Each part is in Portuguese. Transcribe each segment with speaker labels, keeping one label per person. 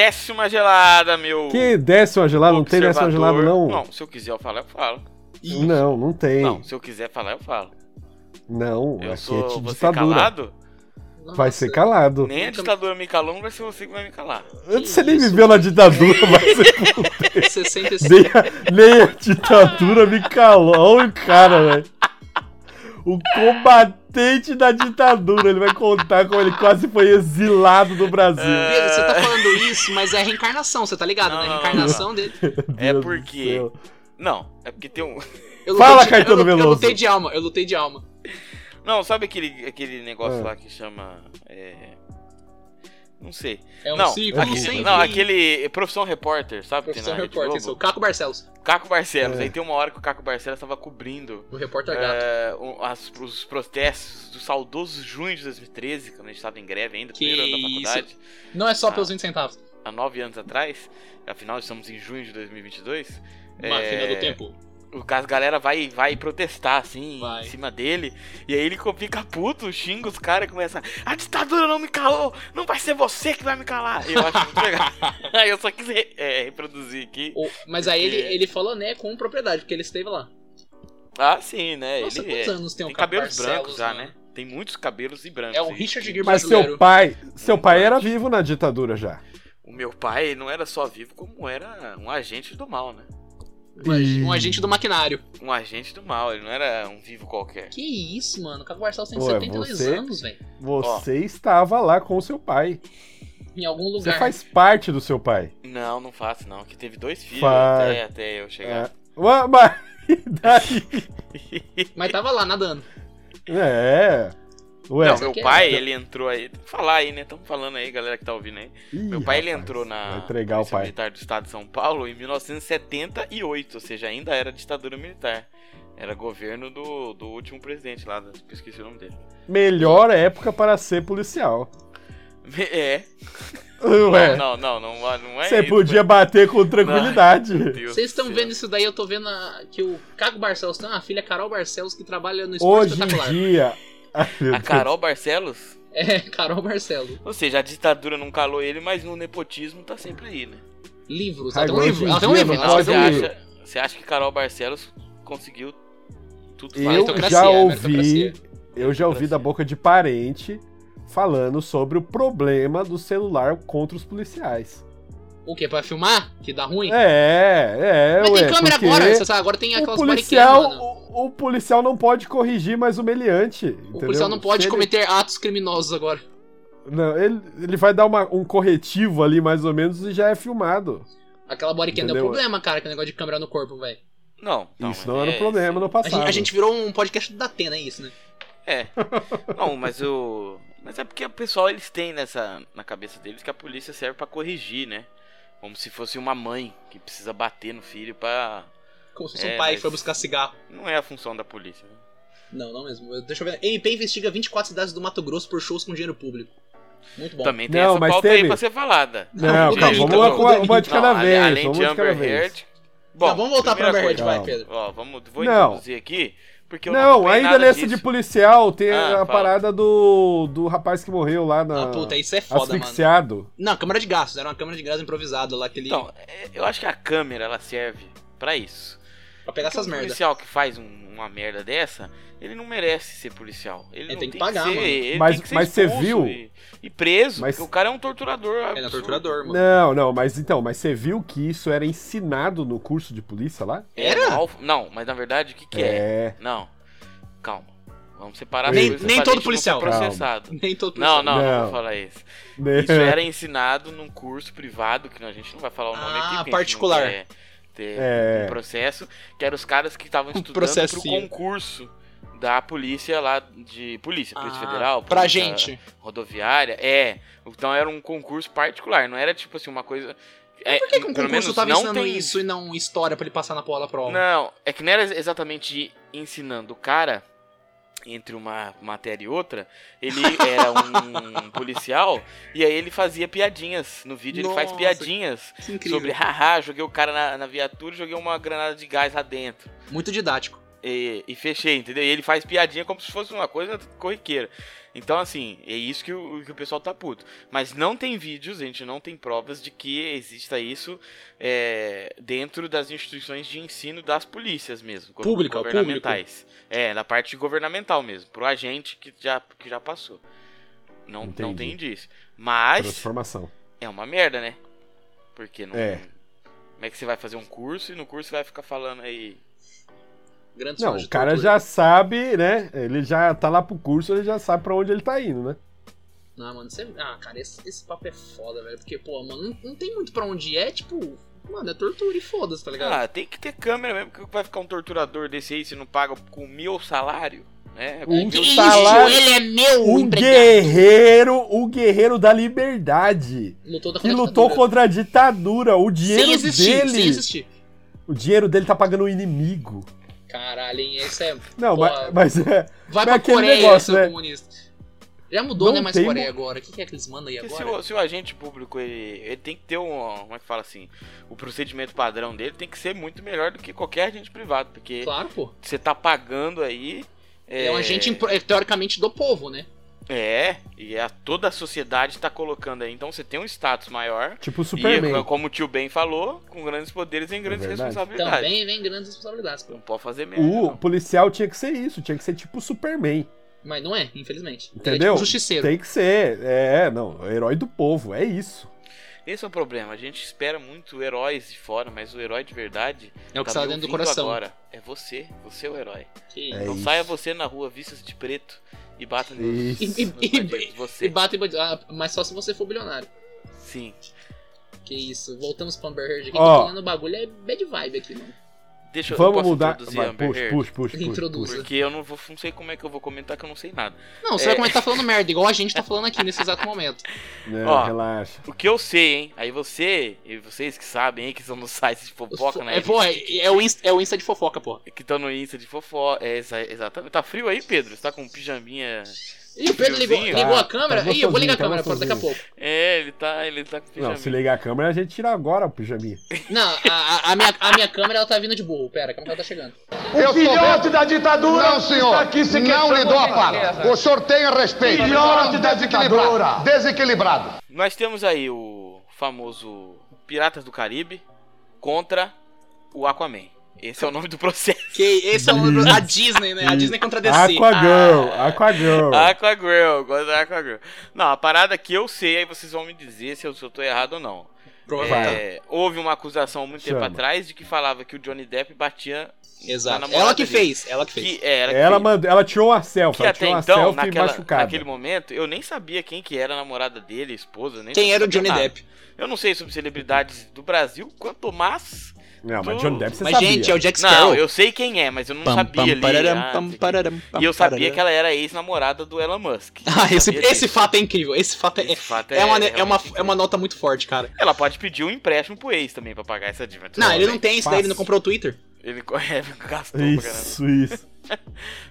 Speaker 1: décima gelada, meu.
Speaker 2: Que décima gelada? Não tem décima gelada,
Speaker 1: observador.
Speaker 2: não.
Speaker 1: Não, se eu quiser eu falo, eu falo.
Speaker 2: Não, não tem.
Speaker 1: Não,
Speaker 2: Não,
Speaker 1: se eu quiser falar, eu falo. Eu
Speaker 2: aqui
Speaker 1: sou.
Speaker 2: é de
Speaker 1: Você
Speaker 2: ditadura.
Speaker 1: calado?
Speaker 2: Vai ser calado.
Speaker 1: Nem é a ditadura me calou, não vai ser você que vai me calar.
Speaker 2: Você nem
Speaker 3: isso,
Speaker 2: viveu na ditadura, mas
Speaker 3: calado. 65.
Speaker 2: nem a, nem a ditadura me calou. Olha o cara, velho. O combatente da ditadura. Ele vai contar como ele quase foi exilado do Brasil.
Speaker 1: É,
Speaker 3: Pedro, você tá falando isso, mas é a reencarnação, você tá ligado,
Speaker 1: Não,
Speaker 3: né? A
Speaker 1: não, não,
Speaker 3: reencarnação dele.
Speaker 2: Meu
Speaker 1: É
Speaker 2: Deus do
Speaker 1: porque-
Speaker 2: céu.
Speaker 1: Não, é porque tem um.
Speaker 3: Eu lutei
Speaker 2: Fala,
Speaker 3: de-
Speaker 2: Caetano
Speaker 3: eu, lu- Eu
Speaker 2: Veloso.
Speaker 3: lutei de alma, eu lutei de alma.
Speaker 1: Não, sabe aquele, aquele negócio
Speaker 2: Ah.
Speaker 1: lá que chama. É... Não sei.
Speaker 3: É um
Speaker 1: não,
Speaker 3: ciclo
Speaker 1: aquele,
Speaker 3: sem
Speaker 1: não,
Speaker 3: fim.
Speaker 1: aquele. Profissão Repórter, sabe? Tem
Speaker 3: Profissão
Speaker 1: na Rede
Speaker 3: repórter,
Speaker 1: Globo?
Speaker 3: sou Caco Barcelos,
Speaker 1: Caco Barcelos.
Speaker 2: É.
Speaker 1: Aí tem uma hora que o Caco Barcelos tava cobrindo
Speaker 3: o repórter gato.
Speaker 1: é, um- as- os protestos do saudoso junho de 2013, quando a gente estava em greve ainda,
Speaker 3: Que
Speaker 1: primeiro ano da faculdade,
Speaker 3: Não é só
Speaker 1: Ah.
Speaker 3: pelos 20 centavos.
Speaker 1: há nove anos atrás, afinal estamos em junho de 2022.
Speaker 3: Uma
Speaker 1: é,
Speaker 3: fina do tempo.
Speaker 1: O caso, a galera vai, vai protestar, assim,
Speaker 3: Vai.
Speaker 1: em cima dele. E aí ele co- fica puto, xinga os caras e começa. A ditadura não me calou! Não vai ser você que vai me calar! Eu acho muito legal. Aí eu só quis re- é, reproduzir aqui.
Speaker 3: O- mas aí ele,
Speaker 1: Porque-
Speaker 3: ele falou, né, com propriedade, porque ele esteve lá.
Speaker 1: Ah, sim, né?
Speaker 3: Nossa,
Speaker 1: ele
Speaker 3: quantos
Speaker 1: é-
Speaker 3: anos tem o
Speaker 1: tem
Speaker 3: Caco
Speaker 1: cabelos
Speaker 3: Barcelos,
Speaker 1: brancos já,
Speaker 3: mano?
Speaker 1: né? Tem muitos cabelos e brancos.
Speaker 3: É o
Speaker 1: aí.
Speaker 3: Richard Gere
Speaker 2: Mas
Speaker 3: brasileiro.
Speaker 2: seu pai, seu pai era vivo na ditadura já.
Speaker 1: O meu pai não era só vivo, como era um agente do mal, né?
Speaker 3: Um ag- Um agente do maquinário.
Speaker 1: Um agente do mal, ele não era um vivo qualquer.
Speaker 3: Que isso, mano? O Caco Barcelos tem
Speaker 2: Ué,
Speaker 3: 72
Speaker 2: você-
Speaker 3: anos, velho.
Speaker 2: Você estava lá com o seu pai.
Speaker 3: Em algum
Speaker 2: Você
Speaker 3: lugar.
Speaker 2: faz parte do seu pai.
Speaker 1: Não, não faço não, que teve dois filhos
Speaker 2: Fa-
Speaker 1: até, até eu chegar.
Speaker 2: É. Ué, Mas e daí?
Speaker 3: Mas tava lá nadando.
Speaker 2: É. Ué,
Speaker 1: não,
Speaker 3: isso
Speaker 1: meu
Speaker 3: aqui é-
Speaker 1: pai, ele entrou aí, tem que falar aí, né? Estamos falando aí, galera que tá ouvindo aí.
Speaker 2: Ih,
Speaker 1: Meu pai, ele
Speaker 2: rapaz,
Speaker 1: entrou na
Speaker 2: Vai entregar o
Speaker 1: Polícia
Speaker 2: pai.
Speaker 1: Militar do Estado de São Paulo em 1978, ou seja, ainda era ditadura militar. Era governo do, do último presidente lá, que eu esqueci o nome dele.
Speaker 2: Melhor época para ser policial.
Speaker 1: É,
Speaker 2: Ué,
Speaker 1: não, não, não, não, não é
Speaker 2: você
Speaker 1: isso.
Speaker 2: podia bater com tranquilidade.
Speaker 1: Meu Deus
Speaker 3: Vocês estão
Speaker 1: do céu.
Speaker 3: vendo isso daí, eu tô vendo a- que o Caco Barcelos tem uma filha, Carol Barcelos, que trabalha no esporte
Speaker 2: Hoje em
Speaker 3: espetacular.
Speaker 2: dia. Ai, meu
Speaker 1: A
Speaker 2: Deus.
Speaker 1: Carol Barcelos?
Speaker 3: É, Carol Barcelos.
Speaker 1: Ou seja, a ditadura não calou ele, mas no nepotismo tá sempre aí, né?
Speaker 3: Livros,
Speaker 2: Ai,
Speaker 3: ela tem um
Speaker 2: hoje
Speaker 3: livro,
Speaker 2: em
Speaker 3: ela tem um
Speaker 2: dia
Speaker 3: livro,
Speaker 2: não
Speaker 3: ela
Speaker 2: pode-
Speaker 1: Você
Speaker 3: escreveu um livro.
Speaker 1: acha, você acha que Carol Barcelos conseguiu tudo Então,
Speaker 2: Eu
Speaker 3: Meritocracia,
Speaker 2: já ouvi.
Speaker 3: meritocracia.
Speaker 2: Eu já ouvi da boca de parente falando sobre o problema do celular contra os policiais.
Speaker 3: O quê? Pra filmar? Que dá ruim?
Speaker 2: É, é,
Speaker 3: Mas
Speaker 2: ué,
Speaker 3: tem câmera
Speaker 2: porque
Speaker 3: agora, você sabe, agora tem
Speaker 2: o
Speaker 3: aquelas
Speaker 2: policial,
Speaker 3: mano.
Speaker 2: o, o policial não pode corrigir mais o meliante.
Speaker 3: O policial não pode cometer atos criminosos agora.
Speaker 2: Não, ele, ele vai dar uma- um corretivo ali, mais ou menos, e já é filmado.
Speaker 3: Aquela bodycam é o
Speaker 2: Entendeu?
Speaker 3: problema, cara, que é o negócio de câmera no corpo, velho.
Speaker 1: Não, não.
Speaker 2: isso
Speaker 1: mas
Speaker 2: não era
Speaker 1: é,
Speaker 2: um problema no
Speaker 3: A
Speaker 2: passado.
Speaker 3: gente, a gente virou um podcast da Atena, é isso, né?
Speaker 1: É. Não, mas o. Mas é porque o pessoal eles têm nessa. na cabeça deles que a polícia serve pra corrigir, né? Como se fosse uma mãe que precisa bater no filho pra.
Speaker 3: Como se fosse um
Speaker 1: É,
Speaker 3: pai que
Speaker 1: mas-
Speaker 3: foi buscar cigarro.
Speaker 1: Não é a função da polícia. né?
Speaker 3: Não, não mesmo. Eu- Deixa eu ver. MP investiga 24 cidades do Mato Grosso por shows com dinheiro público. Muito bom.
Speaker 1: Também tem
Speaker 2: Não,
Speaker 1: essa
Speaker 2: mas
Speaker 1: pauta
Speaker 2: teve-
Speaker 1: aí pra ser falada.
Speaker 2: Não,
Speaker 3: Não,
Speaker 2: calma,
Speaker 3: gente,
Speaker 2: vamos lá
Speaker 3: não.
Speaker 2: com a- uma de
Speaker 1: Não,
Speaker 2: cada
Speaker 1: então, ale-
Speaker 2: vez.
Speaker 1: Além
Speaker 2: vamos
Speaker 1: de
Speaker 2: de cada
Speaker 1: Amber
Speaker 2: vez.
Speaker 1: Heard. Bom,
Speaker 3: Não, vamos voltar pra
Speaker 1: primeira
Speaker 3: Amber Heard,
Speaker 1: coisa.
Speaker 3: vai, Pedro.
Speaker 1: Ó, vamos, vou
Speaker 2: Não.
Speaker 1: introduzir aqui, porque eu não,
Speaker 2: Não,
Speaker 1: acompanhei
Speaker 2: ainda
Speaker 1: nada
Speaker 2: nessa de
Speaker 1: disso.
Speaker 2: policial, tem
Speaker 1: Ah,
Speaker 2: a
Speaker 1: fala.
Speaker 2: parada do, do rapaz que morreu lá na.
Speaker 3: Ah, puta, isso é foda, mano.
Speaker 2: asfixiado.
Speaker 3: Não, câmera de gastos, era uma câmera de gás improvisada lá, aquele.
Speaker 1: Então, é, eu acho que a câmera ela serve pra isso.
Speaker 3: pra pegar essas
Speaker 1: Porque um
Speaker 3: merda.
Speaker 1: policial que faz um- uma merda dessa, ele não merece ser policial. Ele,
Speaker 3: Ele
Speaker 1: não
Speaker 3: tem que pagar,
Speaker 1: ser,
Speaker 3: mano.
Speaker 1: Ele
Speaker 2: Mas-
Speaker 1: tem que ser
Speaker 2: mas você
Speaker 1: expulso
Speaker 2: viu?
Speaker 1: E, e preso,
Speaker 2: Mas-
Speaker 1: porque o cara é um torturador.
Speaker 3: Ele é
Speaker 1: absurdo.
Speaker 3: torturador, mano.
Speaker 2: Não, não, mas então, mas você viu que isso era ensinado no curso de polícia lá?
Speaker 3: Era?
Speaker 1: É mal- Não, mas na verdade o que, que é? Não, calma. Vamos separar
Speaker 2: Nem-
Speaker 1: as coisas
Speaker 3: nem
Speaker 1: pra
Speaker 3: todo
Speaker 1: gente não ser
Speaker 3: policial.
Speaker 2: Calma.
Speaker 1: processado.
Speaker 3: Nem todo
Speaker 1: Não, não, não,
Speaker 2: Não.
Speaker 1: vou falar isso.
Speaker 2: né?
Speaker 1: Isso é era ensinado num curso privado, que a gente não vai falar o nome
Speaker 3: Ah,
Speaker 1: aqui. porque a gente
Speaker 3: particular.
Speaker 1: não quer Ter
Speaker 2: É.
Speaker 1: um processo, que eram os caras que estavam estudando pro
Speaker 3: Um processinho.
Speaker 1: concurso da polícia lá, de polícia, polícia
Speaker 3: Ah,
Speaker 1: federal, polícia
Speaker 3: Pra gente.
Speaker 1: rodoviária, é. Então era um concurso particular, não era tipo assim uma coisa... É,
Speaker 3: Por que, que um
Speaker 1: pelo
Speaker 3: concurso
Speaker 1: menos
Speaker 3: tava
Speaker 1: não
Speaker 3: ensinando
Speaker 1: tem
Speaker 3: isso e não história pra ele passar na porra da prova?
Speaker 1: não, é que não era exatamente ensinando o cara entre uma matéria e outra. Ele era um policial e aí ele fazia piadinhas. No vídeo ele faz
Speaker 3: Nossa,
Speaker 1: piadinhas
Speaker 3: Que incrível.
Speaker 1: sobre haha, joguei o cara na, na viatura e joguei uma granada de gás lá dentro.
Speaker 3: Muito didático.
Speaker 1: E, e fechei, entendeu? E ele faz piadinha como se fosse uma coisa corriqueira. Então, assim, é isso que o, que o pessoal tá puto. Mas não tem vídeos, gente, não tem provas de que exista isso é, dentro das instituições de ensino das polícias mesmo. go-
Speaker 3: Pública,
Speaker 1: governamentais. É, na parte governamental mesmo, pro agente que já, que já passou. Não, não
Speaker 2: Entendi.
Speaker 1: tem indício. Mas
Speaker 2: Transformação.
Speaker 1: é uma merda, né? Porque não.
Speaker 2: É.
Speaker 1: Como é que você vai fazer um curso e no curso você vai ficar falando aí.
Speaker 3: Grandes
Speaker 2: Não, o
Speaker 3: fontes de
Speaker 2: cara
Speaker 3: é tortura.
Speaker 2: já sabe, né? Ele já tá lá pro curso, ele já sabe pra onde ele tá indo, né?
Speaker 3: Não, mano, você... Ah, cara, esse, esse papo é foda, velho. Porque, pô, mano, não, não tem muito pra onde ir. É, tipo... Mano, é tortura e foda-se, tá ligado?
Speaker 1: Ah, tem que ter câmera mesmo, porque vai ficar um torturador desse aí se não paga com mil salário? É, com
Speaker 2: Um
Speaker 1: mil
Speaker 2: Que salário- isso?
Speaker 4: Ele é meu
Speaker 3: um
Speaker 2: O Um guerreiro, o guerreiro da liberdade.
Speaker 3: lutou da
Speaker 2: Que lutou contra a ditadura. O
Speaker 3: Sem
Speaker 2: dinheiro
Speaker 3: existir, sem
Speaker 2: dele.
Speaker 3: existir.
Speaker 2: O dinheiro dele tá pagando o inimigo.
Speaker 3: Caralho, hein? Isso é...
Speaker 2: Não,
Speaker 3: Pô,
Speaker 2: mas, mas é.
Speaker 3: Vai
Speaker 2: Mas
Speaker 3: pra
Speaker 2: aquele
Speaker 3: Coreia,
Speaker 2: negócio,
Speaker 3: seu
Speaker 2: né?
Speaker 3: comunista. Já mudou,
Speaker 2: Não
Speaker 3: né? Mais
Speaker 2: tem
Speaker 3: Coreia
Speaker 2: mo-
Speaker 3: agora. O que, que é que eles mandam aí
Speaker 1: Porque se
Speaker 3: agora?
Speaker 1: o, se o agente público, ele, ele tem que ter um. Como é que fala assim? O procedimento padrão dele tem que ser muito melhor do que qualquer agente privado, porque
Speaker 3: Claro, pô.
Speaker 1: você tá pagando aí.
Speaker 3: É, um agente, impro- é, teoricamente, do povo, né?
Speaker 1: É, e a, toda a sociedade tá colocando aí. Então você tem um status maior.
Speaker 2: Tipo o
Speaker 1: E,
Speaker 2: Superman.
Speaker 1: como o tio Ben falou, com grandes poderes vem grandes
Speaker 2: verdade.
Speaker 1: responsabilidades.
Speaker 3: É Também Então, vem grandes responsabilidades, pô.
Speaker 1: Não pode fazer merda.
Speaker 2: O
Speaker 1: não.
Speaker 2: policial tinha que ser isso, tinha que ser tipo o Superman.
Speaker 3: Mas não é, infelizmente. Ele É
Speaker 2: Entendeu?
Speaker 3: tipo um justiceiro.
Speaker 2: Tem que ser. É, não, o herói do povo, é isso.
Speaker 1: Esse é o problema. A gente espera muito heróis de fora, mas o herói de verdade
Speaker 3: É o que
Speaker 1: tá
Speaker 3: está
Speaker 1: me
Speaker 3: dentro do
Speaker 1: ouvindo
Speaker 3: coração.
Speaker 1: agora. É você. Você é o herói.
Speaker 3: Que-
Speaker 2: É
Speaker 1: não
Speaker 2: isso.
Speaker 1: saia você na rua vistas de preto e bata nos,
Speaker 2: Isso.
Speaker 1: nos
Speaker 3: E- e- e-
Speaker 1: bandidos. Você.
Speaker 3: E batem bandido. Ah, mas só se você for bilionário.
Speaker 1: Sim.
Speaker 3: Que isso. Voltamos pro Amber Heard aqui.
Speaker 2: Ó.
Speaker 3: Tô falando o bagulho é bad vibe aqui, mano.
Speaker 1: Deixa eu, eu
Speaker 2: Vamos
Speaker 1: posso
Speaker 2: mudar.
Speaker 1: introduzir
Speaker 2: Vai,
Speaker 1: Amber
Speaker 2: puxa,
Speaker 1: Heard?
Speaker 2: puxa, puxa, puxa,
Speaker 3: Introduz.
Speaker 2: puxa.
Speaker 1: Porque eu não vou, não sei como é que eu vou comentar que eu não sei nada.
Speaker 3: Não, você
Speaker 1: É.
Speaker 3: vai começar falando merda, igual a gente tá falando aqui nesse exato momento.
Speaker 2: Não,
Speaker 1: Ó.
Speaker 2: É, relaxa.
Speaker 1: O que eu sei, hein? Aí você e vocês que sabem, hein, que são nos sites de fofoca, né?
Speaker 3: é, pô, é, é o insta, é o Insta de fofoca, pô.
Speaker 1: Que estão no Insta de fofoca. É, exa- exatamente. Tá frio aí, Pedro? Você tá com pijaminha.
Speaker 3: Ih, o Pedro ligou,
Speaker 1: Friozinho.
Speaker 3: ligou a
Speaker 2: Tá,
Speaker 3: câmera.
Speaker 2: tá
Speaker 3: Ih, eu vou ligar a
Speaker 2: gostosinho, tá
Speaker 3: câmera pra daqui a pouco.
Speaker 1: É, ele tá, ele tá com pijaminha.
Speaker 2: Não, se ligar a câmera, a gente tira agora o pijaminha.
Speaker 3: Não, a, a- a minha, a minha câmera ela tá vindo de burro. Pera, como que ela tá chegando?
Speaker 5: O filhote da ditadura
Speaker 6: Não, senhor.
Speaker 5: está aqui se
Speaker 6: não lhe
Speaker 5: queixando
Speaker 6: dou a
Speaker 5: de
Speaker 6: fala.
Speaker 5: fraqueza.
Speaker 6: O senhor tenha respeito.
Speaker 5: Filhote da ditadura.
Speaker 6: Desequilibrado. Desequilibrado.
Speaker 1: Nós temos aí o famoso Piratas do Caribe contra o Aquaman. Esse é o nome do processo.
Speaker 3: Que esse é o a Disney, né? A
Speaker 2: E-
Speaker 3: Disney contra a DC.
Speaker 2: Aquagirl,
Speaker 1: Ah,
Speaker 2: Aquagirl.
Speaker 1: Aquagirl, gosto da Aquagirl. Não, a parada que eu sei, aí vocês vão me dizer se eu, se eu tô errado ou não.
Speaker 3: Provavelmente.
Speaker 1: É, houve uma acusação há muito tempo
Speaker 2: Chama.
Speaker 1: atrás de que falava que o Johnny Depp batia Tá na
Speaker 3: Exato.
Speaker 1: namorada
Speaker 3: Ela que
Speaker 1: dele.
Speaker 3: fez, ela que fez.
Speaker 1: Que, é, era que
Speaker 2: Ela,
Speaker 1: fez.
Speaker 2: mandou, ela tirou uma selfie,
Speaker 1: Que
Speaker 2: ela
Speaker 1: até
Speaker 2: tirou uma
Speaker 1: então,
Speaker 2: selfie
Speaker 1: naquela-
Speaker 2: machucada.
Speaker 1: naquele momento, eu nem sabia quem que era a namorada dele, a esposa, nem
Speaker 3: Quem era o
Speaker 1: sabia
Speaker 3: Johnny
Speaker 1: nada.
Speaker 3: Depp?
Speaker 1: Eu não sei sobre celebridades do Brasil, quanto mais
Speaker 2: Não, mas
Speaker 1: Tu-
Speaker 2: John Depp você
Speaker 3: Mas,
Speaker 2: sabia.
Speaker 3: gente, é o Jack
Speaker 1: Não,
Speaker 3: Sparrow.
Speaker 1: eu sei quem é, mas eu não
Speaker 3: Pam,
Speaker 1: sabia
Speaker 3: pam,
Speaker 1: ali.
Speaker 3: pararam,
Speaker 1: ah, não
Speaker 3: pam,
Speaker 1: sei o quê.
Speaker 3: pararam, pam,
Speaker 1: e eu sabia
Speaker 3: pararam.
Speaker 1: que ela era ex-namorada do Elon Musk.
Speaker 3: Ah, esse,
Speaker 1: Sabia
Speaker 3: esse
Speaker 1: disso.
Speaker 3: fato é incrível. Esse fato é.
Speaker 1: Esse fato
Speaker 3: É uma, é,
Speaker 1: realmente
Speaker 3: uma,
Speaker 1: incrível.
Speaker 3: é uma nota muito forte, cara.
Speaker 1: Ela pode pedir um empréstimo pro ex também pra pagar essa dívida.
Speaker 3: Não, ele não tem isso daí,
Speaker 2: fácil.
Speaker 3: ele não comprou o Twitter.
Speaker 1: Ele é, gastou pra caramba.
Speaker 2: Isso, isso.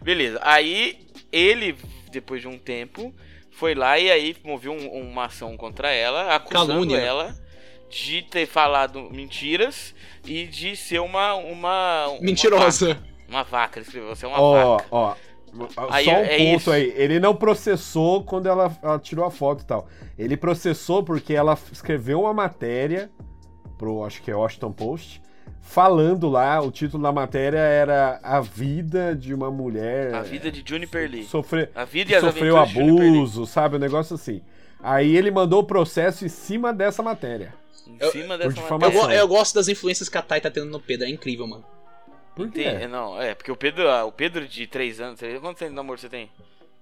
Speaker 1: Beleza, aí ele, depois de um tempo, foi lá e aí moveu um- uma ação contra ela, acusando
Speaker 3: Calúnia.
Speaker 1: ela de ter falado mentiras e de ser uma. uma uma
Speaker 3: Mentirosa.
Speaker 1: vaca. Uma vaca, ele escreveu, você é uma
Speaker 2: Ó,
Speaker 1: vaca.
Speaker 2: ó.
Speaker 1: Aí,
Speaker 2: Só um
Speaker 1: é
Speaker 2: ponto
Speaker 1: isso.
Speaker 2: aí. Ele não processou quando ela, ela tirou a foto e tal. Ele processou porque ela f- escreveu uma matéria pro, acho que é Washington Post, falando lá, o título da matéria era A Vida de uma Mulher...
Speaker 1: A vida de Juniper Lee.
Speaker 2: Sofre...
Speaker 1: A vida e as
Speaker 2: É. Sofreu
Speaker 1: aventuras de Juniper Lee.
Speaker 2: abuso, sabe? Um negócio assim. Aí ele mandou o processo em cima dessa matéria.
Speaker 1: Em
Speaker 3: Eu-
Speaker 1: cima
Speaker 2: por
Speaker 1: dessa
Speaker 3: Eu,
Speaker 2: difamação.
Speaker 1: matéria.
Speaker 3: go- eu gosto das influências que a Thay tá tendo no Pedro, é incrível, mano.
Speaker 2: Por quê?
Speaker 1: Tem- é, não, é, porque o Pedro, ah, o Pedro de 3 anos, sei lá, quantos anos de namoro você tem?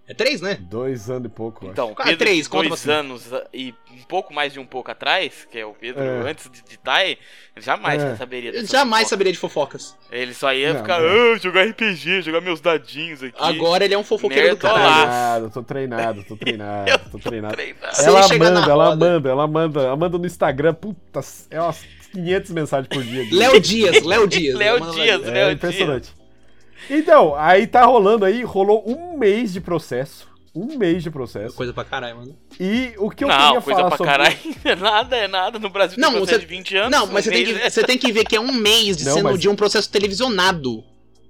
Speaker 3: É três, né?
Speaker 2: Dois anos e pouco, eu
Speaker 1: Então, o
Speaker 3: Quase
Speaker 1: Pedro
Speaker 3: Ah, três,
Speaker 1: de
Speaker 3: conta
Speaker 1: dois
Speaker 3: você.
Speaker 1: anos ah, e um pouco mais de um pouco atrás, que é o Pedro
Speaker 2: É.
Speaker 1: antes de, de Thay, jamais
Speaker 2: É.
Speaker 1: saberia
Speaker 3: Eu
Speaker 1: dessa
Speaker 3: jamais
Speaker 1: fofoca.
Speaker 3: saberia de fofocas.
Speaker 1: Ele só ia
Speaker 2: Não,
Speaker 1: ficar,
Speaker 2: não.
Speaker 1: ah, jogar RPG, jogar meus dadinhos aqui.
Speaker 3: Agora ele é um fofoqueiro do
Speaker 2: tô
Speaker 1: Nerdola.
Speaker 3: caralho.
Speaker 2: treinado, tô treinado, tô treinado, tô treinado.
Speaker 1: Treinar.
Speaker 3: Se
Speaker 2: Ela
Speaker 3: ele chegar na
Speaker 2: manda, ela
Speaker 3: roda-
Speaker 2: manda, ela manda, ela manda no Instagram, puta, é umas 500 mensagens por dia. disso.
Speaker 3: Léo Dias, Léo Dias.
Speaker 1: Léo
Speaker 3: Mano,
Speaker 1: Dias,
Speaker 2: é
Speaker 1: Léo Dias.
Speaker 2: impressionante. Então, aí tá rolando aí, rolou um mês de processo. Um mês de processo.
Speaker 3: Coisa pra caralho, mano.
Speaker 2: E o que eu
Speaker 1: Não,
Speaker 2: queria
Speaker 1: coisa
Speaker 2: falar
Speaker 1: pra
Speaker 2: sobre...
Speaker 1: caralho. É nada, é nada. No Brasil
Speaker 3: Não,
Speaker 1: tem processo
Speaker 3: você-
Speaker 1: de 20 anos.
Speaker 3: Não, mas
Speaker 1: um
Speaker 3: você tem,
Speaker 1: mês
Speaker 3: que, você tem que ver que é um é mês de,
Speaker 2: Não,
Speaker 3: sendo
Speaker 2: mas-
Speaker 3: de um processo televisionado.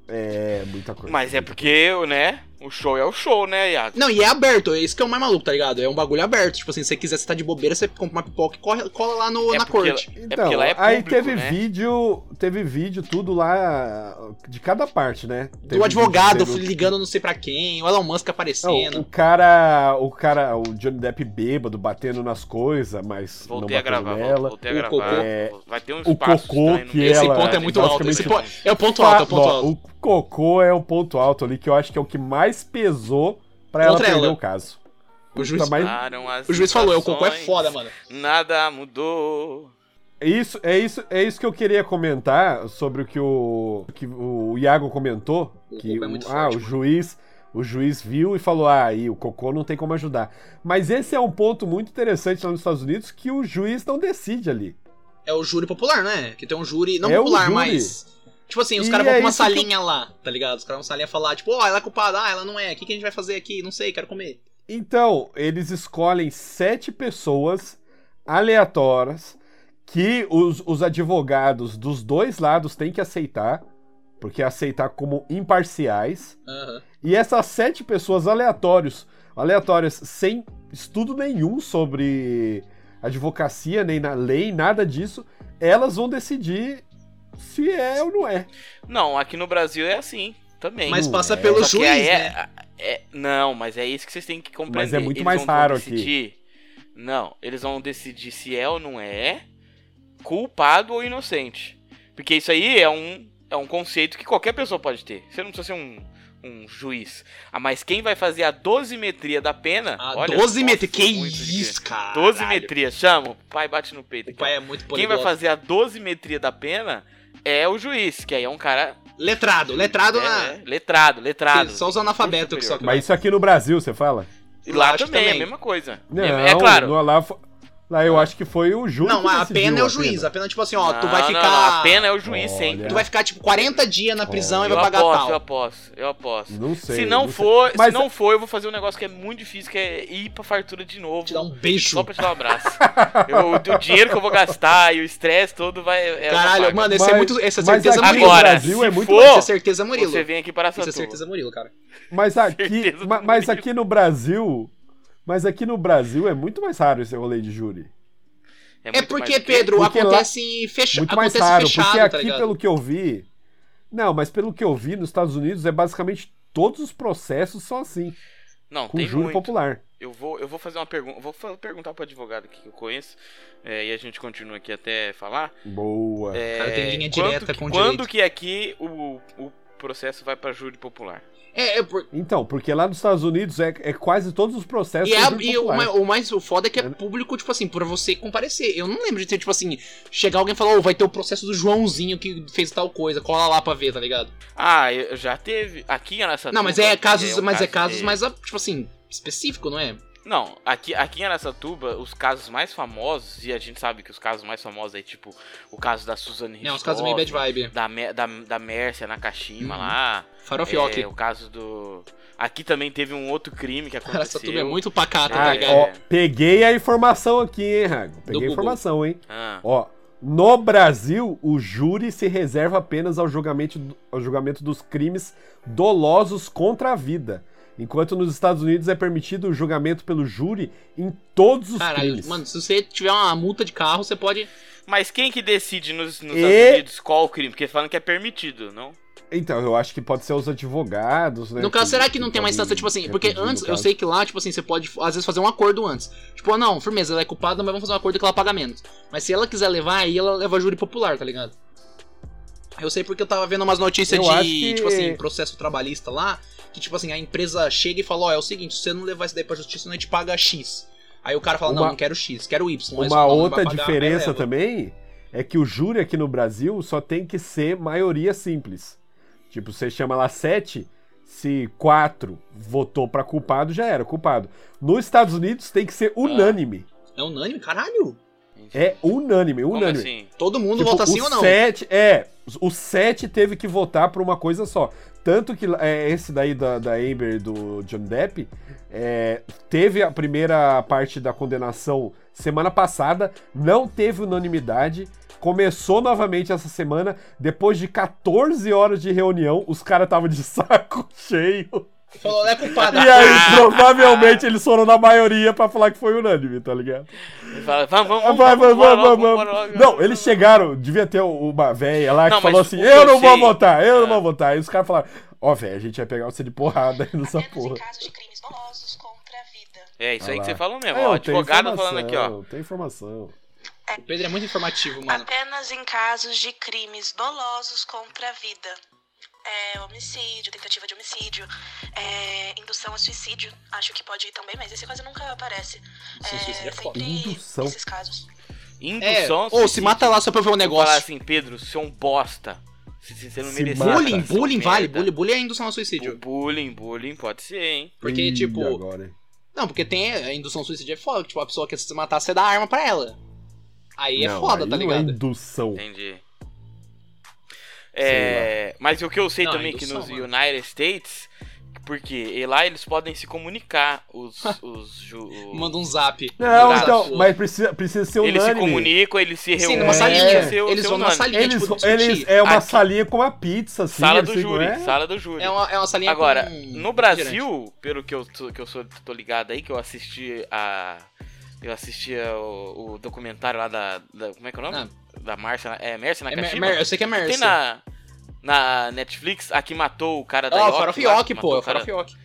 Speaker 2: É, muita coisa.
Speaker 1: Mas é porque, né? O show é o show, né, Iago?
Speaker 3: Não, e é aberto, é isso que é o mais maluco, tá ligado? É um bagulho aberto. Tipo assim, se você quiser, você tá de bobeira, você compra uma pipoca e corre- cola lá no,
Speaker 1: É
Speaker 3: na
Speaker 1: porque-
Speaker 3: corte.
Speaker 1: É
Speaker 2: Então,
Speaker 1: porque lá é
Speaker 2: aí
Speaker 1: público,
Speaker 2: teve
Speaker 1: né?
Speaker 2: vídeo, teve vídeo tudo lá de cada parte, né? Teve
Speaker 3: Do advogado
Speaker 2: vídeo teve-
Speaker 3: ligando não sei pra quem, o Elon Musk
Speaker 2: Não, o
Speaker 3: aparecendo.
Speaker 2: cara, o cara, o Johnny Depp bêbado batendo nas coisas, mas
Speaker 1: Voltei
Speaker 2: não
Speaker 1: a gravar,
Speaker 2: nela.
Speaker 1: voltei a
Speaker 3: o
Speaker 1: gravar.
Speaker 3: cocô.
Speaker 1: Vai ter um
Speaker 2: É, O
Speaker 1: espaço
Speaker 2: cocô que
Speaker 3: Esse
Speaker 2: ela-
Speaker 3: ponto é muito alto. Esse po-
Speaker 1: Basicamente.
Speaker 3: É o ponto alto, é o ponto
Speaker 2: Ó,
Speaker 3: alto.
Speaker 2: O cocô é o ponto alto ali que eu acho que é o que mais pesou pra ela
Speaker 3: Contra
Speaker 2: perder
Speaker 3: ela.
Speaker 2: o caso.
Speaker 3: O juiz,
Speaker 2: Tá mais-
Speaker 1: Mudaram as
Speaker 3: o juiz falou, é, o cocô é
Speaker 1: situações,
Speaker 3: foda, mano.
Speaker 1: Nada mudou.
Speaker 2: Isso, é isso, é isso que eu queria comentar sobre o que o que o Iago comentou,
Speaker 3: O
Speaker 2: que
Speaker 3: cocô é
Speaker 2: o-
Speaker 3: muito
Speaker 2: ah,
Speaker 3: forte,
Speaker 2: o
Speaker 3: mano.
Speaker 2: juiz, o juiz viu e falou: "Ah, aí o cocô não tem como ajudar". Mas esse é um ponto muito interessante lá nos Estados Unidos que o juiz não decide ali.
Speaker 3: É o júri popular, né? Que tem um júri não
Speaker 2: É o
Speaker 3: popular,
Speaker 2: júri.
Speaker 3: mas. Tipo assim, os
Speaker 2: E
Speaker 3: caras vão
Speaker 2: é
Speaker 3: pra uma
Speaker 2: isso que eu-
Speaker 3: salinha lá, tá ligado? Os caras vão pra salinha falar, tipo, ó, ela é culpada, ah, ela não é, o que, que a gente vai fazer aqui? Não sei, quero comer.
Speaker 2: Então, eles escolhem sete pessoas aleatórias que os, os advogados dos dois lados têm que aceitar, porque aceitar como imparciais.
Speaker 3: Aham.
Speaker 2: E essas sete pessoas aleatórios, aleatórias, sem estudo nenhum sobre advocacia, nem na lei, nada disso, elas vão decidir se é ou não é.
Speaker 1: Não, aqui no Brasil é assim também.
Speaker 3: Mas
Speaker 2: Hum,
Speaker 3: passa
Speaker 2: é.
Speaker 3: pelo
Speaker 1: Só que
Speaker 3: juiz,
Speaker 1: aí é-
Speaker 3: né?
Speaker 1: é- não, mas é isso que vocês têm que compreender.
Speaker 2: Mas é muito
Speaker 1: Eles
Speaker 2: mais
Speaker 1: não vão
Speaker 2: raro aqui.
Speaker 1: decidir, Não, eles vão decidir se é ou não é culpado ou inocente. Porque isso aí é um, é um conceito que qualquer pessoa pode ter. Você não precisa ser um, um juiz. Ah, mas quem vai fazer a dosimetria da pena...
Speaker 3: A
Speaker 1: olha,
Speaker 3: 12
Speaker 1: nossa,
Speaker 3: Ah, metros, que
Speaker 1: muito de
Speaker 3: isso, cara.
Speaker 1: Dosimetria, chama. O pai bate no peito.
Speaker 3: O
Speaker 1: aqui,
Speaker 3: pai
Speaker 1: ó.
Speaker 3: é muito
Speaker 1: Quem vai
Speaker 3: poliglota.
Speaker 1: fazer a dosimetria da pena é o juiz, que aí é um cara
Speaker 3: Letrado, letrado né?
Speaker 1: é,
Speaker 3: na.
Speaker 1: é, letrado, letrado.
Speaker 3: Só os analfabetos que só.
Speaker 1: Superior.
Speaker 2: Mas isso aqui no Brasil, você fala?
Speaker 1: E lá
Speaker 3: Eu acho que
Speaker 1: também, é a
Speaker 3: também.
Speaker 1: mesma coisa.
Speaker 2: Não,
Speaker 1: é, é claro. Ah.
Speaker 2: no- lá, fo- lá eu acho que foi o júri.
Speaker 3: Não,
Speaker 2: que
Speaker 3: a
Speaker 2: decidiu
Speaker 3: pena é o
Speaker 2: a
Speaker 3: juiz.
Speaker 2: pena.
Speaker 3: A pena, tipo assim, ó, tu
Speaker 1: Não,
Speaker 3: vai
Speaker 1: não,
Speaker 3: ficar.
Speaker 1: não, a pena é o juiz
Speaker 2: Olha.
Speaker 1: sempre.
Speaker 3: Tu vai ficar, tipo, 40 dias
Speaker 2: É.
Speaker 3: na prisão e
Speaker 1: eu
Speaker 3: vai pagar
Speaker 1: aposto,
Speaker 3: tal.
Speaker 1: eu aposto, eu aposto.
Speaker 2: Não sei.
Speaker 1: se não
Speaker 2: sei.
Speaker 1: for, se
Speaker 2: Mas-
Speaker 1: não for, eu vou fazer um negócio que é muito difícil, que é ir pra fartura de novo.
Speaker 3: Te dar um beijo.
Speaker 1: Só pra te dar um abraço. Eu- o, o dinheiro que eu vou gastar e o estresse todo vai. é, eu
Speaker 3: Caralho,
Speaker 1: pago.
Speaker 3: mano, esse é
Speaker 2: Mas-
Speaker 3: muito. Essa é
Speaker 2: mas
Speaker 3: certeza
Speaker 2: aqui
Speaker 3: Murilo.
Speaker 2: no
Speaker 1: Agora,
Speaker 2: Brasil
Speaker 1: se
Speaker 2: é muito
Speaker 1: for,
Speaker 3: Essa é certeza Murilo.
Speaker 1: você vem aqui para essa
Speaker 3: Isso é certeza Murilo, cara.
Speaker 2: Mas aqui,
Speaker 1: Certeza
Speaker 2: ma-
Speaker 1: do
Speaker 2: mas
Speaker 1: Murilo.
Speaker 2: aqui no Brasil, mas aqui no Brasil é muito mais raro esse rolê de júri.
Speaker 3: É
Speaker 1: muito mais
Speaker 3: porque,
Speaker 1: do que-
Speaker 3: Pedro,
Speaker 2: Porque lá-
Speaker 3: acontece, fecha...
Speaker 2: Muito mais
Speaker 3: acontece
Speaker 2: raro,
Speaker 3: fechado,
Speaker 2: porque
Speaker 3: tá
Speaker 2: aqui
Speaker 3: ligado?
Speaker 2: pelo que eu vi, não, mas pelo que eu vi nos Estados Unidos é basicamente todos os processos são assim,
Speaker 1: Não,
Speaker 2: com
Speaker 1: tem
Speaker 2: júri
Speaker 1: muito.
Speaker 2: popular.
Speaker 1: Eu vou, eu vou fazer uma pergunta. Vou fa- perguntar pro advogado aqui que eu conheço. é, e a gente continua aqui até falar.
Speaker 2: Boa.
Speaker 1: É,
Speaker 3: cara tem linha
Speaker 1: quanto
Speaker 3: direta
Speaker 1: que-
Speaker 3: com o
Speaker 1: Quando
Speaker 3: direito.
Speaker 1: que aqui o, o processo vai pra júri popular?
Speaker 3: É, é por-
Speaker 2: Então, porque lá nos Estados Unidos é, é quase todos os processos
Speaker 3: E, é-
Speaker 2: são júri
Speaker 3: e o,
Speaker 2: popular.
Speaker 3: ma- o mais o foda é que é
Speaker 2: Eu-
Speaker 3: público, tipo assim, pra você comparecer. Eu não lembro de ter, tipo assim, chegar alguém e falar, ô, vai ter o processo do Joãozinho que fez tal coisa, cola lá pra ver, tá ligado?
Speaker 1: Ah, eu- já teve. Aqui na nossa
Speaker 3: Não, mas é casos,
Speaker 1: um
Speaker 3: mas é
Speaker 1: caso
Speaker 3: casos
Speaker 1: de-
Speaker 3: mais, ah, tipo assim, específico, não é?
Speaker 1: Não, aqui, aqui em Aracatuba, os casos mais famosos, e a gente sabe que os casos mais famosos é tipo o caso da Suzane
Speaker 3: É, uns casos meio bad vibe.
Speaker 1: Da, Mer- da, da Mércia Nakashima
Speaker 3: Uhum.
Speaker 1: lá.
Speaker 3: Farofioque.
Speaker 1: É, o caso do. Aqui também teve um outro crime que aconteceu.
Speaker 3: Cara, essa tuba é muito pacata,
Speaker 1: Ah,
Speaker 3: tá
Speaker 2: Ah,
Speaker 3: ligado?
Speaker 2: ó, peguei a informação aqui, hein, Rago? Peguei a
Speaker 3: Google.
Speaker 2: informação, hein?
Speaker 1: Ah.
Speaker 2: Ó, no Brasil, o júri se reserva apenas ao julgamento, ao julgamento dos crimes dolosos contra a vida. Enquanto nos Estados Unidos é permitido o julgamento pelo júri em todos os
Speaker 3: Caralho,
Speaker 2: crimes.
Speaker 3: mano, se você tiver uma multa de carro, você pode.
Speaker 1: Mas quem que decide nos, nos
Speaker 2: E-
Speaker 1: Estados Unidos qual o crime? Porque falam que é permitido, não?
Speaker 2: Então, eu acho que pode ser os advogados, né?
Speaker 3: No caso, será que não tem uma
Speaker 2: podem
Speaker 3: instância, tipo assim, porque
Speaker 2: repetir, é no
Speaker 3: antes, eu
Speaker 2: caso.
Speaker 3: sei que lá, tipo assim, você pode, às vezes, fazer um acordo antes. Tipo, ah, não, firmeza, ela é culpada, mas vamos fazer um acordo que ela paga menos. Mas se ela quiser levar, aí ela leva júri popular, tá ligado? Eu sei porque eu tava vendo umas notícias
Speaker 2: Eu
Speaker 3: de,
Speaker 2: acho que-
Speaker 3: tipo assim, processo trabalhista lá, que, tipo assim, a empresa chega e fala, ó, é o seguinte, se você não levar isso daí pra justiça, não te paga X. Aí o cara fala, não,
Speaker 2: Uma-
Speaker 3: não quero X, quero Y. mas
Speaker 2: Uma
Speaker 3: não, não vai
Speaker 2: outra
Speaker 3: pagar,
Speaker 2: diferença
Speaker 3: leva.
Speaker 2: também é que o júri aqui no Brasil só tem que ser maioria simples. Tipo, você chama lá sete, se quatro votou pra culpado, já era culpado. Nos Estados Unidos tem que ser
Speaker 3: Ah,
Speaker 2: unânime.
Speaker 3: É unânime, caralho.
Speaker 2: É unânime,
Speaker 1: Como
Speaker 2: unânime.
Speaker 1: assim?
Speaker 3: Todo mundo
Speaker 2: Tipo,
Speaker 3: vota sim
Speaker 2: o
Speaker 3: ou não.
Speaker 2: Sete, é, o 7 teve que votar por uma coisa só. Tanto que é, esse daí da, da Amber e do John Depp é, teve a primeira parte da condenação semana passada, não teve unanimidade. Começou novamente essa semana, depois de 14 horas de reunião, os caras estavam de saco cheio.
Speaker 3: Falou, é culpada.
Speaker 2: E aí, provavelmente, eles foram na maioria pra falar que foi unânime, tá ligado?
Speaker 1: Ele fala, vamos, vamos,
Speaker 2: Vai,
Speaker 1: vamos, vamos,
Speaker 2: vai, vai, vai,
Speaker 1: bora logo,
Speaker 2: vai.
Speaker 1: bora logo.
Speaker 2: Não, eles chegaram, devia ter uma véia lá que
Speaker 1: Não, mas
Speaker 2: falou assim:
Speaker 1: o que
Speaker 2: eu
Speaker 1: eu
Speaker 2: não vou
Speaker 1: sei-
Speaker 2: votar, eu não
Speaker 1: Ah.
Speaker 2: vou votar. Aí os caras falaram: ó, véia, a gente vai pegar você de porrada aí nessa
Speaker 4: Apenas em
Speaker 2: porra.
Speaker 4: casos É de crimes dolosos contra a vida.
Speaker 1: É isso
Speaker 2: Olha
Speaker 1: aí que
Speaker 2: lá.
Speaker 1: você falou mesmo,
Speaker 2: É,
Speaker 1: ó.
Speaker 2: eu tenho
Speaker 1: Advogado falando aqui,
Speaker 2: informação,
Speaker 1: ó.
Speaker 2: Tem informação.
Speaker 3: O Pedro é muito informativo, mano.
Speaker 4: Apenas em casos de crimes dolosos contra a vida. É, homicídio, tentativa de homicídio, é, indução a suicídio, acho que pode ir também, mas esse quase nunca aparece.
Speaker 3: Indução a suicídio é foda.
Speaker 4: sempre
Speaker 2: Indução.
Speaker 4: esses casos.
Speaker 3: É,
Speaker 1: Indução.
Speaker 3: ou se mata lá só pra ver um
Speaker 1: Falar
Speaker 3: negócio.
Speaker 1: assim, Pedro, você é um bosta. Se se- você não
Speaker 2: Se
Speaker 1: merecia.
Speaker 2: mata.
Speaker 3: Bullying,
Speaker 1: seu
Speaker 3: bullying vale.
Speaker 1: assim, merda.
Speaker 3: Bullying, bullying é indução ao suicídio.
Speaker 1: Bullying, bullying, pode ser, hein?
Speaker 3: Porque,
Speaker 2: Ih,
Speaker 3: tipo,
Speaker 2: agora, hein?
Speaker 3: Não, porque tem a indução ao suicídio é foda. Tipo, a pessoa quer se matar, você dá a arma pra ela. Aí é
Speaker 2: Não,
Speaker 3: foda,
Speaker 2: aí
Speaker 3: tá
Speaker 2: não é
Speaker 3: ligado?
Speaker 2: indução.
Speaker 1: Entendi. É, mas o que eu sei
Speaker 3: Não,
Speaker 1: também é que
Speaker 3: indução,
Speaker 1: nos
Speaker 3: mano.
Speaker 1: United States, porque e lá eles podem se comunicar, os. os ju- o-
Speaker 3: Manda um zap.
Speaker 2: Não,
Speaker 1: Exato.
Speaker 2: então, mas precisa, precisa ser unânime.
Speaker 1: eles se comunicam, eles se
Speaker 3: Sim,
Speaker 1: reúnem.
Speaker 3: numa salinha. tipo,
Speaker 1: e seu-
Speaker 3: Eles
Speaker 1: seu
Speaker 3: vão numa
Speaker 1: nome.
Speaker 3: salinha,
Speaker 2: Eles,
Speaker 3: tipo, discutir.
Speaker 2: eles, é uma
Speaker 1: Aqui.
Speaker 2: salinha com uma pizza, assim.
Speaker 1: Sala
Speaker 2: eles
Speaker 1: do
Speaker 2: ficam,
Speaker 1: júri,
Speaker 2: é?
Speaker 1: sala do júri.
Speaker 3: É uma, é uma salinha
Speaker 1: Agora,
Speaker 3: com-
Speaker 1: no
Speaker 3: refrigerante.
Speaker 1: Brasil, pelo que eu, tô, que eu sou, tô ligado aí, que eu assisti a. Eu assisti a- o, o documentário lá da, da- Como é que é o nome? Da Márcia. É Márcia
Speaker 3: Ah. É Mer-
Speaker 1: Nakashima?
Speaker 3: Mer- eu sei que é Mercy.
Speaker 1: Tem na, na Netflix a que matou o cara da
Speaker 3: Ó,
Speaker 1: Ioki lá,
Speaker 3: Farofioque,
Speaker 1: que
Speaker 3: pô.
Speaker 1: matou
Speaker 3: É
Speaker 1: o cara-
Speaker 3: Farofioque.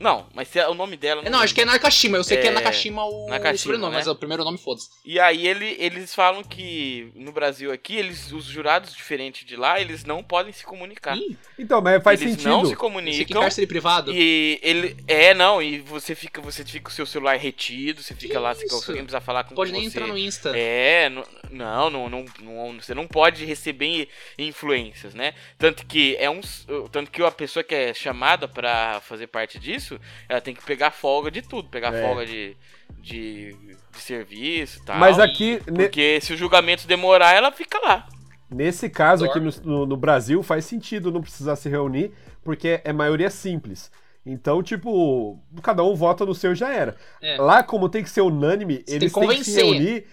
Speaker 1: Não, mas se é o nome dela. eu
Speaker 3: Não, acho que é Nakashima. Eu sei que é
Speaker 1: É,
Speaker 3: Nakashima o
Speaker 1: Nakashima,
Speaker 3: sobrenome,
Speaker 1: né?
Speaker 3: mas é o primeiro nome, foda-se.
Speaker 1: E aí ele- eles falam que no Brasil aqui, eles, os jurados diferentes de lá, eles não podem se comunicar.
Speaker 3: Ih,
Speaker 2: Então, mas faz
Speaker 1: eles
Speaker 2: sentido.
Speaker 1: não se
Speaker 3: Isso aqui é
Speaker 1: comunicam.
Speaker 3: cárcere privado?
Speaker 1: então E ele. É, não, e você fica, você fica com o seu celular retido, você fica
Speaker 3: Que
Speaker 1: lá, você
Speaker 3: isso?
Speaker 1: ninguém precisa falar com
Speaker 3: Pode
Speaker 1: você.
Speaker 3: nem entrar no Insta.
Speaker 1: É, n- não, não, não, não- você não pode receber influências, né? Tanto que é um, s- tanto que a pessoa que é chamada pra fazer parte disso, ela tem que pegar folga de tudo, pegar
Speaker 2: É.
Speaker 1: folga de, de, de serviço, e tal.
Speaker 2: Mas aqui, ne-
Speaker 1: porque se o julgamento demorar, ela fica lá.
Speaker 2: nesse caso, aqui
Speaker 3: Dorme.
Speaker 2: no, no- no Brasil, faz sentido não precisar se reunir, porque é, é maioria simples. Então, tipo, cada um vota no seu e já era.
Speaker 3: É.
Speaker 2: Lá, como tem que ser unânime,
Speaker 3: Você
Speaker 2: eles
Speaker 3: tem que
Speaker 2: têm que se
Speaker 3: convencer.
Speaker 2: reunir.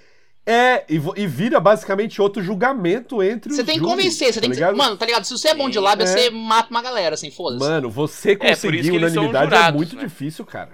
Speaker 2: É, e, vo- e vira basicamente outro julgamento entre
Speaker 3: Você
Speaker 2: os
Speaker 3: tem que
Speaker 2: júris,
Speaker 3: convencer, você
Speaker 2: tá
Speaker 3: tem que.
Speaker 2: ligado?
Speaker 3: Mano, tá ligado? Se você é bom de
Speaker 1: Sim,
Speaker 3: lábia,
Speaker 2: é.
Speaker 3: você mata uma galera, assim, foda-se.
Speaker 2: Mano, você
Speaker 1: é, por isso
Speaker 2: conseguir
Speaker 1: que eles são
Speaker 2: unanimidade
Speaker 1: jurados,
Speaker 2: é muito
Speaker 1: né?
Speaker 2: difícil, cara.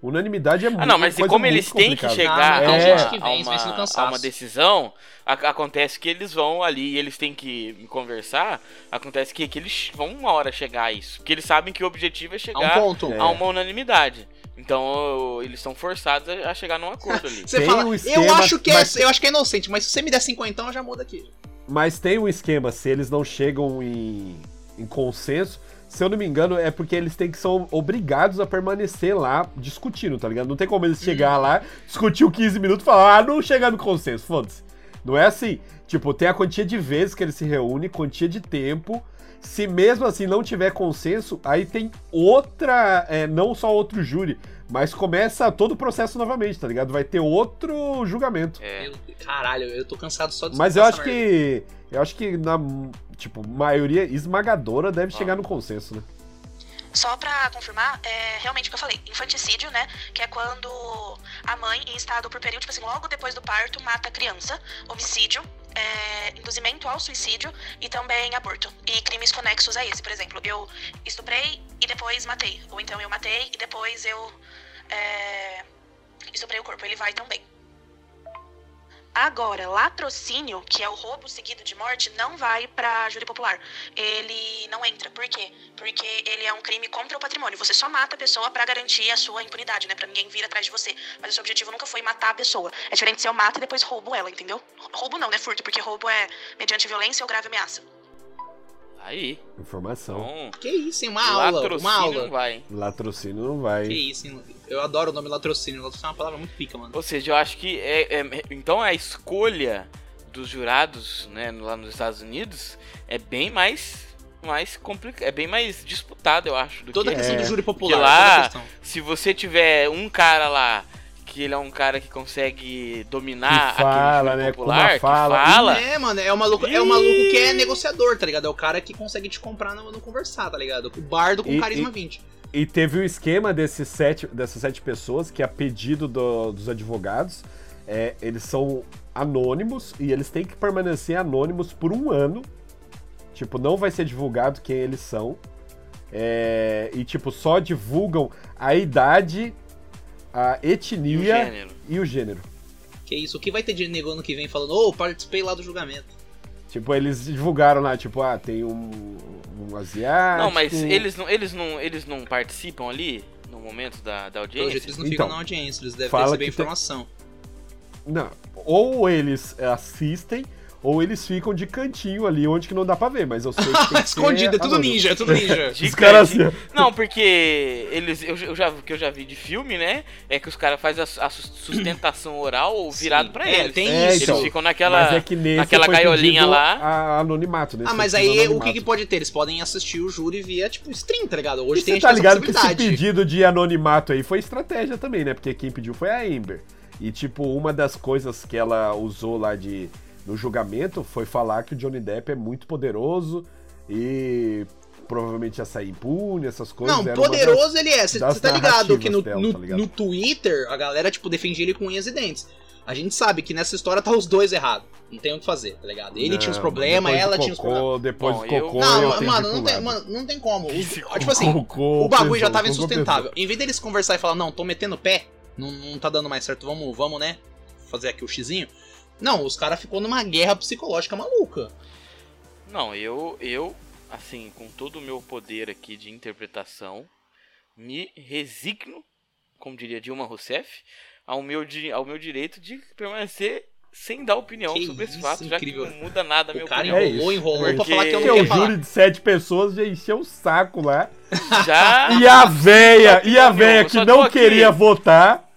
Speaker 2: Unanimidade é muito
Speaker 1: Ah, não, mas e
Speaker 2: coisa
Speaker 1: como
Speaker 2: muito
Speaker 1: eles têm que
Speaker 2: complicada.
Speaker 1: chegar
Speaker 2: Ah,
Speaker 1: a,
Speaker 2: mas tem
Speaker 1: uma,
Speaker 3: gente que
Speaker 1: a,
Speaker 3: vence, vence no
Speaker 1: uma,
Speaker 3: um cansaço.
Speaker 1: a uma decisão, a- acontece que eles vão ali e eles têm que conversar, acontece que, que eles vão uma hora chegar a isso, porque eles sabem que o objetivo é
Speaker 3: A um
Speaker 1: chegar
Speaker 3: ponto.
Speaker 2: É.
Speaker 1: a uma unanimidade. Então eu- eles são forçados a a chegar num acordo ali.
Speaker 3: Você
Speaker 2: Tem
Speaker 3: fala,
Speaker 2: um
Speaker 3: eu,
Speaker 2: esquema,
Speaker 3: acho que é,
Speaker 2: mas-
Speaker 3: eu acho que é inocente, mas se você me der 50, eu já mudo aqui.
Speaker 2: Mas tem um esquema, se eles não chegam em, em consenso, se eu não me engano, é porque eles têm que são obrigados a permanecer lá discutindo, tá ligado? Não tem como eles chegar lá, discutir o 15 minutos e falar, ah, não chegar no consenso, foda-se. Não é assim. Tipo, tem a quantia de vezes que eles se reúnem, quantia de tempo. Se mesmo assim não tiver consenso, aí tem outra, é, não só outro júri, mas começa todo o processo novamente, tá ligado? Vai ter outro julgamento.
Speaker 1: É.
Speaker 3: Meu Deus, Caralho, eu tô cansado só de
Speaker 2: Mas eu
Speaker 3: escutar
Speaker 2: acho
Speaker 3: essa merda.
Speaker 2: que. Eu acho que na tipo, maioria esmagadora deve chegar no consenso, né?
Speaker 4: Só pra confirmar, é realmente o que eu falei, infanticídio, né? Que é quando a mãe, em estado por período, tipo assim, logo depois do parto, mata a criança. Homicídio, é, induzimento ao suicídio e também aborto. E crimes conexos a esse, por exemplo, eu estuprei e depois matei. Ou então eu matei e depois eu é, estuprei o corpo. Ele vai também. Agora, latrocínio, que é o roubo seguido de morte, não vai pra júri popular. Ele não entra. Por quê? Porque ele é um crime contra o patrimônio. Você só mata a pessoa pra garantir a sua impunidade, né? Pra ninguém vir atrás de você. Mas o seu objetivo nunca foi matar a pessoa. É diferente se eu mato e depois roubo ela, entendeu? Roubo não, né? Furto, porque roubo é mediante violência ou grave ameaça.
Speaker 1: Aí.
Speaker 2: Informação.
Speaker 1: Então,
Speaker 3: Que isso, hein? Uma aula,
Speaker 1: latrocínio é
Speaker 3: uma
Speaker 1: não
Speaker 3: aula.
Speaker 1: vai. hein?
Speaker 2: Latrocínio não
Speaker 3: Que
Speaker 2: vai.
Speaker 3: isso, hein? Eu adoro o nome latrocínio. Latrocínio é uma palavra muito pica, mano.
Speaker 1: Ou seja, eu acho que é, é- então a escolha dos jurados, né, lá nos Estados Unidos é bem mais mais complicado, é bem mais disputado, eu acho, do
Speaker 3: Toda a
Speaker 1: que
Speaker 2: é.
Speaker 3: questão do júri popular.
Speaker 1: Porque lá-
Speaker 3: toda a questão.
Speaker 1: se você tiver um cara lá que ele é um cara que consegue dominar
Speaker 2: Que fala,
Speaker 1: aquele
Speaker 2: né,
Speaker 1: time
Speaker 2: com
Speaker 1: popular,
Speaker 2: uma
Speaker 1: que
Speaker 2: fala.
Speaker 1: fala,
Speaker 3: É, mano, é o maluco, é o maluco que é negociador, tá ligado? É o cara que consegue te comprar no, no conversar, tá ligado? O bardo com
Speaker 2: E-
Speaker 3: carisma
Speaker 2: e-
Speaker 3: 20.
Speaker 2: E teve o esquema desses sete, dessas sete pessoas que, a pedido do- dos advogados, é, eles são anônimos e eles têm que permanecer anônimos por um ano. Tipo, não vai ser divulgado quem eles são. É, e, tipo, só divulgam a idade, a
Speaker 1: E o
Speaker 2: etnia
Speaker 1: gênero.
Speaker 2: e o gênero.
Speaker 3: Que isso, o que vai ter de nego ano que vem falando, ô, participei lá do julgamento.
Speaker 2: Tipo, eles divulgaram lá, tipo, ah, tem um, um asiático.
Speaker 1: Não, mas eles não, eles não, eles não participam ali no momento da, da
Speaker 3: Pelo jeito
Speaker 1: audiência?
Speaker 3: eles não
Speaker 2: Então,
Speaker 3: ficam na audiência, eles devem
Speaker 2: fala
Speaker 3: receber
Speaker 2: que tem-
Speaker 3: informação.
Speaker 2: Não, ou eles assistem, ou eles ficam de cantinho ali, onde que não dá pra ver, mas eu sei que tem que ser
Speaker 3: Escondido, é tudo
Speaker 2: anônimo.
Speaker 3: ninja, é tudo ninja.
Speaker 1: De
Speaker 2: Os caras
Speaker 1: cantinho.
Speaker 2: assim,
Speaker 1: Não, porque eles, eu, eu já, o que eu já vi de filme, né? É que os caras fazem a, su- a sus- sustentação oral virado pra
Speaker 3: É,
Speaker 1: eles.
Speaker 3: tem
Speaker 2: É,
Speaker 3: isso.
Speaker 1: Eles
Speaker 2: então.
Speaker 1: ficam
Speaker 2: ó,
Speaker 1: naquela.
Speaker 2: mas é que nesse
Speaker 1: naquela
Speaker 2: foi
Speaker 1: gaiolinha
Speaker 2: pedido
Speaker 1: lá.
Speaker 2: a- anonimato, nesse
Speaker 3: Ah, mas
Speaker 2: foi pedido
Speaker 3: aí o que, que
Speaker 2: anonimato.
Speaker 3: pode ter? Eles podem assistir o júri via, tipo, stream, tá ligado?
Speaker 2: E
Speaker 3: Hoje tem
Speaker 2: você tá
Speaker 3: a gente
Speaker 2: ligado que esse
Speaker 3: possibilidade.
Speaker 2: pedido de anonimato aí foi estratégia também, né? Porque quem pediu foi a Amber. E, tipo, uma das coisas que ela usou lá de no julgamento foi falar que o Johnny Depp é muito poderoso e provavelmente ia sair impune, essas coisas.
Speaker 3: Não,
Speaker 2: era uma das-
Speaker 3: poderoso ele é. Você
Speaker 2: das
Speaker 3: tá ligado que no,
Speaker 2: narrativas dela,
Speaker 3: no,
Speaker 2: tá ligado?
Speaker 3: no Twitter a galera, tipo, defendia ele com unhas e dentes. A gente sabe que nessa história tá os dois errados. Não tem o que fazer, tá ligado? Ele tinha os
Speaker 2: Não,
Speaker 3: problemas,
Speaker 2: depois do
Speaker 3: ela tinha os
Speaker 2: cocô,
Speaker 3: problemas.
Speaker 2: Depois
Speaker 1: Bom,
Speaker 2: do
Speaker 1: eu-
Speaker 2: cocô, eu
Speaker 3: Não,
Speaker 2: tenho
Speaker 3: mano,
Speaker 2: que
Speaker 3: não tem,
Speaker 2: pular.
Speaker 3: mano, não tem como. Os-
Speaker 1: Esse
Speaker 3: tipo assim,
Speaker 2: Cocô
Speaker 3: o bagulho já
Speaker 2: pesou,
Speaker 3: tava
Speaker 2: cocô
Speaker 3: insustentável. Em vez deles conversar e falar, não, tô metendo o pé, não, não tá dando mais certo, vamos, vamos, né? Fazer aqui o xizinho. Não, os caras ficou numa guerra psicológica maluca.
Speaker 1: Não, eu, eu, assim, com todo o meu poder aqui de interpretação, me resigno, como diria Dilma Rousseff, ao meu, di- ao meu direito de permanecer sem dar opinião
Speaker 3: Que
Speaker 1: sobre esse
Speaker 3: isso,
Speaker 1: fato,
Speaker 3: incrível.
Speaker 1: já que não muda nada a minha
Speaker 3: o cara
Speaker 1: opinião.
Speaker 2: É
Speaker 3: enrolou,
Speaker 2: isso,
Speaker 3: enrolou
Speaker 1: é
Speaker 3: pra
Speaker 1: isso.
Speaker 3: falar que eu
Speaker 1: Porque
Speaker 3: não
Speaker 2: Porque
Speaker 3: queria
Speaker 2: o
Speaker 3: falar.
Speaker 2: júri de sete pessoas já encheu o saco lá.
Speaker 3: um
Speaker 1: Já
Speaker 2: E a véia, e a
Speaker 1: Não,
Speaker 2: véia
Speaker 1: eu
Speaker 2: que
Speaker 1: só tô
Speaker 2: não
Speaker 1: aqui.
Speaker 2: queria votar,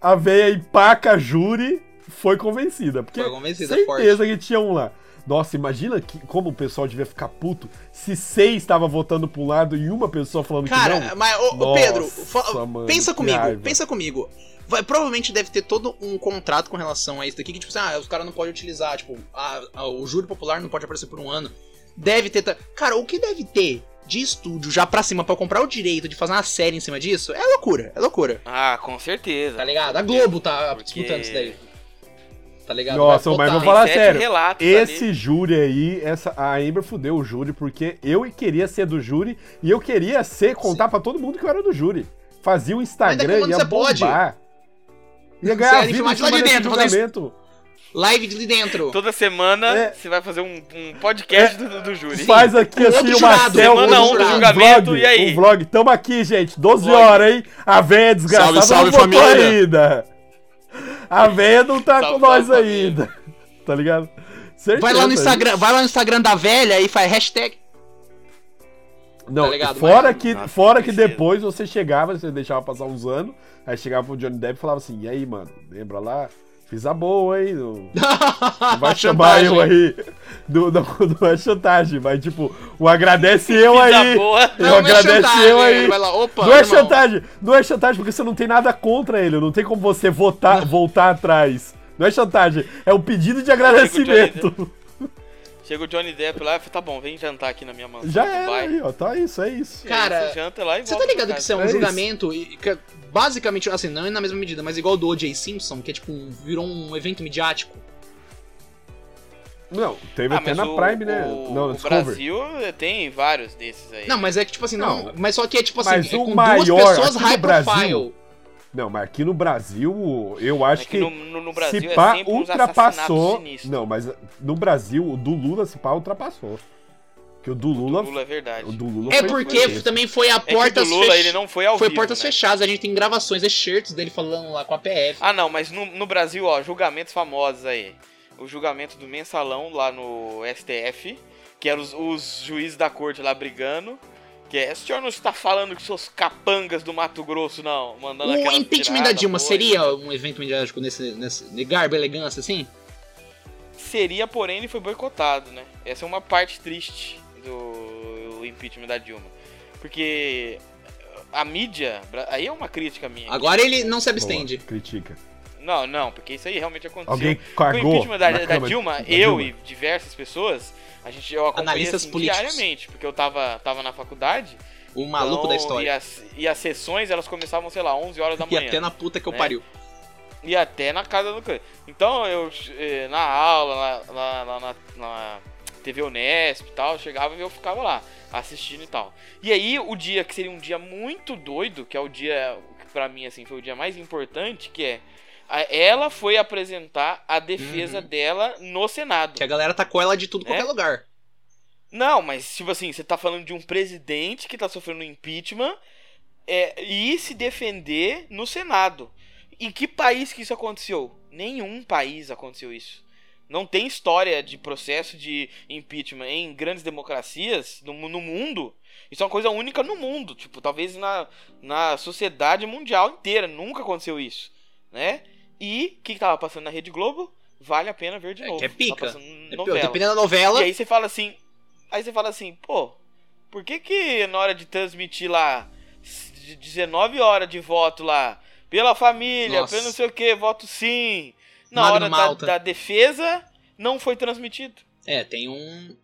Speaker 2: a véia empaca júri, foi convencida. Porque
Speaker 3: Foi convencida,
Speaker 2: certeza que tinha um lá. Nossa, imagina que, como o pessoal devia ficar puto se seis estava votando pra um lado e uma pessoa falando
Speaker 3: Cara,
Speaker 2: que não.
Speaker 3: mas ô, ô,
Speaker 2: Nossa,
Speaker 3: Pedro, fa-
Speaker 2: mano,
Speaker 3: pensa
Speaker 2: que
Speaker 3: comigo,
Speaker 2: raiva.
Speaker 3: pensa comigo. Vai- provavelmente deve ter todo um contrato com relação a isso daqui que tipo assim, ah, os caras não podem utilizar, tipo, a- a- o júri popular não pode aparecer por um ano. Deve ter, ta- cara, o que deve ter de estúdio já pra cima pra comprar o direito de fazer uma série em cima disso? É loucura, é loucura.
Speaker 1: Ah, com certeza.
Speaker 3: Tá ligado? A Globo tá
Speaker 1: Porque-
Speaker 3: disputando isso daí. Tá ligado?
Speaker 2: Nossa,
Speaker 3: Vai
Speaker 2: mas
Speaker 3: botar.
Speaker 2: vou falar
Speaker 1: Tem sete
Speaker 2: sério,
Speaker 3: Tá
Speaker 1: relatos ali.
Speaker 2: Esse júri aí, essa, a Amber fudeu o júri, porque eu queria ser do júri e eu queria ser, contar pra todo mundo que eu era do júri. Fazia o
Speaker 3: Mas
Speaker 2: Instagram,
Speaker 3: daí
Speaker 2: ia
Speaker 3: você pode.
Speaker 2: bombar. Ia
Speaker 3: Você
Speaker 2: ganhar
Speaker 3: era
Speaker 2: vida
Speaker 3: filmado
Speaker 2: em cima
Speaker 3: lá de
Speaker 2: desse
Speaker 3: dentro, fazer isso.
Speaker 2: julgamento.
Speaker 3: Live de dentro.
Speaker 1: Toda semana
Speaker 2: Tipo, É.
Speaker 1: você vai fazer um, um podcast do, do júri.
Speaker 2: Faz aqui
Speaker 3: Um Outro
Speaker 2: assim uma
Speaker 3: jurado,
Speaker 2: selfie,
Speaker 3: semana um do
Speaker 1: julgamento,
Speaker 2: vlog,
Speaker 1: e aí?
Speaker 2: um vlog. Tamo aqui, gente, 12
Speaker 1: Vlog.
Speaker 2: horas, hein? A véia é desgraçada
Speaker 3: Salve, salve,
Speaker 2: não votou
Speaker 3: família.
Speaker 2: ainda. A véia não tá
Speaker 1: Salve,
Speaker 2: com nós
Speaker 1: salve,
Speaker 2: ainda. Tá ligado?
Speaker 3: Vai lá no
Speaker 2: Certeza.
Speaker 3: Instagram, vai lá no Instagram da velha e faz hashtag
Speaker 2: Não,
Speaker 3: Tá ligado?
Speaker 2: fora
Speaker 1: Mas-
Speaker 2: que,
Speaker 1: Nossa,
Speaker 2: fora
Speaker 1: que
Speaker 2: que
Speaker 1: tristeza.
Speaker 2: depois você chegava, você deixava passar uns anos, aí chegava pro Johnny Depp e falava assim, e aí, mano, lembra lá? Fiz a boa, hein? Não, não vai chamar
Speaker 3: Chantagem.
Speaker 2: eu aí. Não, não, não é chantagem, mas tipo, o agradece eu
Speaker 1: Vida
Speaker 2: aí.
Speaker 1: boa. é
Speaker 2: Eu agradeço eu aí.
Speaker 3: né? Vai lá, opa,
Speaker 2: Não é
Speaker 3: irmão.
Speaker 2: chantagem, não é chantagem porque você não tem nada contra ele, não tem como você votar, voltar atrás. Não é chantagem, é um pedido de
Speaker 1: né?
Speaker 2: agradecimento.
Speaker 1: Chega o Johnny Depp lá e fala, tá bom, vem jantar aqui na minha mansão.
Speaker 2: Já
Speaker 1: é,
Speaker 2: era aí, ó, tá isso, é isso.
Speaker 3: Cara,
Speaker 1: você janta lá e
Speaker 3: Você tá
Speaker 1: volta pra
Speaker 3: ligado que
Speaker 1: casa.
Speaker 3: isso é um
Speaker 2: É isso.
Speaker 3: julgamento e que é basicamente, assim, não é na mesma medida, mas igual do O.J. Simpson, que é tipo, um- virou um evento midiático.
Speaker 2: Não, teve
Speaker 1: Ah,
Speaker 2: até
Speaker 1: mas
Speaker 2: na
Speaker 1: o-
Speaker 2: Prime, né?
Speaker 1: O,
Speaker 2: não,
Speaker 1: o
Speaker 2: na Discovery.
Speaker 1: Brasil eh, tem vários desses aí.
Speaker 3: Não, mas é que tipo assim, não,
Speaker 2: Não.
Speaker 3: mas só que é tipo assim,
Speaker 2: Mas
Speaker 3: é
Speaker 2: o
Speaker 3: com
Speaker 2: maior
Speaker 3: duas pessoas
Speaker 2: aqui no
Speaker 3: high
Speaker 2: Brasil-
Speaker 3: profile.
Speaker 2: Não, mas aqui no Brasil, eu acho
Speaker 1: É
Speaker 2: que,
Speaker 1: no, no, no Brasil
Speaker 2: se
Speaker 1: é
Speaker 2: pá
Speaker 1: sempre uns assassinatos
Speaker 2: ultrapassou.
Speaker 1: sinistros.
Speaker 2: Não, mas no Brasil, o do Lula se pá ultrapassou. Que o do Lula.
Speaker 1: Lula é verdade.
Speaker 2: O do Lula
Speaker 3: É
Speaker 2: foi
Speaker 3: porque
Speaker 2: esquisito.
Speaker 3: também foi a
Speaker 1: É que o do
Speaker 3: portas
Speaker 1: Lula
Speaker 3: fech-
Speaker 1: ele não foi ao
Speaker 3: Foi
Speaker 1: vivo,
Speaker 3: portas
Speaker 1: né?
Speaker 3: fechadas, a gente tem gravações, é shirts dele falando lá com a PF.
Speaker 1: Ah, não, mas no, no Brasil, ó, julgamentos famosos aí. O julgamento do mensalão lá no STF, que eram os, os juízes da corte lá brigando. Que é, o senhor não está falando com seus capangas do Mato Grosso, não. Mandando
Speaker 3: O
Speaker 1: aquelas
Speaker 3: impeachment da
Speaker 1: tiradas,
Speaker 3: Dilma
Speaker 1: pô,
Speaker 3: seria um evento midiático nesse, nesse de garbo, elegância, assim?
Speaker 1: Seria, porém, ele foi boicotado, né? Essa é uma parte triste do impeachment da Dilma. Porque a mídia. Aí é uma crítica minha.
Speaker 3: Agora ele não se
Speaker 2: Boa,
Speaker 3: abstende.
Speaker 2: critica.
Speaker 1: Não, não, porque isso aí realmente aconteceu.
Speaker 2: Alguém
Speaker 1: Com o
Speaker 2: cagou.
Speaker 1: impeachment da,
Speaker 2: na
Speaker 1: da
Speaker 2: Câmara
Speaker 1: Dilma,
Speaker 2: da
Speaker 1: eu
Speaker 2: Dilma.
Speaker 1: e diversas pessoas, a gente eu acompanhei
Speaker 3: Analistas
Speaker 1: assim,
Speaker 3: políticos.
Speaker 1: diariamente, porque eu tava, tava na faculdade.
Speaker 3: O maluco
Speaker 1: então,
Speaker 3: da
Speaker 1: E
Speaker 3: história.
Speaker 1: as, e as sessões, elas começavam, sei lá, 11 horas da
Speaker 3: E
Speaker 1: manhã.
Speaker 3: até na puta que eu
Speaker 1: né?
Speaker 3: pariu.
Speaker 1: e até na casa do cliente. Então eu eh, na aula, lá, lá- lá na, na TV Unesp e tal, eu chegava e eu ficava lá, assistindo e tal. E aí o dia que seria um dia muito doido, que é o dia que pra mim assim foi o dia mais importante, que é a- ela foi apresentar a defesa
Speaker 3: Uhum.
Speaker 1: dela no Senado.
Speaker 3: Que a galera tacou ela de tudo
Speaker 1: É?
Speaker 3: qualquer lugar.
Speaker 1: Não, mas tipo assim, você tá falando de um presidente que tá sofrendo impeachment é, e se defender no Senado. Em que país que isso aconteceu? Nenhum país aconteceu isso. Não tem história de processo de impeachment em grandes democracias no, mu- no mundo. Isso é uma coisa única no mundo, tipo, talvez na, na sociedade mundial inteira. Nunca aconteceu isso, né? E o que, que tava passando na Rede Globo? Vale a pena ver de
Speaker 3: É,
Speaker 1: novo.
Speaker 3: que é pica.
Speaker 1: Tá passando
Speaker 3: Dep-
Speaker 1: novela.
Speaker 3: Dependendo da novela.
Speaker 1: E aí você fala assim. Aí você fala assim, pô, por que que na hora de transmitir lá s- de 19 horas de voto lá, pela família,
Speaker 3: Nossa.
Speaker 1: pelo não sei o que, voto sim. Na
Speaker 3: Magno
Speaker 1: hora da,
Speaker 3: Malta.
Speaker 1: da defesa, não foi transmitido.
Speaker 3: É, tem um.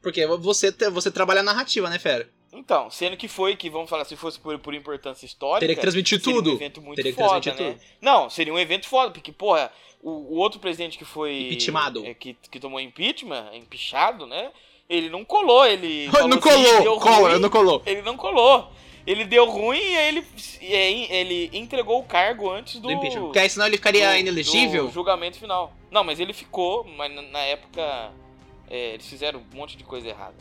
Speaker 3: Porque você, te- você trabalha a narrativa, né, Fera?
Speaker 1: Então, sendo que foi, que vamos falar, se fosse por, por importância histórica.
Speaker 3: Teria que transmitir
Speaker 1: seria
Speaker 3: tudo.
Speaker 1: um evento muito
Speaker 3: Teria que
Speaker 1: foda,
Speaker 3: transmitir
Speaker 1: né?
Speaker 3: tudo.
Speaker 1: Não, seria um evento foda, porque, porra, o, o outro presidente que foi.
Speaker 3: Impeachmado.
Speaker 1: é, que, que tomou impeachment, empichado, né? Ele não colou, ele.
Speaker 3: não
Speaker 1: falou assim, que deu
Speaker 3: colou! Cola,
Speaker 1: ruim.
Speaker 3: não colou.
Speaker 1: Ele não colou. Ele deu ruim e aí ele, e aí ele entregou o cargo antes do.
Speaker 3: Do impeachment. Porque aí senão ele ficaria
Speaker 1: do-
Speaker 3: inelegível.
Speaker 1: do julgamento final. Não, mas ele ficou, mas na, na época. é, eles fizeram um monte de coisa errada.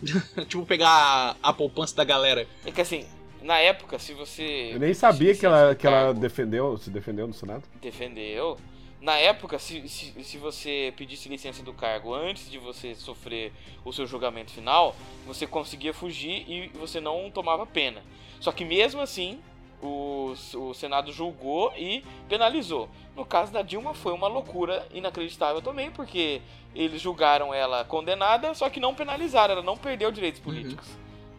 Speaker 3: tipo, pegar a, a poupança da galera.
Speaker 1: É que assim, na época, se você.
Speaker 2: Eu nem sabia que ela, que ela
Speaker 1: cargo,
Speaker 2: defendeu, se defendeu no Senado.
Speaker 1: defendeu. Na época, se, se, se você pedisse licença do cargo antes de você sofrer o seu julgamento final, você conseguia fugir e você não tomava pena. Só que mesmo assim, o, o Senado julgou e penalizou. No caso da Dilma foi uma loucura inacreditável também, porque eles julgaram ela condenada, só que não penalizaram, ela não perdeu direitos políticos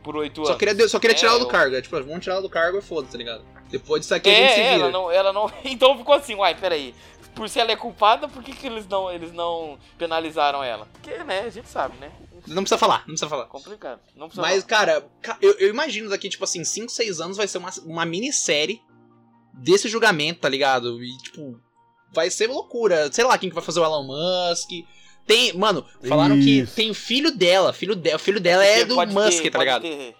Speaker 1: por oito anos.
Speaker 3: Uhum. Só queria, de- só queria
Speaker 1: É,
Speaker 3: tirá-la do
Speaker 1: eu-
Speaker 3: cargo. É, Tipo, vamos tirá-la do cargo e foda, tá ligado? Depois disso aqui a gente se
Speaker 1: É,
Speaker 3: vira.
Speaker 1: ela não, ela não. Então ficou assim, uai, peraí. Por se ela é culpada, por que, que eles não eles não penalizaram ela? Porque, né, a gente sabe, né? Tá
Speaker 3: não precisa falar, não precisa falar.
Speaker 1: Complicado. Não precisa.
Speaker 3: Mas,
Speaker 1: falar.
Speaker 3: cara, ca- eu, eu imagino daqui, tipo assim, 5, 6 anos vai ser uma, uma minissérie desse julgamento, tá ligado? E, tipo, vai ser loucura. Sei lá quem que vai fazer o Elon Musk. Tem, mano, falaram
Speaker 2: Isso.
Speaker 3: que tem o filho dela, filho de, o filho dela é
Speaker 1: Porque
Speaker 3: do
Speaker 1: pode
Speaker 3: Musk,
Speaker 1: ter-
Speaker 3: tá
Speaker 1: pode
Speaker 3: ligado?
Speaker 1: ter-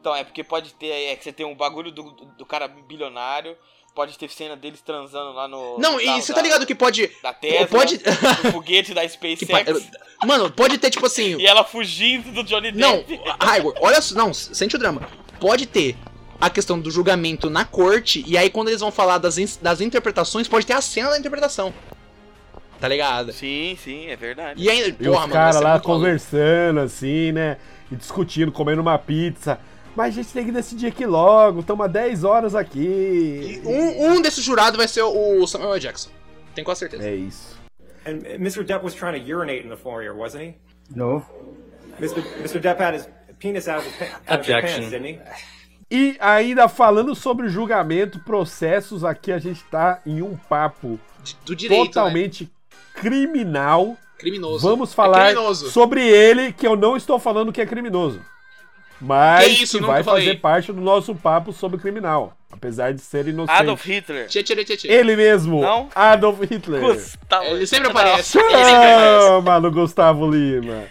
Speaker 1: Então, é porque pode ter. É que você tem um bagulho do, do cara bilionário. Pode ter cena deles transando lá no.
Speaker 3: Não,
Speaker 1: no
Speaker 3: e
Speaker 1: carro
Speaker 3: você
Speaker 1: da-
Speaker 3: tá ligado que pode.
Speaker 1: Da Tesla,
Speaker 3: pode.
Speaker 1: do foguete da SpaceX.
Speaker 3: que pa- Mano, pode ter, tipo assim.
Speaker 1: E ela fugindo do Johnny
Speaker 3: Não,
Speaker 1: Depp.
Speaker 3: Raigor, olha só. Não, sente o drama. Pode ter a questão do julgamento na corte, e aí quando eles vão falar das, in- das interpretações, pode ter a cena da interpretação. Tá ligado?
Speaker 1: Sim, sim, é verdade.
Speaker 3: E ainda,
Speaker 2: E
Speaker 3: porra,
Speaker 2: os
Speaker 3: mano.
Speaker 2: caras
Speaker 3: vai ser
Speaker 2: lá
Speaker 3: muito maluco.
Speaker 2: conversando, assim, né? E discutindo, comendo uma pizza. Mas a gente tem que decidir aqui logo, estamos há 10 horas aqui.
Speaker 3: Um, um desses jurados vai ser o Samuel L. Jackson. Tenho quase certeza.
Speaker 2: É isso.
Speaker 7: And Mr. Depp was trying to urinate in the foyer, wasn't he?
Speaker 8: No.
Speaker 7: Mr. Mr. Depp had his penis out of his, pa- out of his
Speaker 8: Objection.
Speaker 7: pants, didn't he?
Speaker 2: E ainda falando sobre julgamento, processos, aqui a gente tá em um papo
Speaker 3: D- Do direito. Né?
Speaker 2: totalmente criminal.
Speaker 3: Criminoso.
Speaker 2: Vamos
Speaker 3: É
Speaker 2: falar
Speaker 3: criminoso.
Speaker 2: sobre ele, que eu não estou falando que é criminoso. Mas
Speaker 3: Que isso,
Speaker 2: que
Speaker 3: nunca
Speaker 2: vai
Speaker 3: falei.
Speaker 2: fazer parte do nosso papo sobre criminal. Apesar de ser inocente.
Speaker 1: Adolf Hitler.
Speaker 3: Tchê, tchê, tchê, tchê.
Speaker 2: Ele mesmo,
Speaker 1: Não?
Speaker 2: Adolf Hitler.
Speaker 1: Gustavo.
Speaker 3: Ele sempre aparece. Ele sempre aparece.
Speaker 2: Chama no Gustavo Lima.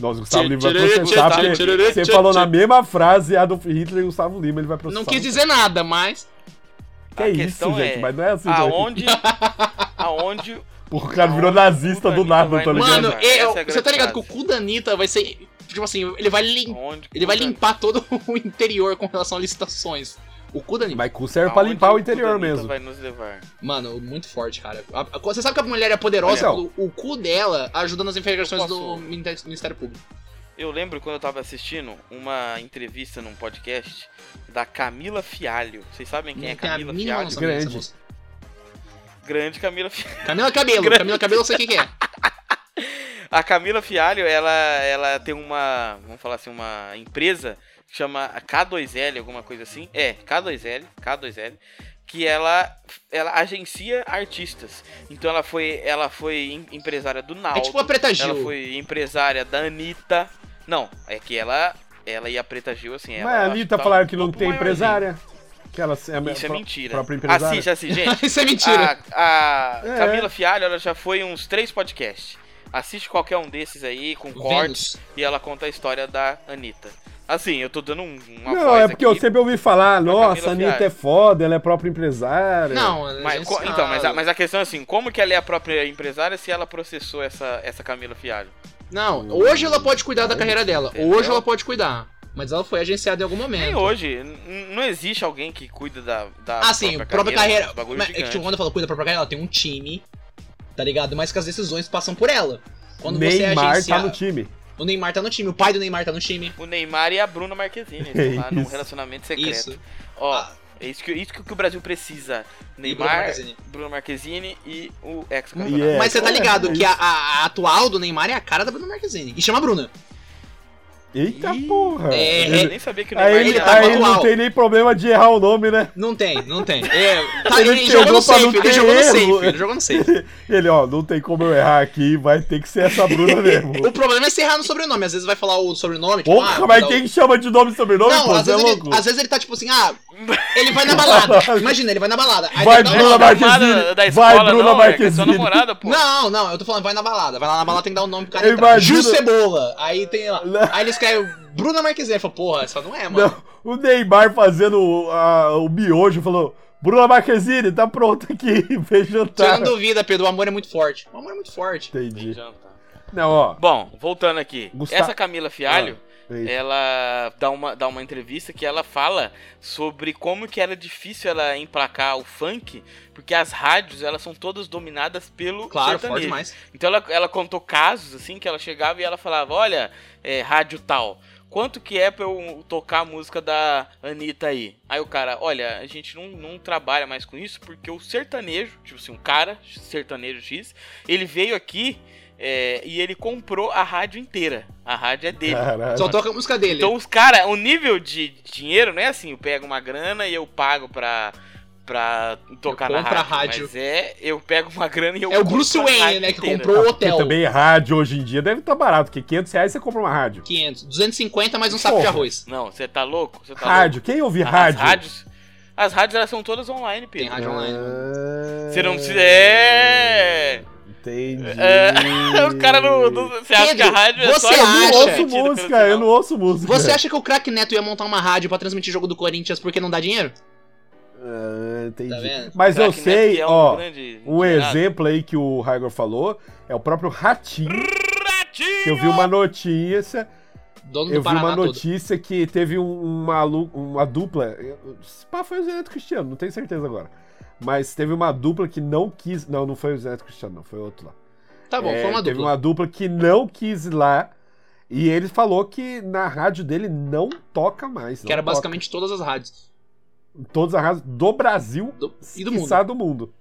Speaker 2: Nossa, o Gustavo
Speaker 3: Tchê,
Speaker 2: Lima vai
Speaker 3: tchê,
Speaker 2: processar,
Speaker 3: tchê,
Speaker 2: porque
Speaker 3: tchê, tchê,
Speaker 2: você
Speaker 3: tchê,
Speaker 2: falou
Speaker 3: tchê.
Speaker 2: na mesma frase Adolf Hitler e Gustavo Lima, ele vai processar.
Speaker 3: Não quis dizer nada, mas.
Speaker 2: é Que
Speaker 1: A
Speaker 2: isso,
Speaker 1: questão
Speaker 2: gente,
Speaker 1: é,
Speaker 2: mas não é assim. né?
Speaker 1: Aonde. aonde.
Speaker 2: O cara virou nazista do
Speaker 1: Puta,
Speaker 2: nada,
Speaker 1: vai
Speaker 2: tá
Speaker 1: no-
Speaker 2: ligado?
Speaker 3: Mano,
Speaker 1: Essa é a
Speaker 3: eu,
Speaker 1: grande
Speaker 3: você tá ligado que
Speaker 1: frase.
Speaker 3: o cu da Anitta vai ser. Tipo assim, ele vai limpar.
Speaker 1: aonde
Speaker 3: Ele vai limpar todo o interior com relação a licitações. O cu da Anitta.
Speaker 2: Mas cu serve pra
Speaker 1: aonde
Speaker 2: limpar o
Speaker 1: Buda
Speaker 2: interior
Speaker 1: Anitta
Speaker 2: mesmo.
Speaker 1: vai nos levar.
Speaker 3: Mano, muito forte, cara. A- a- você sabe que a mulher é poderosa,
Speaker 2: Olha,
Speaker 3: pelo- o cu dela ajuda nas investigações
Speaker 1: Eu posso-
Speaker 3: do Ministério Ministério Público.
Speaker 1: Eu lembro quando eu tava assistindo uma entrevista num podcast da Camila Fialho. Vocês sabem quem é
Speaker 3: Não tem a
Speaker 1: Camila
Speaker 3: mínima
Speaker 1: Fialho?
Speaker 3: noção dessa
Speaker 2: Grande.
Speaker 3: moça.
Speaker 1: Grande Camila Fialho.
Speaker 3: Camila Cabelo,
Speaker 1: Grande.
Speaker 3: Camila Cabelo eu sei quem que é.
Speaker 1: A Camila Fialho, ela, ela tem uma, vamos falar assim, uma empresa que chama K2L, alguma coisa assim. É, K2L, K2L. Que ela, ela agencia artistas. Então ela foi, ela foi em- empresária do Naldo.
Speaker 3: É tipo a Preta Gil.
Speaker 1: Ela foi empresária da Anitta. Não, é que ela. Ela e a Preta Gil, assim. ela-
Speaker 2: Mas a
Speaker 1: ela
Speaker 2: Anitta
Speaker 1: tá
Speaker 2: falaram que
Speaker 1: um
Speaker 2: não
Speaker 1: pouco
Speaker 2: tem
Speaker 1: maiorzinha.
Speaker 2: empresária. Que ela é a
Speaker 1: Isso é
Speaker 2: pró-
Speaker 1: mentira.
Speaker 2: própria empresária.
Speaker 1: Assiste, assiste, gente.
Speaker 3: Isso é mentira.
Speaker 1: A, a
Speaker 2: É.
Speaker 1: Camila Fialho, ela já foi em uns três podcasts. Assiste qualquer um desses aí, com cortes, e ela conta a história da Anitta. Assim, eu tô dando um, uma
Speaker 2: Não,
Speaker 1: voz
Speaker 2: é porque
Speaker 1: aqui,
Speaker 2: eu sempre ouvi falar, nossa,
Speaker 1: Camila
Speaker 2: a Anitta
Speaker 1: Fialho.
Speaker 2: é foda, ela é própria empresária.
Speaker 3: Não, a
Speaker 1: Ah, Mas,
Speaker 3: gente
Speaker 1: co- então, mas a,
Speaker 3: sabe.
Speaker 1: mas a questão é assim, como que ela é a própria empresária se ela processou essa, essa Camila Fialho?
Speaker 3: Não, hoje ela pode cuidar da carreira dela. Hoje
Speaker 1: Entendeu?
Speaker 3: ela pode cuidar. Mas ela foi agenciada em algum
Speaker 1: Nem
Speaker 3: momento.
Speaker 1: hoje, n- não existe alguém que cuida da, da
Speaker 3: então. Ah, sim, própria carreira.
Speaker 1: esse um bagulho
Speaker 3: mas é que
Speaker 1: gigante.
Speaker 3: tipo, quando eu falo cuida da própria carreira, ela tem um time, tá ligado? Mas que as decisões passam por ela. Quando você é
Speaker 2: Neymar
Speaker 3: agencia...
Speaker 2: tá no time.
Speaker 3: O Neymar tá no time, o pai do Neymar tá no time.
Speaker 1: O Neymar e a Bruna Marquezine, estão lá num
Speaker 2: Isso.
Speaker 1: relacionamento secreto.
Speaker 3: Isso.
Speaker 1: Ó,
Speaker 3: Ah.
Speaker 1: é isso que, isso que o Brasil precisa.
Speaker 3: Bruna
Speaker 1: Neymar,
Speaker 3: Marquezine.
Speaker 1: Bruno Marquezine e o ex
Speaker 2: Yeah. É,
Speaker 3: mas você tá
Speaker 2: é,
Speaker 3: ligado
Speaker 2: é
Speaker 3: que a, a- a atual do Neymar é a cara da Bruna Marquezine. E chama a Bruna.
Speaker 2: Eita
Speaker 1: Ih,
Speaker 2: porra.
Speaker 3: é,
Speaker 1: Eu
Speaker 2: Ele-
Speaker 1: nem sabia que o Neymar
Speaker 2: Aí, ele,
Speaker 1: era-
Speaker 3: tá
Speaker 2: aí
Speaker 1: é,
Speaker 3: manual.
Speaker 2: não tem nem problema de errar o nome, né?
Speaker 3: Não tem, não tem. É, tá,
Speaker 2: Ele
Speaker 3: ele, jogou
Speaker 2: pegou pra
Speaker 3: no safe,
Speaker 2: não
Speaker 3: ele
Speaker 2: ter
Speaker 3: jogou no
Speaker 2: erro.
Speaker 3: safe, ele jogou no safe.
Speaker 2: Ele, ó, não tem como eu errar aqui, vai ter que ser essa Bruna mesmo.
Speaker 3: O problema é você errar no sobrenome. Às vezes vai falar o sobrenome, tipo,
Speaker 2: Porra,
Speaker 3: ah,
Speaker 2: mas
Speaker 3: dá o-
Speaker 2: quem chama de nome e sobrenome,
Speaker 3: Não,
Speaker 2: pô,
Speaker 3: às
Speaker 2: você é
Speaker 3: vezes, ele,
Speaker 2: louco.
Speaker 3: às vezes ele tá tipo assim, ah, ele vai na balada. Imagina, ele vai na balada. Aí
Speaker 2: Vai,
Speaker 3: dá um
Speaker 2: Bruna
Speaker 3: nome.
Speaker 2: Marquezine.
Speaker 1: Camada da
Speaker 2: Vai,
Speaker 1: escola,
Speaker 2: Bruna
Speaker 1: não, é que é sua
Speaker 2: Marquezine.
Speaker 1: namorada, pô.
Speaker 3: Não, não, eu tô falando, vai na balada. Vai lá na balada, tem que dar o nome pro cara
Speaker 2: Eu
Speaker 3: entrar.
Speaker 2: imagino-
Speaker 3: Ju Cebola. Aí tem lá.
Speaker 2: Não.
Speaker 3: Aí ele escreve Bruna Marquezine. Fala, porra, essa não é, mano.
Speaker 2: Não, o Neymar fazendo o- a- o miojo, falou, Bruna Marquezine, tá pronto aqui, vem
Speaker 3: Você
Speaker 2: jantar.
Speaker 3: não duvida, Pedro, o amor é muito forte. O amor é muito forte.
Speaker 2: Entendi.
Speaker 1: Janta.
Speaker 2: Não, ó,
Speaker 1: Bom, voltando aqui.
Speaker 2: Gusta-
Speaker 1: Essa Camila Fialho,
Speaker 2: eita.
Speaker 1: ela dá uma, dá uma entrevista que ela fala sobre como que era difícil ela emplacar o funk, porque as rádios, elas são todas dominadas pelo
Speaker 3: Claro, forte
Speaker 1: sertanejo.
Speaker 3: demais.
Speaker 1: Então ela, ela contou casos, assim, que ela chegava e ela falava, olha, é, rádio tal, quanto que é pra eu tocar a música da Anitta aí? Aí o cara, olha, a gente não, não trabalha mais com isso, porque o sertanejo, tipo assim, um cara, sertanejo X, ele veio aqui é, e ele comprou a rádio inteira. A rádio é dele.
Speaker 2: Caralho.
Speaker 3: Só toca a música dele.
Speaker 1: Então os caras, o nível de dinheiro não é assim, eu pego uma grana e eu pago pra, pra tocar na
Speaker 3: compro a
Speaker 1: rádio,
Speaker 3: rádio.
Speaker 1: Mas é, eu pego uma grana e eu
Speaker 3: é o
Speaker 1: compro
Speaker 3: Bruce
Speaker 1: a
Speaker 3: Wayne,
Speaker 1: rádio
Speaker 3: né, que
Speaker 1: inteira.
Speaker 3: comprou o
Speaker 2: Porque
Speaker 3: hotel.
Speaker 2: também rádio hoje em dia deve estar barato, porque 500 reais você compra uma rádio.
Speaker 3: 500, 250 mais um saco de
Speaker 2: Porra.
Speaker 3: arroz.
Speaker 1: Não, você tá louco? Você tá
Speaker 2: rádio, quem ouve
Speaker 1: louco?
Speaker 2: rádio?
Speaker 1: As rádios, as rádios elas são todas online,
Speaker 3: Tem
Speaker 1: Pedro.
Speaker 2: É.
Speaker 3: rádio online.
Speaker 1: Você não precisa. É!
Speaker 2: Entendi.
Speaker 1: é... Os caras não, não- Você acha
Speaker 3: Pedro,
Speaker 1: que a rádio é só
Speaker 3: você
Speaker 2: Eu não
Speaker 3: acha?
Speaker 2: ouço
Speaker 1: transmitida pelo
Speaker 2: música,
Speaker 1: sinal.
Speaker 2: eu não ouço música.
Speaker 3: Você acha que o Crack Neto ia montar uma rádio pra transmitir jogo do Corinthians porque não dá dinheiro?
Speaker 2: Ah, entendi.
Speaker 3: Tá vendo?
Speaker 2: Mas
Speaker 1: Crack
Speaker 2: eu
Speaker 1: Neto
Speaker 2: sei,
Speaker 1: é um
Speaker 2: ó,
Speaker 1: grande
Speaker 2: um
Speaker 1: gerado.
Speaker 2: exemplo aí que o Raigor falou é o próprio Ratinho, que eu vi uma notícia,
Speaker 3: Dono
Speaker 2: eu
Speaker 3: Um do
Speaker 2: vi uma
Speaker 3: Paraná todo.
Speaker 2: notícia que teve um, um maluco, uma dupla, eu- se pá, foi o Zé Neto Cristiano, não tenho certeza agora, mas teve uma dupla que não quis, não, não foi o Zé Neto Cristiano, não, foi outro lá.
Speaker 3: Tá bom,
Speaker 2: É,
Speaker 3: foi uma
Speaker 2: Teve
Speaker 3: dupla.
Speaker 2: uma dupla que não quis ir lá e ele falou que na rádio dele não toca mais.
Speaker 3: Que
Speaker 2: não
Speaker 3: era
Speaker 2: toca.
Speaker 3: basicamente todas as rádios.
Speaker 2: Todas as rádios do Brasil
Speaker 3: do- e do mundo.
Speaker 2: quiçá do mundo.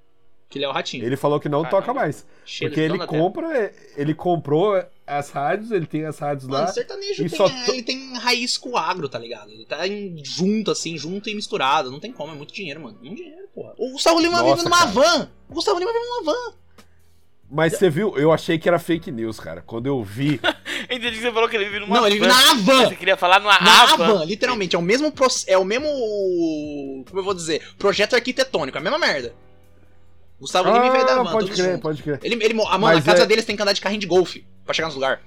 Speaker 3: Que ele é o ratinho.
Speaker 2: Ele falou que não
Speaker 1: Caralho.
Speaker 2: toca mais.
Speaker 3: Cheiro
Speaker 2: Porque
Speaker 3: de
Speaker 2: ele
Speaker 3: dono da terra.
Speaker 2: compra, é, ele comprou as rádios, ele tem as rádios lá.
Speaker 3: Mano, sertanejo
Speaker 2: e
Speaker 3: tem,
Speaker 2: só
Speaker 3: é,
Speaker 2: to-
Speaker 3: ele tem raiz com o agro, tá ligado? Ele tá em- junto, assim, junto e misturado. Não tem como, é muito dinheiro, mano. Muito dinheiro, porra. O Gustavo Lima
Speaker 2: Nossa,
Speaker 3: vive numa
Speaker 2: cara.
Speaker 3: van. O Gustavo Lima vive numa van.
Speaker 2: Mas você viu, eu achei que era fake news, cara. Quando eu vi.
Speaker 1: Entendi que você falou que ele vive numa
Speaker 3: Não, ele vive
Speaker 1: van.
Speaker 3: na
Speaker 1: Você
Speaker 3: van.
Speaker 1: queria falar numa
Speaker 3: Na
Speaker 1: van.
Speaker 3: van, literalmente. É o mesmo. proce- É o mesmo. Como eu vou dizer? Projeto arquitetônico. É a mesma merda. Gustavo Lima vive da
Speaker 2: Ah,
Speaker 3: van.
Speaker 2: pode
Speaker 3: tudo
Speaker 2: crer,
Speaker 3: junto.
Speaker 2: pode crer.
Speaker 3: Ele, ele, mo- ah, mano,
Speaker 2: Mas
Speaker 3: a casa
Speaker 2: é-
Speaker 3: deles tem que andar de carrinho de golfe pra chegar nos lugares.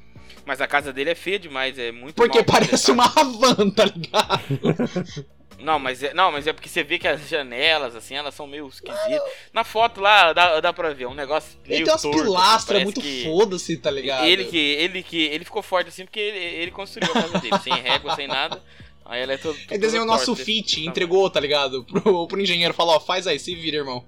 Speaker 1: Mas a casa dele é feia demais, é muito
Speaker 3: Porque
Speaker 1: mal projetado.
Speaker 3: parece uma van, tá ligado?
Speaker 1: Não mas, é, não, mas é porque você vê que as janelas, assim, elas são meio esquisitas. Na foto lá, dá, dá pra ver, um negócio meio
Speaker 3: Ele tem umas
Speaker 1: torto, assim,
Speaker 3: pilastras
Speaker 1: parece
Speaker 3: muito
Speaker 1: que-
Speaker 3: foda-se, tá ligado?
Speaker 1: Ele que, ele que, ele ficou forte assim porque ele, ele construiu a casa dele, sem régua, sem nada. Aí ela é todo. assim,
Speaker 3: Ele desenhou
Speaker 1: toda
Speaker 3: nosso
Speaker 1: torta,
Speaker 3: fit,
Speaker 1: desse
Speaker 3: entregou, tá ligado? Pro, pro engenheiro, falou, ó, faz aí, se vira, irmão.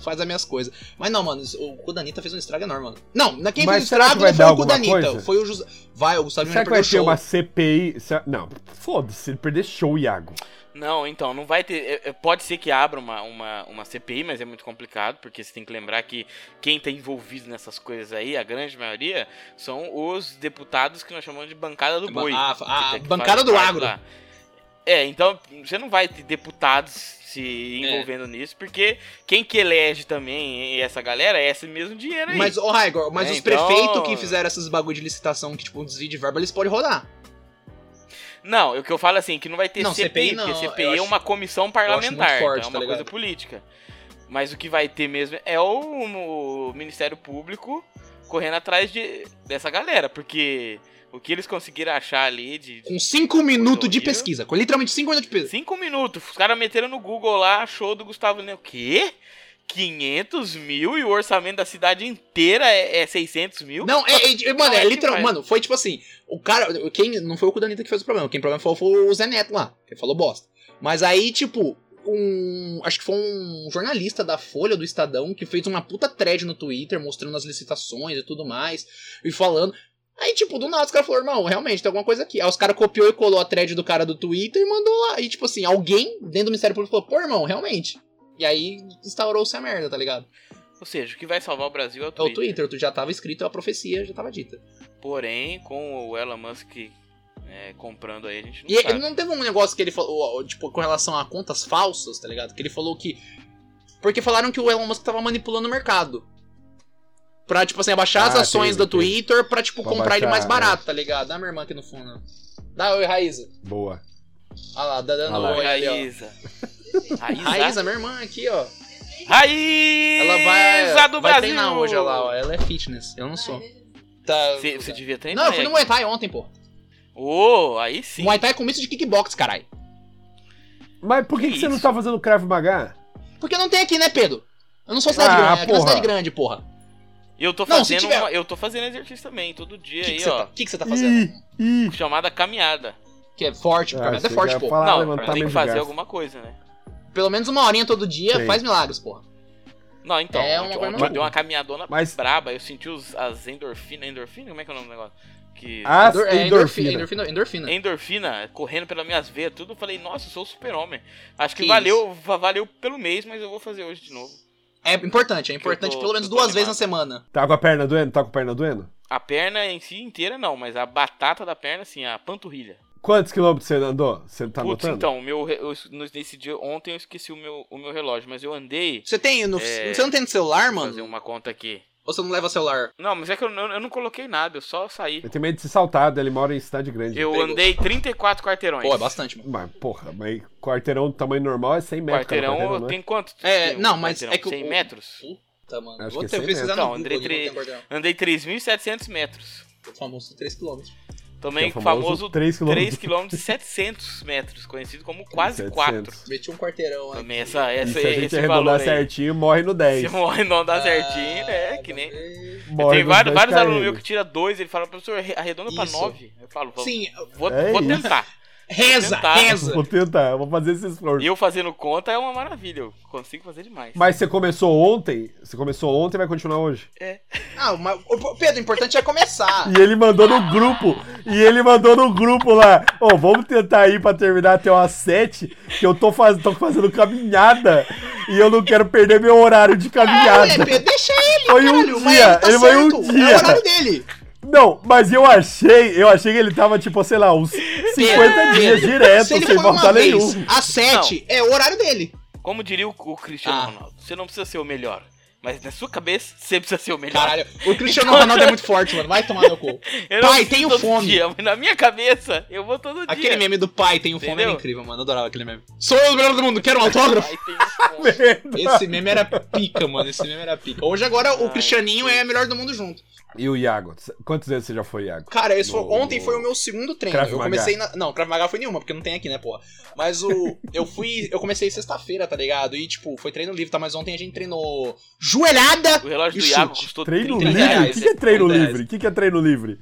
Speaker 3: Faz as minhas coisas. Mas não, mano, isso- o Kudanita fez um estrago enorme, mano. Não, na- quem
Speaker 2: Mas
Speaker 3: fez o
Speaker 2: será que
Speaker 3: estrago
Speaker 2: vai
Speaker 3: não foi
Speaker 2: dar
Speaker 3: o
Speaker 2: alguma
Speaker 3: Kudanita,
Speaker 2: coisa?
Speaker 3: foi o José. Vai, o Gustavo Lima
Speaker 2: Será que vai
Speaker 3: perdeu o
Speaker 2: ter
Speaker 3: show.
Speaker 2: uma CPI? Será- Não, foda-se, ele perder show, Iago.
Speaker 1: tamanho. Não, então, não vai ter. é, é, Pode ser que abra uma, uma, uma CPI, mas é muito complicado, porque você tem que lembrar que quem tá envolvido nessas coisas aí, a grande maioria, são os deputados que nós chamamos de bancada do
Speaker 3: A-
Speaker 1: boi.
Speaker 3: a-
Speaker 1: que
Speaker 3: a
Speaker 1: tem que
Speaker 3: ah, bancada
Speaker 1: fazer
Speaker 3: do
Speaker 1: parte
Speaker 3: agro.
Speaker 1: lá. É, então você não vai ter deputados se
Speaker 3: É.
Speaker 1: envolvendo nisso, porque quem que elege também essa galera é esse mesmo dinheiro aí.
Speaker 3: Mas, ô Raigor, mas
Speaker 1: É,
Speaker 3: os
Speaker 1: então-
Speaker 3: prefeitos que fizeram esses bagulho de licitação, que tipo, um desvio de verba, eles podem rodar.
Speaker 1: Não, o que eu falo assim, que não vai ter
Speaker 3: Não,
Speaker 1: CPI,
Speaker 3: CPI não,
Speaker 1: porque
Speaker 3: eu
Speaker 1: CPI é
Speaker 3: acho-
Speaker 1: uma comissão
Speaker 3: muito
Speaker 1: parlamentar,
Speaker 3: forte,
Speaker 1: então é
Speaker 3: tá
Speaker 1: uma coisa
Speaker 3: ligado?
Speaker 1: política. Mas o que vai ter mesmo é o, o Ministério Público correndo atrás de, dessa galera, porque o que eles conseguiram achar ali de
Speaker 3: Com 5 minutos de
Speaker 1: horrível.
Speaker 3: pesquisa. Com literalmente 5 minutos de pesquisa.
Speaker 1: Cinco minutos. Os caras meteram no Google lá, show do Gustavo Lima. O quê? 500 mil e o orçamento da cidade inteira é, é 600 mil?
Speaker 3: Não, é, é, é, mano, é
Speaker 1: Caralho,
Speaker 3: literal.
Speaker 1: demais.
Speaker 3: Mano, foi tipo assim. O cara. Quem, não foi o Kudanita que fez o problema. Quem problema foi, foi o Zé Neto lá. Que falou bosta. Mas aí, tipo, um. Acho que foi um jornalista da Folha do Estadão que fez uma puta thread no Twitter mostrando as licitações e tudo mais. E falando. Aí, tipo, do nada os caras falaram, irmão, realmente, tem alguma coisa aqui. Aí os caras copiou e colou a thread do cara do Twitter e mandou lá. E, tipo assim, alguém dentro do Ministério Público falou, pô, irmão, realmente. E aí instaurou-se a merda, tá ligado?
Speaker 1: Ou seja, o que vai salvar o Brasil é o
Speaker 3: É o
Speaker 1: Twitter.
Speaker 3: Twitter, tu já tava escrito, é a profecia já tava dita.
Speaker 1: Porém, com o Elon Musk é, comprando aí, a gente não
Speaker 3: E
Speaker 1: sabe.
Speaker 3: ele não teve um negócio que ele falou, ó, tipo, com relação a contas falsas, tá ligado? Que ele falou que. Porque falaram que o Elon Musk tava manipulando o mercado. Pra, tipo assim, abaixar as
Speaker 2: Ah,
Speaker 3: ações
Speaker 2: teve,
Speaker 3: da
Speaker 2: teve.
Speaker 3: Twitter pra, tipo,
Speaker 2: Pra
Speaker 3: comprar ele mais
Speaker 2: baixar,
Speaker 3: barato, tá ligado? Dá minha irmã aqui no fundo. Dá oi, Raíza.
Speaker 2: Boa.
Speaker 3: Olha lá, dá dando
Speaker 2: Ah lá.
Speaker 3: oi ali, ó.
Speaker 1: Raíza. Raíza.
Speaker 3: Raíza, né? minha irmã aqui, ó.
Speaker 1: Raíza
Speaker 3: Ela vai.
Speaker 1: do
Speaker 3: vai
Speaker 1: Brasil.
Speaker 3: treinar hoje, olha lá, ó. Ela é fitness, eu não sou. Tá.
Speaker 1: Você, você devia treinar.
Speaker 3: Não, eu fui no
Speaker 1: né?
Speaker 3: Muay Thai ontem, pô.
Speaker 1: Ô, aí sim.
Speaker 3: Muay Thai é com misto de kickbox, caralho.
Speaker 2: Mas por que, que
Speaker 1: Que
Speaker 2: você não
Speaker 1: isso?
Speaker 2: tá fazendo Krav Maga?
Speaker 3: Porque não tem aqui, né, Pedro? Eu não sou cidade
Speaker 2: Ah,
Speaker 3: grande, aqui é uma
Speaker 2: porra.
Speaker 3: cidade grande, porra.
Speaker 1: Eu tô
Speaker 3: Não, se
Speaker 1: fazendo
Speaker 3: tiver-
Speaker 1: uma- eu tô fazendo exercício também, todo dia
Speaker 3: O que
Speaker 1: aí,
Speaker 3: que você
Speaker 1: ó.
Speaker 3: tá, que que você tá fazendo?
Speaker 2: Ih,
Speaker 1: Chamada caminhada.
Speaker 3: Que é forte, pô,
Speaker 2: Ah,
Speaker 3: mas é
Speaker 2: achei
Speaker 3: forte,
Speaker 2: que ia
Speaker 3: pô.
Speaker 2: falar,
Speaker 1: não,
Speaker 2: levantar
Speaker 1: tem
Speaker 2: meio
Speaker 1: que
Speaker 2: de
Speaker 1: fazer
Speaker 2: gasto.
Speaker 1: alguma coisa, né?
Speaker 3: Pelo menos uma horinha todo dia
Speaker 2: Sei.
Speaker 3: faz milagres, porra.
Speaker 1: Não, então,
Speaker 3: É uma
Speaker 1: ontem,
Speaker 3: coisa
Speaker 1: ontem eu
Speaker 3: maluca.
Speaker 1: dei uma caminhadona
Speaker 2: Mas-
Speaker 1: braba, eu senti os, as endorfina, endorfina, como é que é o nome do negócio? Que...
Speaker 2: As
Speaker 3: Endor- é,
Speaker 2: Ah, endorfina.
Speaker 3: endorfina. Endorfina. endorfina.
Speaker 1: Endorfina correndo pelas minhas veias, tudo. Eu falei, nossa, eu sou o super-homem. Acho que,
Speaker 3: Que
Speaker 1: valeu, va- valeu pelo mês, mas eu vou fazer hoje de novo.
Speaker 3: É importante, é importante
Speaker 1: tô-
Speaker 3: pelo menos
Speaker 1: eu tô
Speaker 3: duas vezes na
Speaker 1: animado.
Speaker 3: semana.
Speaker 2: Tá com a perna doendo? Tá com a perna doendo?
Speaker 1: A perna em si inteira não, mas a batata da perna, assim, a panturrilha.
Speaker 2: Quantos quilômetros você andou? Você tá
Speaker 1: Putz,
Speaker 2: anotando?
Speaker 1: então, o meu, re- eu, nesse dia, ontem eu esqueci o meu, o meu relógio, mas eu andei.
Speaker 3: Você tem no-
Speaker 1: É.
Speaker 3: Você não tem no celular,
Speaker 1: Vou
Speaker 3: mano?
Speaker 1: fazer um- uma conta aqui.
Speaker 3: Ou você não leva celular?
Speaker 1: Não, mas é que eu, não- eu não coloquei nada, eu só saí.
Speaker 2: Eu tenho medo de ser saltado, ele mora em cidade grande.
Speaker 1: Eu
Speaker 3: Pegou.
Speaker 1: andei 34 quarteirões.
Speaker 3: Pô, é bastante, mano.
Speaker 2: Mas, porra, mas quarteirão do tamanho normal é 100 metros. cada
Speaker 1: Quarteirão
Speaker 2: né?
Speaker 1: tem quanto?
Speaker 3: É,
Speaker 1: Tem um
Speaker 3: não, mas
Speaker 1: quarteirão?
Speaker 3: é que o-
Speaker 1: 100 metros?
Speaker 3: Puta, mano.
Speaker 2: Acho
Speaker 3: Vou
Speaker 2: que
Speaker 3: ter
Speaker 2: é
Speaker 3: que
Speaker 2: cem
Speaker 1: mesmo.
Speaker 3: pesquisar no
Speaker 1: Então,
Speaker 3: Google
Speaker 1: André
Speaker 3: aqui, não tem cordão.
Speaker 1: Andei 3.700 metros.
Speaker 3: O famoso 3km.
Speaker 1: Tomei
Speaker 2: Que
Speaker 1: o
Speaker 2: é o
Speaker 1: famoso
Speaker 2: famoso
Speaker 1: 3
Speaker 2: 3
Speaker 1: km
Speaker 2: quilômetros.
Speaker 1: 700 metros, conhecido como quase 4.
Speaker 2: 700.
Speaker 3: Meti um quarteirão aqui.
Speaker 1: Também essa,
Speaker 2: E
Speaker 1: essa,
Speaker 2: se a gente
Speaker 1: esse valor
Speaker 2: arredondar
Speaker 1: aí.
Speaker 2: certinho, morre no 10.
Speaker 1: Se morre não dá certinho, é
Speaker 3: Ah,
Speaker 1: que nem...
Speaker 2: É Morre
Speaker 1: Tem
Speaker 2: nos
Speaker 1: vários,
Speaker 2: 10
Speaker 1: vários alunos
Speaker 2: km.
Speaker 1: meus que tiram 2, ele fala, professor, arre- arredonda pra
Speaker 3: Isso.
Speaker 1: 9. Eu falo, vou,
Speaker 3: Sim,
Speaker 1: vou,
Speaker 2: É
Speaker 1: vou
Speaker 2: isso.
Speaker 1: tentar.
Speaker 3: reza,
Speaker 1: tentar.
Speaker 3: reza.
Speaker 2: Vou tentar, vou fazer esse esforço.
Speaker 1: E eu fazendo conta é uma maravilha, eu consigo fazer demais.
Speaker 2: Mas você começou ontem? Você começou ontem e vai continuar hoje?
Speaker 1: É,
Speaker 3: Ah, mas, ô, Pedro, o importante é começar.
Speaker 2: E ele mandou no grupo. E ele mandou no grupo lá. Ô, vamos tentar aí pra terminar até umas 7, que eu tô, faz... tô fazendo caminhada. E eu não quero perder meu horário de
Speaker 3: Ah, moleque,
Speaker 2: caminhada.
Speaker 3: Pedro, deixa ele,
Speaker 2: Foi um
Speaker 3: caralho. mas
Speaker 2: dia,
Speaker 3: tá
Speaker 2: ele foi um
Speaker 3: certo, É
Speaker 2: dia.
Speaker 3: o horário dele.
Speaker 2: Não, mas eu achei, eu achei que ele tava, tipo, sei lá, uns 50 dias direto,
Speaker 3: Se ele
Speaker 2: sem
Speaker 3: foi uma
Speaker 2: faltar
Speaker 3: vez
Speaker 2: nenhum.
Speaker 3: às 7, é o horário dele.
Speaker 1: Como diria o, o Cristiano
Speaker 3: Ah.
Speaker 1: Ronaldo, você não precisa ser o melhor, mas na sua cabeça você precisa ser o melhor. Então,
Speaker 3: Caralho, o Cristiano Ronaldo é muito forte, mano. Vai tomar no cu.
Speaker 1: Eu
Speaker 3: Pai,
Speaker 1: preciso
Speaker 3: tenho
Speaker 1: todo
Speaker 3: fome.
Speaker 1: dia, mas na minha cabeça, eu vou todo
Speaker 3: Aquele
Speaker 1: dia.
Speaker 3: meme do pai tem um fome era
Speaker 1: Entendeu?
Speaker 3: incrível, mano. Eu adorava aquele meme. Sou eu o melhor do mundo, quero um autógrafo.
Speaker 1: Pai, tenho fome.
Speaker 3: Esse meme era pica, mano. Esse meme era pica. Hoje agora o
Speaker 1: Ai,
Speaker 3: Cristianinho é melhor do mundo junto.
Speaker 2: E o Iago? Quantas vezes você já foi, Iago?
Speaker 3: Cara, esse foi-
Speaker 2: No-
Speaker 3: ontem foi um o meu segundo treino.
Speaker 2: Krav
Speaker 3: eu
Speaker 2: Maga.
Speaker 3: comecei na. Não, Krav Maga foi nenhuma, porque não tem aqui, né, porra? Mas o. eu fui. Eu comecei sexta-feira, tá ligado? E, tipo, foi treino livre, tá? Mas ontem a gente treinou joelhada.
Speaker 1: O relógio
Speaker 3: E
Speaker 1: do Iago
Speaker 3: chute.
Speaker 1: custou
Speaker 2: Treino
Speaker 1: 30
Speaker 2: livre? O
Speaker 1: reais.
Speaker 2: que, que é treino
Speaker 3: 30 reais.
Speaker 2: livre? O que, que é treino livre?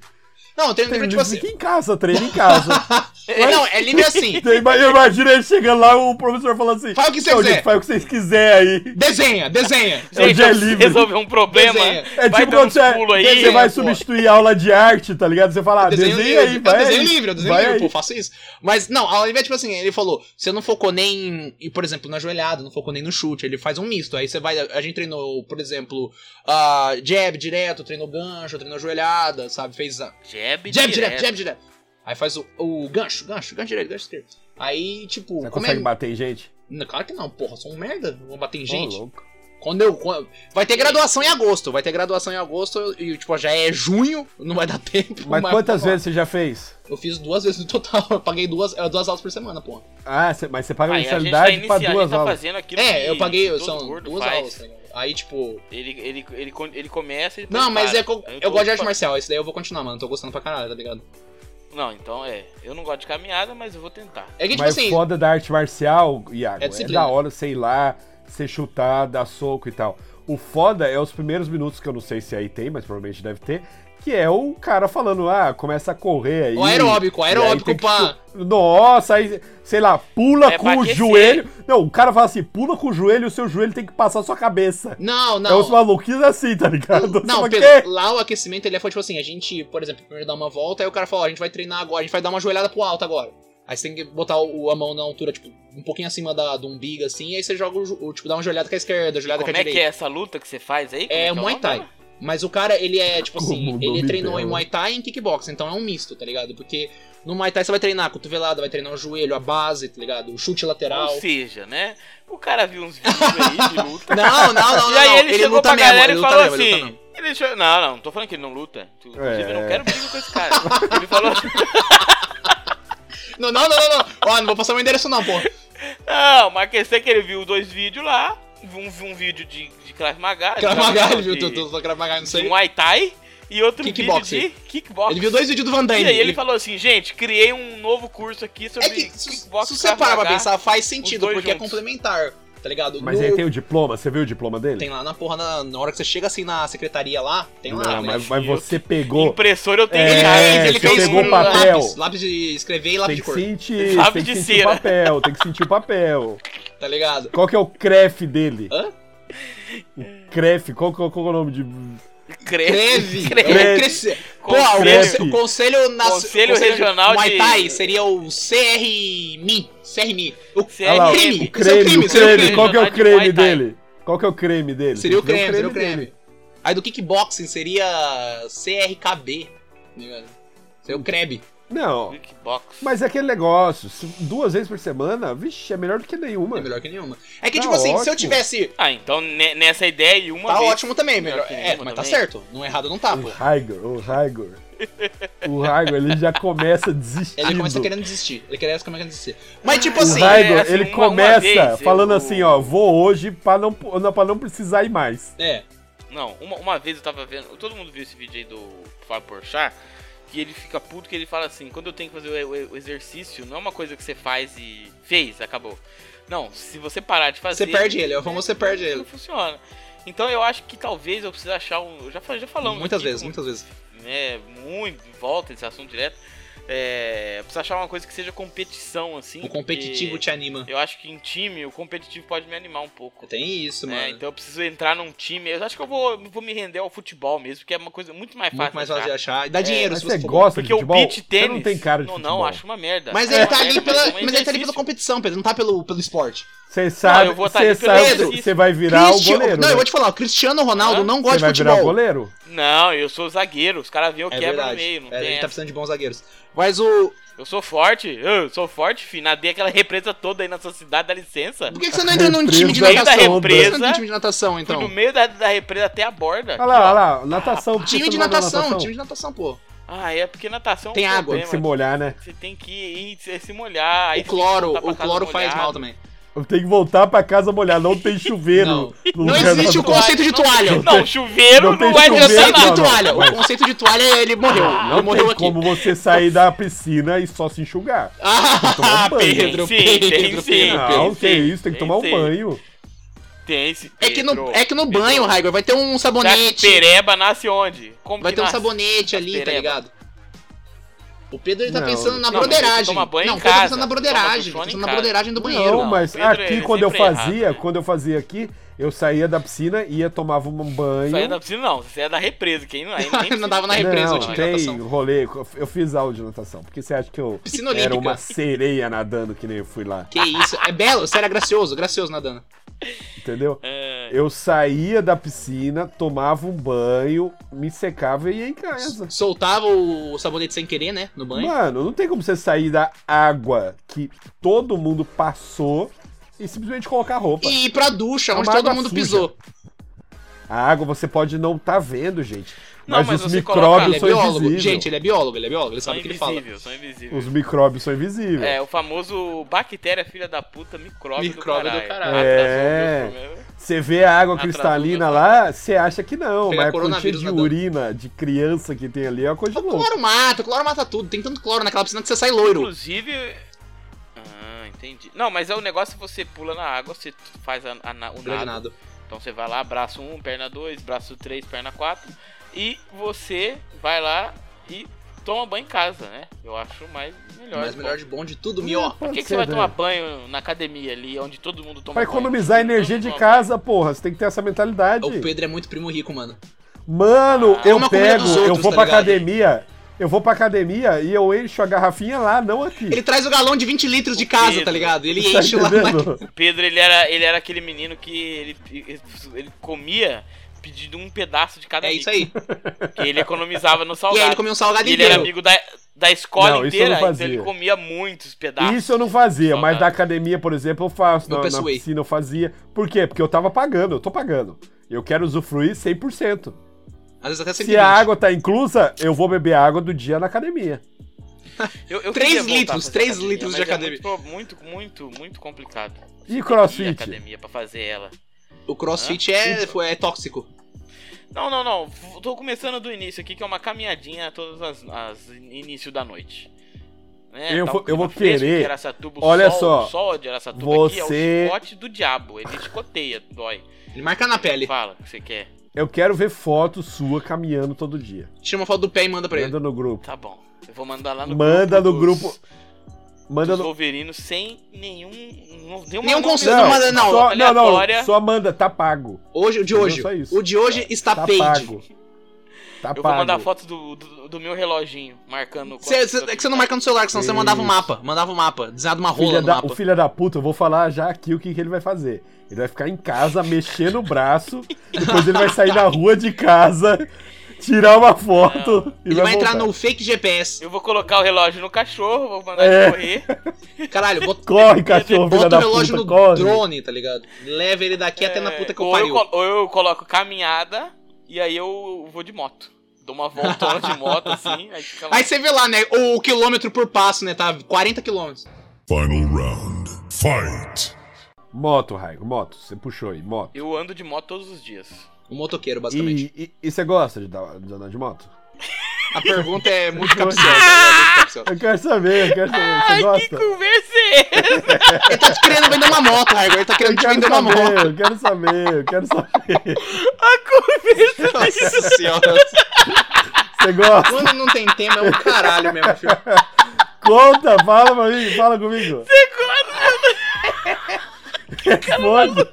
Speaker 3: Não, treino
Speaker 2: Treino livre
Speaker 3: livre, tipo assim.
Speaker 2: fica em casa, treina em casa.
Speaker 3: Não, é livre assim.
Speaker 2: Eu ima- eu imagino ele chegando lá, o professor falando assim:
Speaker 3: Faz o que você
Speaker 2: "Não,
Speaker 3: quiser."
Speaker 2: gente, faz o que vocês quiserem aí.
Speaker 3: Desenha, desenha.
Speaker 2: É o
Speaker 1: Gente,
Speaker 2: dia
Speaker 1: eu
Speaker 2: livre.
Speaker 1: resolver um problema,
Speaker 3: Desenha.
Speaker 2: É
Speaker 1: vai
Speaker 2: tipo
Speaker 1: dar
Speaker 2: quando
Speaker 1: uns
Speaker 2: você,
Speaker 1: pulos aí.
Speaker 2: você vai
Speaker 3: um pô.
Speaker 2: substituir a aula de arte, tá ligado? Você fala, ah,
Speaker 3: desenho
Speaker 2: desenha
Speaker 3: livre,
Speaker 2: aí,
Speaker 3: é o
Speaker 2: vai.
Speaker 3: desenho
Speaker 2: aí,
Speaker 3: livre, é o desenho
Speaker 2: vai
Speaker 3: livre,
Speaker 2: aí."
Speaker 3: pô, faça isso. Mas não, ao invés, tipo assim, ele falou, você não focou nem, em, por exemplo, na joelhada, não focou nem no chute, ele faz um misto. Aí você vai, a gente treinou, por exemplo, ah, jab direto, treinou gancho, treinou joelhada, sabe? Fez a-
Speaker 1: Jab,
Speaker 3: jab direto,
Speaker 1: direto.
Speaker 3: jab direto. Aí faz o, o gancho, gancho, gancho direto, gancho esquerdo. Aí, tipo,
Speaker 2: Você
Speaker 3: como
Speaker 2: consegue
Speaker 3: é...
Speaker 2: bater em gente?
Speaker 3: Não, Claro que não, porra, sou um merda, vou bater em
Speaker 2: Ô,
Speaker 3: gente.
Speaker 2: louco.
Speaker 3: Quando eu. quando- Vai ter graduação em agosto. Vai ter graduação em agosto e, tipo, já é junho, não vai dar tempo.
Speaker 2: Mas quantas vezes você já fez?
Speaker 3: Eu fiz duas vezes no total. Eu paguei duas, eh, duas aulas por semana, pô.
Speaker 2: Ah, cê- mas você paga
Speaker 1: Aí a gente tá
Speaker 2: mensalidade pra
Speaker 1: iniciando, a
Speaker 2: duas
Speaker 1: gente tá
Speaker 2: aulas.
Speaker 1: fazendo aquilo que-
Speaker 3: É, eu
Speaker 1: que
Speaker 3: paguei.
Speaker 1: todo
Speaker 3: São
Speaker 1: gordo
Speaker 3: duas
Speaker 1: faz.
Speaker 3: aulas, tá ligado? Aí, tipo.
Speaker 1: Ele, ele, ele, con- ele começa e depois
Speaker 3: Não, mas
Speaker 1: para.
Speaker 3: é que eu,
Speaker 1: Aí
Speaker 3: eu
Speaker 1: tô-
Speaker 3: gosto de arte marcial. Esse daí eu vou continuar, mano. Tô gostando pra caralho, tá ligado?
Speaker 1: Não, então é. Eu não gosto de caminhada, mas eu vou tentar.
Speaker 3: É que, tipo
Speaker 2: Mas
Speaker 3: assim.
Speaker 2: foda da arte marcial, Iago,
Speaker 3: É
Speaker 2: é,
Speaker 3: disciplina.
Speaker 2: da hora, sei lá, você chutar, dar soco e tal. O foda é os primeiros minutos, que eu não sei se aí tem, mas provavelmente deve ter, que é o cara falando, ah, começa a correr aí.
Speaker 3: O aeróbico, o
Speaker 2: e aí
Speaker 3: aeróbico,
Speaker 2: tem que
Speaker 3: pá.
Speaker 2: chu- Nossa, aí, sei lá, pula
Speaker 1: É pra
Speaker 2: com o
Speaker 1: aquecer.
Speaker 2: joelho. Não, o cara fala assim, pula com o joelho, o seu joelho tem que passar a sua cabeça.
Speaker 3: Não,
Speaker 2: É os
Speaker 3: não.
Speaker 2: maluquinhos assim, tá ligado? Você
Speaker 3: Não,
Speaker 2: fala,
Speaker 3: Pedro,
Speaker 2: "Quê?"
Speaker 3: lá o aquecimento ele é tipo assim, a gente, por exemplo, primeiro dá uma volta, aí o cara fala, ó, a gente vai treinar agora, a gente vai dar uma joelhada pro alto agora. Aí você tem que botar o, a mão na altura, tipo, um pouquinho acima da, do umbigo, assim, e aí você joga o, jo- o, tipo, dá uma joelhada com a esquerda, joelhada
Speaker 1: Como
Speaker 3: com a
Speaker 1: é que é
Speaker 3: direita.
Speaker 1: essa luta que você faz aí? Como
Speaker 3: É,
Speaker 1: que o
Speaker 3: Muay
Speaker 1: nome
Speaker 3: Thai.
Speaker 1: dela?
Speaker 3: Mas o cara, ele é, tipo assim,
Speaker 2: Como não
Speaker 3: ele
Speaker 2: me
Speaker 3: treinou em
Speaker 2: pega.
Speaker 3: Muay Thai e em kickboxing, então é um misto, tá ligado? Porque no Muay Thai você vai treinar a cotovelada, vai treinar o joelho, a base, tá ligado? O chute lateral.
Speaker 1: Ou seja, né? O cara viu uns vídeos aí de luta.
Speaker 3: Não, não, não, não.
Speaker 1: e aí
Speaker 3: não.
Speaker 1: ele, chegou pra
Speaker 3: luta mesmo,
Speaker 1: galera
Speaker 3: ele
Speaker 1: e
Speaker 3: luta
Speaker 1: falou
Speaker 3: mesmo, ele
Speaker 1: assim.
Speaker 3: luta mesmo.
Speaker 1: ele chegou- Não, não, não tô falando que ele não luta. Tu- Inclusive, eu
Speaker 2: É.
Speaker 1: não quero briga com esse cara. Ele falou assim.
Speaker 3: Não, não, não, não, não. Ó, não vou passar meu endereço não, pô.
Speaker 1: Não, mas a questão é que ele viu dois vídeos lá. viu Um, viu um vídeo de, de Krav Maga. de
Speaker 3: Krav
Speaker 1: Krav
Speaker 3: Maga,
Speaker 1: Maga,
Speaker 3: ele viu
Speaker 1: de-
Speaker 3: tudo, tudo Krav Maga, não
Speaker 1: de
Speaker 3: sei.
Speaker 1: Muay Thai e outro
Speaker 3: Kickboxing.
Speaker 1: vídeo de kickboxing.
Speaker 3: Ele viu dois vídeos do Van Damme.
Speaker 1: E aí ele falou assim, gente, criei um novo curso aqui sobre
Speaker 3: É que se, se
Speaker 1: kickboxing.
Speaker 3: você parar pra
Speaker 1: Krav Maga."
Speaker 3: pensar, faz sentido,
Speaker 1: dois
Speaker 3: porque é
Speaker 1: juntos.
Speaker 3: complementar, tá ligado?
Speaker 2: Mas
Speaker 3: No-
Speaker 2: aí tem o diploma, você viu o diploma dele?
Speaker 3: tem um lá na porra, na, na hora que você chega assim na secretaria lá, tem lá.
Speaker 2: Não,
Speaker 3: né?
Speaker 2: mas,
Speaker 1: mas
Speaker 2: mas
Speaker 1: eu-
Speaker 2: você pegou.
Speaker 1: Impressora eu tenho
Speaker 2: É,
Speaker 1: em casa.
Speaker 2: você pegou
Speaker 1: um
Speaker 2: o papel.
Speaker 3: lápis, lápis de escrever e lápis
Speaker 2: Tem
Speaker 3: de
Speaker 2: que
Speaker 3: cor,
Speaker 2: sentir,
Speaker 1: Lápis
Speaker 2: tem que
Speaker 1: de
Speaker 2: sentir o
Speaker 1: cera.
Speaker 2: papel, tem que sentir o papel.
Speaker 3: tá ligado?
Speaker 2: Qual que é o cref dele?
Speaker 3: Hã?
Speaker 2: O cref, qual, qual, qual que é o nome de...
Speaker 3: Creve!
Speaker 1: Creve.
Speaker 3: É, cresce- Pô, o
Speaker 2: Creve.
Speaker 3: conse- o Conselho, nas-
Speaker 1: Conselho Regional
Speaker 3: Muay
Speaker 1: de-
Speaker 3: Thai seria o CRMI. CRMI. O
Speaker 1: Olha
Speaker 2: ah lá, o
Speaker 3: creme,
Speaker 2: o
Speaker 3: isso é um
Speaker 2: creme,
Speaker 3: crime,
Speaker 2: o
Speaker 3: isso é um
Speaker 2: creme,
Speaker 3: crime.
Speaker 2: qual que é o
Speaker 1: Jornal de
Speaker 2: creme
Speaker 1: Muay Thai.
Speaker 2: dele? Qual que é o creme dele?
Speaker 3: Seria o
Speaker 2: Tem que um ver
Speaker 3: creme, seria o creme.
Speaker 2: dele.
Speaker 3: Aí do kickboxing seria CRKB. tá ligado? Seria o Kreb.
Speaker 2: Não,
Speaker 1: Kickbox.
Speaker 2: mas é aquele negócio, se- duas vezes por semana, vixe, é melhor do que nenhuma.
Speaker 3: É melhor que nenhuma. É que,
Speaker 2: Tá
Speaker 3: tipo assim, se eu
Speaker 2: ótimo.
Speaker 3: tivesse.
Speaker 1: Ah, então ne- nessa ideia e uma
Speaker 3: Tá
Speaker 1: vez.
Speaker 3: ótimo também, melhor.
Speaker 1: Melhor que
Speaker 3: É,
Speaker 1: nenhuma
Speaker 3: mas tá
Speaker 1: também.
Speaker 3: certo. Não errado não tá, pô.
Speaker 2: O Raigor, o Raigor. O Raigor, ele já começa desistindo.
Speaker 3: Ele começa querendo desistir. Ele começa querendo desistir. Mas, tipo
Speaker 2: O
Speaker 3: assim.
Speaker 1: Raio-
Speaker 2: Raigor,
Speaker 1: é, assim,
Speaker 2: ele
Speaker 1: uma- uma
Speaker 2: começa
Speaker 1: vez,
Speaker 2: falando
Speaker 1: eu-
Speaker 2: assim, ó, vou hoje pra não, não, pra não precisar ir mais.
Speaker 3: É.
Speaker 1: Não, uma, uma vez eu tava vendo. Todo mundo viu esse vídeo aí do Fábio Porchat. Que ele fica puto que ele fala assim: quando eu tenho que fazer o, o- o exercício, não é uma coisa que você faz e fez, acabou. Não, se você parar de fazer.
Speaker 3: Você perde ele, é o famoso você perde
Speaker 1: Não
Speaker 3: ele.
Speaker 1: funciona. Então eu acho que talvez eu precise achar um. tipo eu Já, fa- já falamos.
Speaker 3: Muitas
Speaker 1: aqui
Speaker 3: vezes,
Speaker 1: com-
Speaker 3: muitas vezes.
Speaker 1: né, muito, volta esse assunto direto. É, precisa achar uma coisa que seja competição, assim.
Speaker 3: O competitivo
Speaker 1: porque
Speaker 3: te anima.
Speaker 1: Eu acho que em time o competitivo pode me animar um pouco.
Speaker 3: Tem isso,
Speaker 1: né?
Speaker 3: mano.
Speaker 1: Então eu preciso entrar num time. Eu acho que eu vou, vou me render ao futebol mesmo, porque é uma coisa muito mais fácil.
Speaker 3: Muito mais
Speaker 1: de
Speaker 3: fácil de
Speaker 1: achar.
Speaker 3: achar. E dá
Speaker 1: É,
Speaker 3: dinheiro
Speaker 2: Mas
Speaker 3: se
Speaker 2: você
Speaker 3: você for.
Speaker 2: gosta
Speaker 1: Porque
Speaker 2: de
Speaker 1: o
Speaker 2: futebol?
Speaker 1: beat tênis.
Speaker 2: Você não tem cara de
Speaker 1: Não,
Speaker 2: futebol.
Speaker 1: não, acho uma merda.
Speaker 3: Mas
Speaker 1: É
Speaker 3: ele
Speaker 1: uma
Speaker 3: tá ali
Speaker 1: merda,
Speaker 3: pela.
Speaker 1: é um
Speaker 3: Mas ele tá ali
Speaker 1: exercício.
Speaker 3: pela competição, Pedro. Não tá pelo, pelo esporte.
Speaker 2: Você sabe,
Speaker 1: eu vou tá
Speaker 2: você
Speaker 1: ali pelo
Speaker 2: sabe,
Speaker 3: Pedro.
Speaker 2: que você vai virar
Speaker 3: Cristi-
Speaker 2: o goleiro.
Speaker 3: Não,
Speaker 2: né?
Speaker 3: eu vou te falar, o Cristiano Ronaldo
Speaker 1: Hã?
Speaker 3: não
Speaker 2: Você
Speaker 3: gosta
Speaker 2: vai
Speaker 3: de
Speaker 2: virar o
Speaker 3: futebol.
Speaker 2: goleiro?
Speaker 1: Não, eu sou zagueiro. Os caras vêm, eu
Speaker 3: É
Speaker 1: quebro
Speaker 3: verdade.
Speaker 1: no meio. Não
Speaker 3: É, a
Speaker 1: tem
Speaker 3: gente tá
Speaker 1: essa.
Speaker 3: precisando de bons zagueiros. Mas o.
Speaker 1: Eu sou forte. Eu sou forte, fi. Nadei aquela represa toda aí na sua cidade, dá licença.
Speaker 3: Por que, que você não entra num
Speaker 2: Represa
Speaker 3: time de
Speaker 2: da
Speaker 3: natação? Por que você não
Speaker 1: represa.
Speaker 3: entra num time de natação,
Speaker 1: Fui no
Speaker 3: então?
Speaker 1: meio da, da represa até a borda.
Speaker 2: Olha lá, olha lá, tá natação. por que
Speaker 3: Time
Speaker 2: você
Speaker 3: de
Speaker 2: não vai na
Speaker 3: natação, time de natação, pô.
Speaker 1: Ah, é porque natação é um
Speaker 3: Tem água,
Speaker 2: Tem
Speaker 1: problema.
Speaker 2: que se molhar, né?
Speaker 1: Você tem que ir se- se molhar. aí
Speaker 3: O
Speaker 1: você
Speaker 3: cloro,
Speaker 1: voltar pra
Speaker 3: o
Speaker 1: casa
Speaker 3: cloro faz
Speaker 1: molhado.
Speaker 3: mal também.
Speaker 2: Tem que voltar pra casa molhar, não tem chuveiro.
Speaker 3: Não.
Speaker 2: no
Speaker 3: Não
Speaker 2: lugar
Speaker 3: existe
Speaker 2: da-
Speaker 3: o conceito de toalha.
Speaker 1: Não,
Speaker 3: O
Speaker 1: chuveiro
Speaker 2: Não
Speaker 1: não,
Speaker 2: tem
Speaker 1: vai
Speaker 2: chuveiro,
Speaker 1: adiantar
Speaker 3: conceito
Speaker 1: nada.
Speaker 3: de
Speaker 2: não,
Speaker 3: é toalha.
Speaker 2: não, mas-
Speaker 3: O conceito de toalha, ele morreu.
Speaker 2: Não
Speaker 3: ele morreu
Speaker 2: tem
Speaker 3: Ah, aqui.
Speaker 2: como você sair da piscina e só se enxugar.
Speaker 3: Ah,
Speaker 2: tomar um banho.
Speaker 3: Pedro,
Speaker 1: Tem sim,
Speaker 3: Pedro,
Speaker 1: tem
Speaker 3: Pedro,
Speaker 1: sim.
Speaker 3: Pedro.
Speaker 2: Não,
Speaker 1: sim,
Speaker 2: que isso, tem que
Speaker 1: tem
Speaker 2: tomar um
Speaker 1: sim.
Speaker 2: banho.
Speaker 1: Tem esse
Speaker 3: É que
Speaker 1: Pedro.
Speaker 3: no, é que no banho, Raigor, vai ter
Speaker 1: Será
Speaker 3: um
Speaker 1: que
Speaker 3: sabonete.
Speaker 1: Pereba nasce onde? Como
Speaker 3: Vai
Speaker 1: que
Speaker 3: ter um
Speaker 1: nasce?
Speaker 3: sabonete ali, tá
Speaker 1: Pereba.
Speaker 3: ligado? O Pedro ele tá
Speaker 2: Não,
Speaker 3: pensando na
Speaker 1: não, mas
Speaker 3: broderagem.
Speaker 1: toma banho
Speaker 3: não,
Speaker 1: em
Speaker 3: o Pedro tá
Speaker 1: casa,
Speaker 3: pensando na
Speaker 1: toma
Speaker 3: broderagem.
Speaker 1: duchona
Speaker 3: Tá pensando
Speaker 1: em
Speaker 3: na
Speaker 1: casa.
Speaker 3: broderagem do banheiro.
Speaker 2: Não, mas
Speaker 1: Pedro,
Speaker 2: aqui
Speaker 1: ele
Speaker 2: quando eu
Speaker 1: sempre é errado,
Speaker 2: fazia,
Speaker 1: né?
Speaker 2: quando eu fazia aqui, eu saía da piscina, ia tomava um banho.
Speaker 1: Saia da piscina não, você é da represa, quem não é?
Speaker 3: Não dava na
Speaker 1: represa.
Speaker 3: represa, o
Speaker 2: Não,
Speaker 3: time de
Speaker 2: tem
Speaker 3: natação.
Speaker 2: rolê. Eu fiz aula de natação, porque você acha que eu
Speaker 3: Piscina
Speaker 2: era
Speaker 3: olímpica.
Speaker 2: uma sereia nadando que nem eu fui lá,
Speaker 3: Que isso, é belo, sério, é gracioso, gracioso nadando.
Speaker 2: entendeu? Eu saía da piscina, tomava um banho, me secava e ia em casa.
Speaker 3: Soltava o sabonete sem querer, né, no banho.
Speaker 2: Mano, não tem como você sair da água que todo mundo passou e simplesmente colocar roupa.
Speaker 3: E ir pra ducha,
Speaker 2: É
Speaker 3: onde
Speaker 2: uma
Speaker 3: todo
Speaker 2: água
Speaker 3: mundo
Speaker 2: suja.
Speaker 3: pisou.
Speaker 2: A água você pode não estar vendo, gente.
Speaker 1: Não,
Speaker 2: Mas,
Speaker 1: mas
Speaker 2: os
Speaker 1: você coloca-
Speaker 2: micróbios
Speaker 3: Ele é
Speaker 2: são
Speaker 3: biólogo.
Speaker 2: invisíveis.
Speaker 3: Gente, ele é biólogo, ele é biólogo, ele
Speaker 1: São
Speaker 3: sabe o que ele fala.
Speaker 1: invisíveis, são invisíveis.
Speaker 2: Os micróbios são invisíveis.
Speaker 1: É, o famoso bactéria filha da puta, micróbio,
Speaker 3: Micróbio do
Speaker 1: do caralho.
Speaker 3: caralho.
Speaker 2: É.
Speaker 1: Atrasou meus problemas.
Speaker 2: Você vê a água
Speaker 1: Atrasou,
Speaker 2: cristalina
Speaker 1: né?
Speaker 2: lá, você acha que não,
Speaker 3: Pega
Speaker 2: mas a quantia
Speaker 3: coronavírus
Speaker 2: de
Speaker 3: nadando.
Speaker 2: urina de criança que tem ali é uma coisa
Speaker 3: O
Speaker 2: de louco.
Speaker 3: cloro mata, o cloro mata tudo. Tem tanto cloro naquela piscina que você sai loiro.
Speaker 1: Inclusive... Ah, entendi. Não, mas é o negócio que você pula na água, você faz a, a, na- o
Speaker 3: Grande
Speaker 1: nado.
Speaker 3: nada.
Speaker 1: Então você vai lá, braço 1, perna 2, braço 3, perna 4. E você vai lá e toma banho em casa, né? Eu acho é mais melhor.
Speaker 3: Mas
Speaker 1: Pô,
Speaker 3: melhor de bom de tudo,
Speaker 2: É,
Speaker 3: mió.
Speaker 1: Por que, que você vai tomar banho na academia ali, onde todo mundo toma
Speaker 2: Pra
Speaker 1: banho?
Speaker 2: economizar energia de
Speaker 1: Todo mundo toma
Speaker 2: casa, porra, você tem que ter essa mentalidade.
Speaker 3: O Pedro é muito primo rico, mano.
Speaker 2: Mano,
Speaker 1: Ah,
Speaker 2: eu
Speaker 3: uma comida
Speaker 2: pego,
Speaker 3: dos
Speaker 2: eu
Speaker 3: outros,
Speaker 2: vou
Speaker 3: tá
Speaker 2: pra
Speaker 3: ligado?
Speaker 2: academia, eu vou pra academia e eu encho a garrafinha lá, não aqui.
Speaker 3: Ele traz o galão de 20 litros de casa,
Speaker 1: Pedro.
Speaker 3: tá ligado? Ele
Speaker 2: Tá
Speaker 3: enche lá.
Speaker 2: entendendo?
Speaker 1: banho. O Pedro, ele era, ele era aquele menino que ele, ele comia pedindo um pedaço de cada
Speaker 3: É
Speaker 1: mico,
Speaker 3: isso aí.
Speaker 1: Que ele economizava no
Speaker 3: E
Speaker 1: salgado.
Speaker 3: aí ele comeu um salgado
Speaker 1: E ele era
Speaker 3: inteiro.
Speaker 1: amigo da, da escola
Speaker 2: Não, isso eu
Speaker 1: inteira,
Speaker 2: não
Speaker 1: então
Speaker 2: fazia.
Speaker 1: ele comia muitos pedaços.
Speaker 2: Isso eu não fazia,
Speaker 1: Só
Speaker 2: mas
Speaker 1: na-
Speaker 2: da academia, por exemplo, eu faço.
Speaker 3: No
Speaker 2: Na, na
Speaker 3: Pass Way.
Speaker 2: piscina eu fazia. Por quê? Porque eu tava pagando, eu tô pagando. Eu quero usufruir 100%.
Speaker 3: Às vezes até
Speaker 2: Se a
Speaker 3: 120.
Speaker 2: água tá inclusa, eu vou beber a água do dia na academia.
Speaker 1: Eu, eu
Speaker 3: Três
Speaker 1: queria voltar
Speaker 3: litros,
Speaker 1: a fazer
Speaker 3: três
Speaker 1: academia,
Speaker 3: litros
Speaker 1: mas
Speaker 3: de
Speaker 1: é
Speaker 3: academia.
Speaker 1: Muito, muito, muito, muito complicado.
Speaker 2: E
Speaker 1: Você Tem
Speaker 2: crossfit?
Speaker 1: que ir à academia pra fazer ela.
Speaker 3: O crossfit é, é tóxico.
Speaker 1: Não, não, não. F- Tô começando do início aqui, que é uma caminhadinha todas as, as início da noite. Né?
Speaker 2: Eu
Speaker 1: Tá um
Speaker 2: vou- eu
Speaker 1: clima
Speaker 2: vou
Speaker 1: fresco
Speaker 2: querer-
Speaker 1: de Araçatuba, o
Speaker 2: Olha
Speaker 1: sol,
Speaker 2: só,
Speaker 1: O sol de Araçatuba aqui é
Speaker 2: você-
Speaker 1: o chicote do diabo. Ele chicoteia, dói.
Speaker 3: Ele marca na pele.
Speaker 1: Fala o que você quer.
Speaker 2: Eu quero ver foto sua caminhando todo dia.
Speaker 3: Tira uma foto do pé e manda pra ele.
Speaker 2: Manda no grupo.
Speaker 1: Tá bom. Eu vou mandar lá no
Speaker 2: Manda no
Speaker 1: dos-
Speaker 2: grupo.
Speaker 1: dos
Speaker 2: Manda no.
Speaker 1: Wolverinos sem nenhum. Nenhuma
Speaker 3: Nenhum conselho,
Speaker 1: nenhuma
Speaker 3: não manda, não.
Speaker 2: só, não,
Speaker 1: aleatória.
Speaker 2: não, só manda, tá pago.
Speaker 3: Hoje, o de
Speaker 2: Mas
Speaker 3: hoje.
Speaker 2: é só isso.
Speaker 3: O de hoje está
Speaker 2: Tá
Speaker 3: paid.
Speaker 2: pago. Tá
Speaker 1: Eu vou
Speaker 2: pago.
Speaker 1: mandar foto do, do, do meu reloginho, marcando.
Speaker 3: Cê-
Speaker 1: quanto
Speaker 3: cê-
Speaker 1: eu
Speaker 3: é que
Speaker 1: tô
Speaker 3: você não marca no celular, que senão você mandava um
Speaker 2: Isso.
Speaker 3: mapa. Mandava um mapa. Desenhado uma rola
Speaker 2: Filha
Speaker 3: no
Speaker 2: da-
Speaker 3: mapa.
Speaker 2: o filho da puta, eu vou falar já aqui o que, que ele vai fazer. Ele vai ficar em casa mexendo o braço, depois ele vai sair na rua de casa, tirar uma foto e
Speaker 3: Ele vai entrar
Speaker 2: voltar.
Speaker 3: no fake GPS.
Speaker 1: Eu vou colocar o relógio no cachorro, vou mandar
Speaker 2: É.
Speaker 1: ele correr.
Speaker 3: Caralho, bota,
Speaker 2: Corre, cachorro, filha
Speaker 3: bota o
Speaker 2: da puta,
Speaker 3: relógio no
Speaker 2: corre.
Speaker 3: drone, tá ligado? Leva ele daqui até na
Speaker 1: É,
Speaker 3: puta que eu
Speaker 1: ou, eu
Speaker 3: pariu.
Speaker 1: colo- ou eu coloco caminhada e aí eu vou de moto. Dou uma voltona de moto assim, aí fica lá.
Speaker 3: Aí você vê lá, né? O quilômetro por passo, né? Tá 40 quilômetros.
Speaker 8: Final round. Fight.
Speaker 2: Moto, Raigo, moto. Você puxou aí, moto.
Speaker 1: Eu ando de moto todos os dias.
Speaker 3: Um motoqueiro, basicamente.
Speaker 2: E, e- e você gosta de, dar- de andar de moto?
Speaker 3: A pergunta é muito capciosa. né? Muito capciosa.
Speaker 2: Eu quero saber, eu quero saber. Você gosta?
Speaker 1: conversa é essa?
Speaker 3: Ele tá te querendo vender uma moto, Raigor. Ele tá
Speaker 2: Eu
Speaker 3: querendo te
Speaker 2: quero
Speaker 3: vender uma moto.
Speaker 2: saber, eu quero saber, eu quero saber.
Speaker 1: A conversa tá
Speaker 3: Nossa senhora.
Speaker 2: Você gosta?
Speaker 3: Quando não tem tema, é um caralho mesmo, filho.
Speaker 2: Conta, fala pra mim, fala comigo. Responde.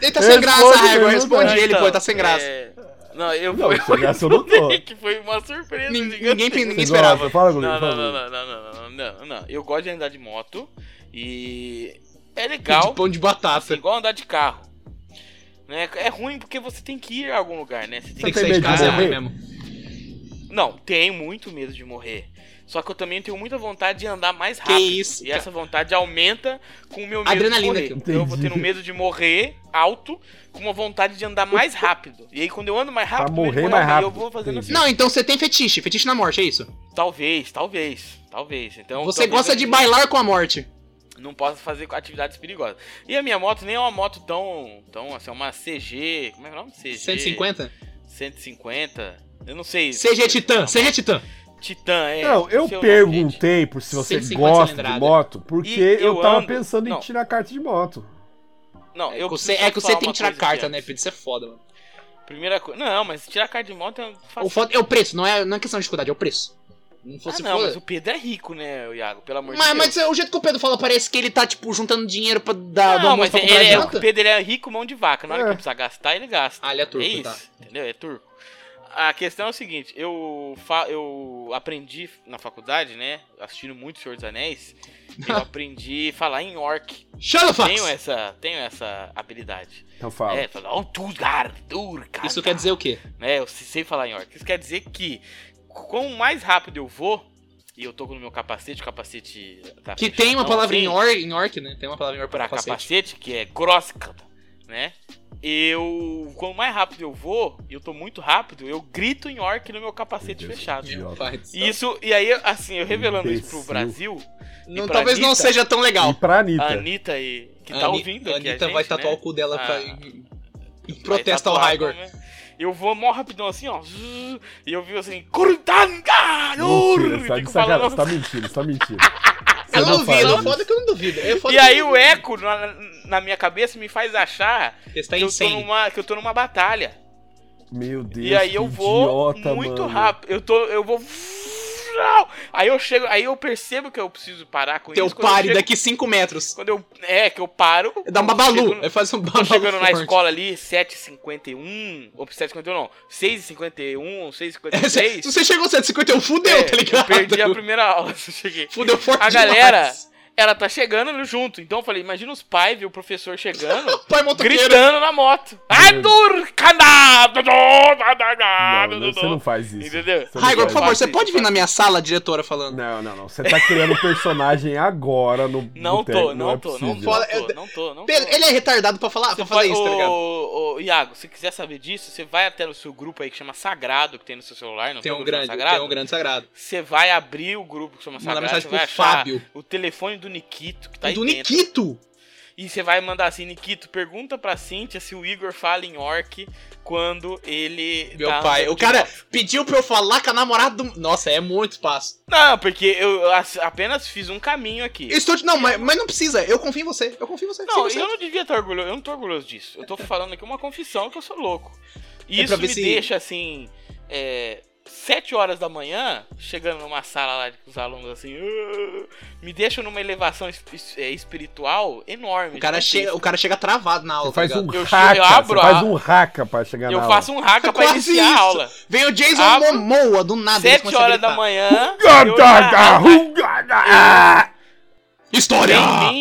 Speaker 3: Ele tá sem
Speaker 2: Responde
Speaker 3: graça,
Speaker 2: a
Speaker 3: Raigor.
Speaker 2: pergunta,
Speaker 3: Responde
Speaker 2: né?
Speaker 3: ele, pô. Ele tá sem graça.
Speaker 1: É, Não, eu
Speaker 2: Não,
Speaker 1: fui.
Speaker 2: sem graça eu não tô.
Speaker 1: que foi uma surpresa. assim.
Speaker 3: Nin- Ninguém,
Speaker 1: gigantesca.
Speaker 3: ninguém
Speaker 2: Você
Speaker 3: esperava.
Speaker 2: gosta? Fala comigo,
Speaker 1: Não,
Speaker 2: fala
Speaker 1: não, não,
Speaker 2: comigo.
Speaker 1: não, não, não, não, não. Eu gosto de andar de moto e é
Speaker 3: De
Speaker 1: legal.
Speaker 3: pão de batata.
Speaker 1: Assim, igual andar de carro. Né? É ruim porque você tem que ir a algum lugar, né? Você tem
Speaker 3: Tem
Speaker 1: que
Speaker 3: que
Speaker 2: tem
Speaker 3: sair de
Speaker 2: medo de
Speaker 3: casa, é ruim
Speaker 2: morrer?
Speaker 3: mesmo.
Speaker 1: Não, tenho muito medo de morrer. Só que eu também tenho muita vontade de andar mais
Speaker 3: Que
Speaker 1: rápido.
Speaker 3: isso,
Speaker 1: E
Speaker 3: cara.
Speaker 1: essa vontade aumenta com o meu medo
Speaker 3: Adrenalina,
Speaker 1: de morrer.
Speaker 3: cara.
Speaker 1: Então eu vou tendo
Speaker 2: Entendi.
Speaker 1: medo de morrer alto, com uma vontade de andar mais rápido. E aí quando eu ando mais rápido,
Speaker 2: Pra
Speaker 1: meu
Speaker 2: morrer
Speaker 1: corpo
Speaker 2: mais
Speaker 1: aumenta, e eu
Speaker 2: rápido.
Speaker 1: vou fazendo assim.
Speaker 2: Entendi.
Speaker 3: Não, então você tem fetiche. Fetiche na morte, é isso?
Speaker 1: Talvez, talvez, talvez. Então
Speaker 3: Você
Speaker 1: talvez
Speaker 3: gosta
Speaker 1: eu
Speaker 3: de bailar com a morte.
Speaker 1: Não posso fazer com atividades perigosas. E a minha moto nem é uma moto tão, tão assim, é uma CG, como é o nome? CG
Speaker 3: 150?
Speaker 1: 150. Eu não sei.
Speaker 3: CG Titã,
Speaker 1: Não,
Speaker 3: CG Titã.
Speaker 1: Titã, é.
Speaker 2: Não, eu
Speaker 1: Seu nome, gente.
Speaker 2: perguntei por se você
Speaker 3: 150
Speaker 2: gosta
Speaker 3: cilindrada.
Speaker 2: de moto, porque
Speaker 1: E eu
Speaker 2: eu, tava
Speaker 1: ando-
Speaker 2: pensando em
Speaker 1: não.
Speaker 2: tirar carta de moto.
Speaker 1: Não,
Speaker 3: É
Speaker 1: eu
Speaker 3: que você,
Speaker 1: preciso
Speaker 3: é que você
Speaker 1: falar
Speaker 3: tem
Speaker 1: uma
Speaker 3: que tirar
Speaker 1: coisa
Speaker 3: carta,
Speaker 1: aqui
Speaker 3: né,
Speaker 1: antes.
Speaker 3: Pedro? Isso é foda, mano.
Speaker 1: Primeira coisa. Não, mas tirar carta de moto é fácil.
Speaker 3: O foda é o preço, não é, não é questão de dificuldade, é o preço. Não
Speaker 1: Ah,
Speaker 3: fosse
Speaker 1: não,
Speaker 3: foda-
Speaker 1: mas o Pedro é rico, né, o Iago? Pelo amor
Speaker 3: mas,
Speaker 1: de
Speaker 3: mas é
Speaker 1: Deus.
Speaker 3: o jeito que o Pedro fala parece que ele tá, tipo, juntando dinheiro pra dar do
Speaker 1: não, mas
Speaker 3: almoço pra
Speaker 1: ele
Speaker 3: comprar
Speaker 1: é, o
Speaker 3: janta.
Speaker 1: Pedro ele é rico mão de vaca. Na hora
Speaker 2: É.
Speaker 1: que ele precisa gastar, ele gasta.
Speaker 3: Ah, ele é turco,
Speaker 1: é isso,
Speaker 3: tá.
Speaker 1: entendeu? É turco. A questão é o seguinte, eu, fa eu aprendi na faculdade, né, assistindo muito Senhor dos Anéis, eu aprendi a falar em orc.
Speaker 3: Xalafax!
Speaker 1: Tenho essa, tenho essa habilidade.
Speaker 2: Então fala.
Speaker 1: É, falar, oh, tu, gar, tur, cara.
Speaker 3: Isso quer dizer o quê?
Speaker 1: né? Eu se- sei falar em orc. Isso quer dizer que quão mais rápido eu vou, e eu tô com o meu capacete, o capacete tá
Speaker 3: Que
Speaker 1: fechado,
Speaker 3: tem uma
Speaker 1: não,
Speaker 3: palavra
Speaker 1: tem
Speaker 3: em orc, em orc, né? Tem uma palavra em orc pra
Speaker 1: pra
Speaker 3: capacete.
Speaker 1: capacete, que é groskada, né? eu. Quanto mais rápido eu vou, e eu tô muito rápido, eu grito em orc no meu capacete
Speaker 2: Deus,
Speaker 1: fechado.
Speaker 2: que idiota.
Speaker 3: Pai do céu.
Speaker 1: E Isso, e aí, assim, eu revelando isso pro
Speaker 2: Imbecil.
Speaker 1: Brasil,
Speaker 3: Não-
Speaker 1: e pra
Speaker 3: talvez não
Speaker 1: Anitta-
Speaker 3: seja tão legal.
Speaker 2: E pra Anitta.
Speaker 1: a Anitta aí, que tá
Speaker 3: A Ani-
Speaker 1: ouvindo
Speaker 3: A
Speaker 1: aqui
Speaker 3: Anitta
Speaker 1: a gente,
Speaker 3: vai tatuar
Speaker 1: né?
Speaker 3: o cu dela pra...
Speaker 1: Ah.
Speaker 3: em- em
Speaker 1: Vai
Speaker 3: protesto ao
Speaker 1: tatuar,
Speaker 3: Raigor.
Speaker 1: né? Eu vou mó rapidão assim, ó. zzz, E eu vi assim, Kurtanga!
Speaker 2: Mentira,
Speaker 1: ur",
Speaker 2: você tá de
Speaker 1: fico
Speaker 2: sacanagem.
Speaker 1: falando-
Speaker 2: Você tá mentindo, você tá mentindo. Você
Speaker 3: Eu não duvido,
Speaker 2: fala
Speaker 3: o foda é que eu não duvido. É foda
Speaker 1: E
Speaker 3: que eu
Speaker 1: aí
Speaker 3: não
Speaker 1: o
Speaker 3: duvido.
Speaker 1: eco na, na minha cabeça me faz achar
Speaker 3: Testar
Speaker 1: que eu, tô
Speaker 3: incêndio.
Speaker 1: numa, que eu tô numa batalha.
Speaker 2: isso. Meu Deus,
Speaker 1: e aí
Speaker 2: que
Speaker 1: eu vou
Speaker 2: idiota,
Speaker 1: muito
Speaker 2: mano.
Speaker 1: rápido. Eu tô. Eu vou. Aí eu chego. Aí eu percebo que eu preciso parar com
Speaker 3: Teu
Speaker 1: isso. quando eu
Speaker 3: pare
Speaker 1: chego-
Speaker 3: daqui 5 metros.
Speaker 1: Quando eu. É, que eu paro.
Speaker 3: Dá um
Speaker 1: Chego
Speaker 3: babalu.
Speaker 1: no-
Speaker 3: Aí faz um
Speaker 1: Tô
Speaker 3: babalu.
Speaker 1: chegando na
Speaker 3: forte.
Speaker 1: escola ali, 7h51. Ou 7h51 não. 6h51,
Speaker 3: É, se
Speaker 1: 6h56.
Speaker 3: se você chegou 751, fudeu,
Speaker 1: É,
Speaker 3: tá ligado?
Speaker 1: Eu perdi a primeira aula, se eu cheguei.
Speaker 3: Fudeu forte
Speaker 1: A galera,
Speaker 3: demais.
Speaker 1: ela tá chegando junto. Então eu falei, imagina os pais ver o professor chegando,
Speaker 3: Pai motoqueiro.
Speaker 1: gritando na moto. Adur, canado,
Speaker 2: Não, não, você não faz isso.
Speaker 1: Entendeu?
Speaker 2: Você não
Speaker 3: Raigor, por
Speaker 2: faz
Speaker 3: favor,
Speaker 1: isso.
Speaker 3: você pode vir na minha sala, diretora, falando?
Speaker 2: Não, não, não. Você tá criando um personagem agora no.
Speaker 1: Não
Speaker 2: no
Speaker 1: tô, não tô,
Speaker 2: tempo,
Speaker 1: não
Speaker 2: é possível.
Speaker 1: tô,
Speaker 3: Foda-
Speaker 1: não tô, não tô, não tô.
Speaker 3: Pedro, ele é retardado pra falar, pra fazer isso, tá ligado?
Speaker 1: Ô, ô, Iago, se quiser saber disso, você vai até no seu grupo aí que chama Sagrado, que tem no seu celular, não
Speaker 3: Tem um
Speaker 1: grupo que
Speaker 3: grande,
Speaker 1: chama
Speaker 3: tem um grande sagrado.
Speaker 1: Você vai abrir o grupo que chama
Speaker 3: Mandar
Speaker 1: Sagrado,
Speaker 3: mensagem
Speaker 1: você vai
Speaker 3: pro
Speaker 1: achar
Speaker 3: Fábio.
Speaker 1: o telefone do Nikito, que tá aí
Speaker 3: do
Speaker 1: dentro.
Speaker 3: Nikito!
Speaker 1: E você vai mandar assim, Nikito, pergunta pra Cintia se o Igor fala em orc quando ele.
Speaker 3: Meu
Speaker 1: tá
Speaker 3: pai.
Speaker 1: andando
Speaker 3: O
Speaker 1: de
Speaker 3: cara
Speaker 1: moto.
Speaker 3: pediu pra eu falar com a namorada do. Nossa, é muito espaço.
Speaker 1: Não, porque eu as- apenas fiz um caminho aqui.
Speaker 3: Eu estou. te- Não, mas, mas não precisa. Eu confio em você. Eu confio em você.
Speaker 1: Não,
Speaker 3: Sim, você.
Speaker 1: eu não devia estar orgulhoso. Eu não tô orgulhoso disso. Eu tô falando aqui uma confissão que eu sou louco. E
Speaker 3: É pra
Speaker 1: isso
Speaker 3: ver
Speaker 1: me
Speaker 3: se-
Speaker 1: deixa assim. É, 7 horas da manhã, chegando numa sala lá com os alunos assim. "Ah", me deixa numa elevação es- es- é, espiritual enorme. Tipo assim,
Speaker 3: O cara, chega,
Speaker 1: gigantesca.
Speaker 3: o cara chega travado na aula.
Speaker 2: Você faz
Speaker 3: tá
Speaker 2: um
Speaker 3: ligado?
Speaker 1: Eu che- eu
Speaker 2: raca.
Speaker 1: abro
Speaker 2: você
Speaker 1: a-
Speaker 2: faz um raca pra chegar na.
Speaker 1: Eu faço um hack pra
Speaker 3: É Quase
Speaker 1: iniciar a
Speaker 3: isso.
Speaker 1: aula.
Speaker 3: Vem o Jason
Speaker 1: Ah,
Speaker 3: Momoa do nada. ele
Speaker 1: 7
Speaker 3: começa a
Speaker 1: horas da
Speaker 3: gritar.
Speaker 1: manhã. eu já-
Speaker 2: manhã.
Speaker 3: História!
Speaker 1: Vem em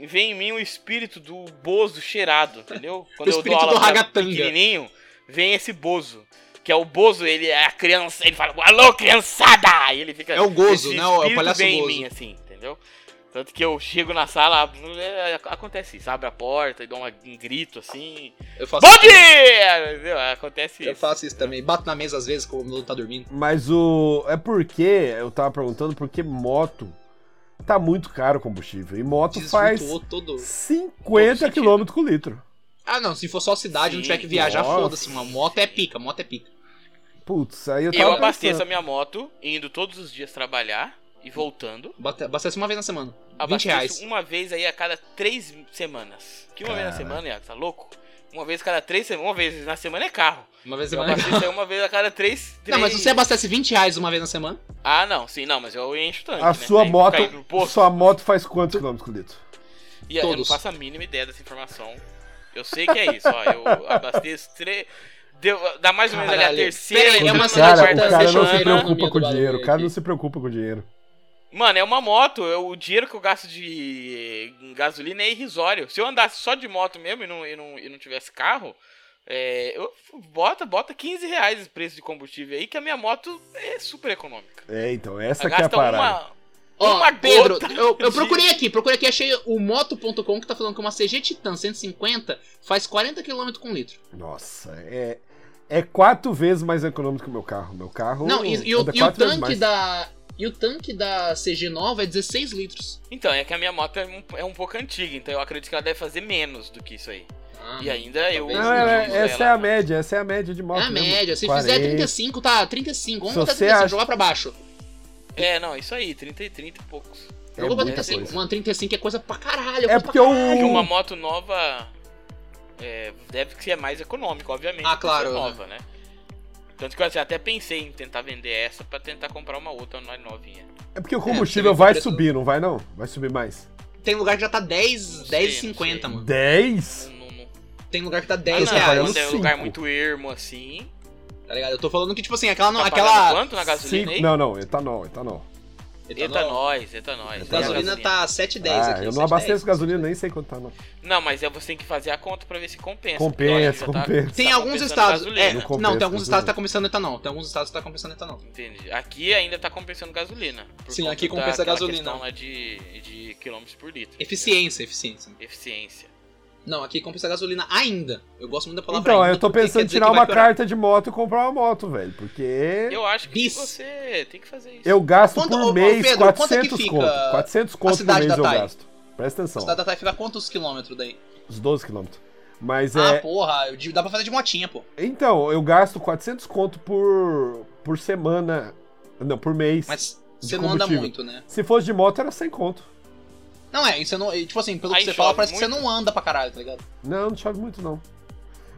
Speaker 1: mim, vem em mim o espírito do Bozo cheirado, entendeu? Quando eu dou
Speaker 3: espírito do
Speaker 1: aula pra
Speaker 3: ragatanga.
Speaker 1: pequenininho, vem esse Bozo. Que é o Bozo, ele é a criança, ele fala, alô, criançada! E ele fica.
Speaker 3: É o Gozo,
Speaker 1: esse
Speaker 3: né? O- é o
Speaker 1: espírito
Speaker 3: palhaço
Speaker 1: vem
Speaker 3: Gozo.
Speaker 1: em mim, assim, entendeu? Tanto que eu chego na sala, abro- é, acontece isso, abre a porta e dou uma- um grito assim.
Speaker 3: Eu faço,
Speaker 1: Bom dia! Entendeu? Acontece
Speaker 3: eu
Speaker 1: isso.
Speaker 3: faço isso também. Bato na mesa às vezes quando o meu tá dormindo.
Speaker 2: Mas o. É porque, eu tava perguntando, porque moto tá muito caro o combustível. E moto faz
Speaker 3: Desvirtuou todo.
Speaker 2: 50
Speaker 1: sentido.
Speaker 2: km por litro.
Speaker 3: Ah, não. Se for só cidade, não
Speaker 1: Sim,
Speaker 3: tiver que viajar,
Speaker 2: nossa.
Speaker 3: foda-se. Uma moto é pica, moto é pica.
Speaker 2: Putz, aí eu tava.
Speaker 1: Eu
Speaker 2: pensando.
Speaker 1: abasteço a minha moto, indo todos os dias trabalhar e voltando.
Speaker 3: Bate- Abastece uma vez na semana. 20
Speaker 1: Abasteço um-
Speaker 3: reais.
Speaker 1: uma vez aí a cada três semanas. Que uma vez na
Speaker 2: Cara.
Speaker 1: semana, Iago, tá louco? Uma vez a cada três semanas. Uma vez na semana é carro.
Speaker 3: Uma vez
Speaker 1: Eu
Speaker 3: na semana.
Speaker 1: abasteço aí uma vez a cada três.
Speaker 3: Não, mas
Speaker 1: três-
Speaker 3: você abastece 20 reais uma vez na semana?
Speaker 1: Ah, não, sim, não, mas eu encho o tanque.
Speaker 2: A
Speaker 1: né?
Speaker 2: sua
Speaker 1: Aí eu
Speaker 2: moto.
Speaker 1: caio no posto.
Speaker 2: Sua moto faz quantos quilômetros por litro?
Speaker 1: E aí eu não
Speaker 3: todos.
Speaker 1: faço a mínima ideia dessa informação. Eu sei que é isso, ó. Eu abasteço três. Deu, dá mais ou menos ali
Speaker 3: Caralho.
Speaker 1: a terceira.
Speaker 3: Pera aí, é
Speaker 1: na
Speaker 3: uma
Speaker 2: o
Speaker 3: cidade
Speaker 2: cara,
Speaker 1: quarta
Speaker 2: o
Speaker 3: importante,
Speaker 2: cara
Speaker 3: deixa
Speaker 2: não
Speaker 3: eu
Speaker 2: se
Speaker 3: ver, né?
Speaker 2: preocupa com o
Speaker 3: Medo do
Speaker 2: dinheiro. O
Speaker 3: bagulho
Speaker 2: cara
Speaker 3: aqui.
Speaker 2: não se preocupa com o dinheiro.
Speaker 1: Mano, é uma moto. Eu, o dinheiro que eu gasto de em gasolina é irrisório. Se eu andasse só de moto mesmo e não, e não, e não tivesse carro, é, eu bota, bota 15 reais o preço de combustível aí, que a minha moto é super econômica.
Speaker 2: É, então, essa
Speaker 1: Ela
Speaker 2: que é a
Speaker 1: gasta
Speaker 2: parada.
Speaker 1: uma.
Speaker 3: Ó,
Speaker 1: Uma
Speaker 3: Pedro,
Speaker 1: gota
Speaker 3: eu, eu
Speaker 1: de-
Speaker 3: procurei aqui, procurei aqui, achei o moto.com que tá falando que uma CG Titan 150 faz 40 km com litro.
Speaker 2: Nossa, é. É quatro vezes mais econômico que o meu carro. Meu carro.
Speaker 3: Não, e, e o,
Speaker 2: anda
Speaker 3: e
Speaker 2: Uh,
Speaker 3: o
Speaker 2: é quatro vezes
Speaker 3: tanque
Speaker 2: mais.
Speaker 3: da. E o tanque da CG nova é 16 litros.
Speaker 1: Então, é que a minha moto é um, é um pouco antiga, então eu acredito que ela deve fazer menos do que isso aí. E ainda eu.
Speaker 3: Talvez
Speaker 2: Uhum. Não,
Speaker 3: não,
Speaker 2: é-
Speaker 1: uso
Speaker 2: essa é
Speaker 1: ela.
Speaker 2: a média, essa é a média de moto.
Speaker 3: É a
Speaker 2: mesmo.
Speaker 3: média. Se
Speaker 2: 40.
Speaker 3: fizer 35, tá 35. Vamos
Speaker 2: Se
Speaker 3: botar
Speaker 2: você
Speaker 3: 35,
Speaker 2: acha-
Speaker 3: jogar pra baixo.
Speaker 1: É, não, isso aí, 30 e 30 e poucos.
Speaker 2: É
Speaker 3: Jogou pra
Speaker 2: muita
Speaker 3: 35.
Speaker 2: coisa.
Speaker 3: Mano, 35 é coisa pra caralho.
Speaker 2: É
Speaker 3: coisa
Speaker 2: porque
Speaker 3: pra
Speaker 2: o-
Speaker 1: Porque
Speaker 3: caralho.
Speaker 1: uma moto nova é, deve ser mais econômica, obviamente.
Speaker 3: Ah,
Speaker 1: por ser
Speaker 3: claro,
Speaker 1: Nova, né? Tanto que eu assim, até pensei em tentar vender essa pra tentar comprar uma outra no- novinha.
Speaker 2: É porque o
Speaker 3: É,
Speaker 2: combustível
Speaker 3: você
Speaker 2: vai
Speaker 3: vê o preço-
Speaker 2: subir, não vai não? Vai subir mais.
Speaker 3: Tem lugar que já tá 10,
Speaker 1: Não
Speaker 3: 10,50,
Speaker 1: sei,
Speaker 3: mano.
Speaker 2: 10?
Speaker 1: Não, não...
Speaker 3: Tem lugar que tá
Speaker 1: Ah,
Speaker 3: 10
Speaker 1: não,
Speaker 2: pagando
Speaker 1: quando
Speaker 3: reais.
Speaker 1: é um lugar
Speaker 2: cinco.
Speaker 1: muito ermo assim.
Speaker 3: Tá ligado? Eu tô falando que, tipo assim, aquela. não-
Speaker 1: tá pagando
Speaker 3: aquela
Speaker 1: quanto na gasolina aí?
Speaker 2: Não, não, etanol, etanol.
Speaker 1: Eita, nós, eita, nós.
Speaker 3: Tá A gasolina tá 7,10
Speaker 2: ah,
Speaker 3: aqui.
Speaker 2: eu
Speaker 3: 7,10.
Speaker 2: não abasteço gasolina, nem sei quanto tá não.
Speaker 1: Não, mas é você tem que fazer a conta pra ver se compensa.
Speaker 2: Compensa,
Speaker 1: porque eu acho que já
Speaker 2: compensa.
Speaker 3: Tem
Speaker 1: tá
Speaker 3: alguns
Speaker 1: compensando
Speaker 3: estados.
Speaker 1: gasolina.
Speaker 3: é,
Speaker 2: Não
Speaker 3: não,
Speaker 2: compensa,
Speaker 3: tem alguns
Speaker 2: gasolina.
Speaker 3: estados que tá compensando etanol. Tem alguns estados que tá compensando etanol.
Speaker 1: Entendi. Aqui ainda tá compensando gasolina. por
Speaker 3: Sim,
Speaker 1: conta
Speaker 3: aqui compensa
Speaker 1: daquela
Speaker 3: gasolina.
Speaker 1: questão lá de, de quilômetros por litro.
Speaker 3: Eficiência, eficiência.
Speaker 1: Eficiência.
Speaker 3: Não, aqui compensa a gasolina ainda. Eu gosto muito da palavra
Speaker 2: Então,
Speaker 3: ainda,
Speaker 2: eu tô
Speaker 3: porque
Speaker 2: pensando
Speaker 3: quer
Speaker 2: em
Speaker 3: dizer
Speaker 2: tirar
Speaker 3: que vai
Speaker 2: uma
Speaker 3: piorar.
Speaker 2: carta de moto e comprar uma moto, velho. Porque eu,
Speaker 1: Eu acho que
Speaker 3: Bis.
Speaker 1: você tem que fazer isso.
Speaker 2: gasto
Speaker 3: Quanto- ô,
Speaker 2: por
Speaker 3: ô,
Speaker 2: mês
Speaker 3: Pedro, quanto é que
Speaker 2: 400
Speaker 3: fica
Speaker 2: conto. 400 conto por
Speaker 3: cidade
Speaker 2: mês
Speaker 3: da
Speaker 2: eu
Speaker 3: Thay?
Speaker 2: gasto. Presta atenção,
Speaker 3: Cidade da Thay fica quantos quilômetros daí?
Speaker 2: os 12 quilômetros. Mas
Speaker 3: Ah,
Speaker 2: é.
Speaker 3: porra, eu digo, dá pra fazer de motinha, pô.
Speaker 2: Então, eu gasto 400 conto por, por semana. Não, por mês.
Speaker 3: Mas
Speaker 2: De
Speaker 3: você não anda
Speaker 2: combustível.
Speaker 3: muito, né?
Speaker 2: Se fosse de moto, era 100 conto.
Speaker 3: Não é, e você não, e, tipo assim, pelo
Speaker 1: Aí
Speaker 3: que você
Speaker 1: chove
Speaker 3: fala, parece que você
Speaker 1: muito.
Speaker 3: não anda pra caralho, tá ligado?
Speaker 2: Não, não chove muito, não.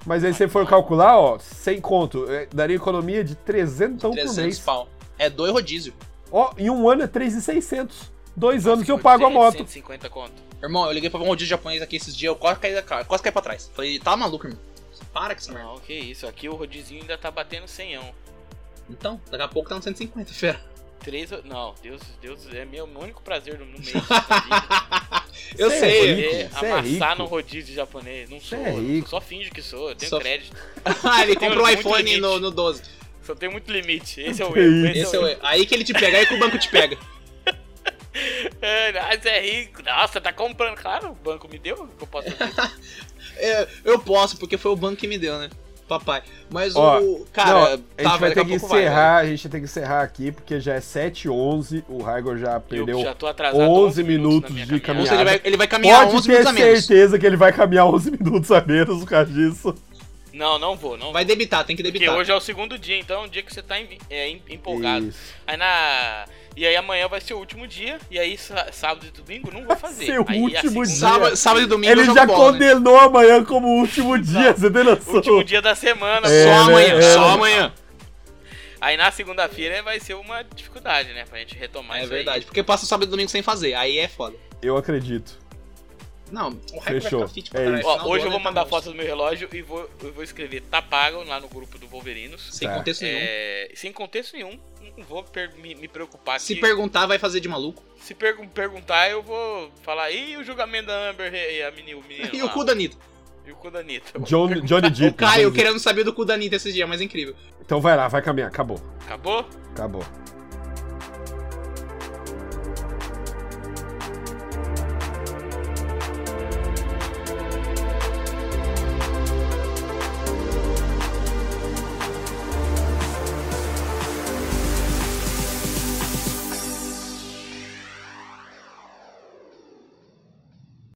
Speaker 2: Mas
Speaker 3: Ah,
Speaker 2: aí, se você for calcular, ó, 100 conto, é, daria economia de 300 por
Speaker 3: 300
Speaker 2: mês.
Speaker 3: pau. É dois rodízio.
Speaker 2: Ó, em um ano é 3,600. Dois anos eu pago a moto.
Speaker 1: 150 conto.
Speaker 3: Irmão, eu liguei pra um rodízio japonês aqui esses dias, eu quase caí, da cara, quase caí pra trás. Falei, tá maluco, irmão? Para com essa merda.
Speaker 1: Não, que isso. Aqui o rodizinho ainda tá batendo 100.
Speaker 3: Então, daqui a pouco tá no 150, fera.
Speaker 1: Três. Não, Deus, Deus, é meu único prazer no no mês. da
Speaker 3: Eu
Speaker 2: Cê é
Speaker 3: sei.
Speaker 1: vida, tá é
Speaker 2: Rico, você é
Speaker 1: amassar
Speaker 2: rico.
Speaker 1: no rodízio japonês. Não sou,
Speaker 2: é
Speaker 1: eu
Speaker 2: rico.
Speaker 1: só finge que sou, eu tenho
Speaker 3: Só-
Speaker 1: crédito.
Speaker 3: Ah, ele
Speaker 1: Tem
Speaker 3: comprou o
Speaker 1: muito
Speaker 3: iPhone
Speaker 1: limite.
Speaker 3: no, no 12.
Speaker 1: Só tenho muito limite. Esse é o
Speaker 2: Que
Speaker 1: erro. Esse,
Speaker 3: Esse
Speaker 1: é o
Speaker 3: é o... Aí que ele te pega, aí que o banco te pega.
Speaker 1: É, ah, você é rico. Nossa, tá comprando. Claro, o banco me deu. o que Eu posso fazer?
Speaker 3: É, eu posso, porque foi o banco que me deu, né? Papai. Mas
Speaker 2: Ó,
Speaker 3: o. Cara,
Speaker 2: Não, a
Speaker 3: tá,
Speaker 2: gente vai
Speaker 3: velho, daqui
Speaker 2: ter
Speaker 3: a né?
Speaker 2: que
Speaker 3: pouco vai,
Speaker 2: encerrar, a gente tem que encerrar aqui, porque já é 7 h o Raigor já perdeu.
Speaker 1: Eu já tô atrasado
Speaker 2: 11
Speaker 1: 11
Speaker 2: minutos
Speaker 1: na minha
Speaker 2: de
Speaker 3: velho. Ou
Speaker 1: caminhada.
Speaker 3: seja, ele vai, ele vai caminhar
Speaker 2: Pode
Speaker 3: 11
Speaker 2: ter
Speaker 3: minutos a menos.
Speaker 2: certeza que ele vai caminhar 11 minutos a menos por causa disso.
Speaker 1: Não, não vou, não
Speaker 3: Vai debitar, tem que
Speaker 1: Porque
Speaker 2: Tá.
Speaker 3: debitar.
Speaker 1: hoje é o segundo dia, então é um dia que você tá em- é, em- empolgado.
Speaker 2: Isso.
Speaker 1: Aí na. E aí amanhã vai ser o último dia, e aí sá- sábado e domingo não vou fazer.
Speaker 2: ser o
Speaker 1: Aí, assim,
Speaker 2: último
Speaker 1: segunda-
Speaker 2: dia.
Speaker 3: Sábado, sábado e domingo
Speaker 2: é. Ele
Speaker 3: eu jogo
Speaker 2: já
Speaker 3: bola, né?
Speaker 2: condenou amanhã como o último dia, você tem noção?
Speaker 1: Último dia da semana.
Speaker 2: É,
Speaker 1: pô.
Speaker 2: né?
Speaker 3: Só amanhã,
Speaker 2: É.
Speaker 3: só amanhã.
Speaker 1: Aí na segunda-feira vai ser uma dificuldade, né? Pra gente retomar
Speaker 3: É
Speaker 1: isso
Speaker 3: verdade, porque passa o sábado e domingo sem fazer, aí é foda.
Speaker 2: Eu acredito.
Speaker 3: Não, o hype
Speaker 2: Fechou.
Speaker 3: vai ficar fit pra
Speaker 2: É
Speaker 3: caralho.
Speaker 1: aí.
Speaker 2: isso.
Speaker 1: Ó,
Speaker 3: Final do
Speaker 1: hoje
Speaker 3: ano
Speaker 1: eu vou
Speaker 3: ele tá
Speaker 1: mandar
Speaker 3: bom.
Speaker 1: foto do meu relógio e vou, eu vou escrever tá pago lá no grupo do Wolverinos.
Speaker 3: Sem
Speaker 2: Tá.
Speaker 3: contexto nenhum.
Speaker 1: É, sem contexto nenhum, não vou per- me, me preocupar
Speaker 3: Se
Speaker 1: que-
Speaker 3: perguntar, vai fazer de maluco.
Speaker 1: se pergun- perguntar, eu vou falar, e o julgamento da Amber e a menina, o menino
Speaker 3: E o
Speaker 1: lá?"
Speaker 3: cu da Anitta.
Speaker 1: E o cu da Anitta.
Speaker 2: John, Johnny
Speaker 3: O
Speaker 2: Depp.
Speaker 3: Caio
Speaker 2: Johnny Depp.
Speaker 3: querendo saber do cu da Anitta esses dias, mas é incrível.
Speaker 2: Então vai lá, vai caminhar. Acabou.
Speaker 1: Acabou?
Speaker 2: Acabou.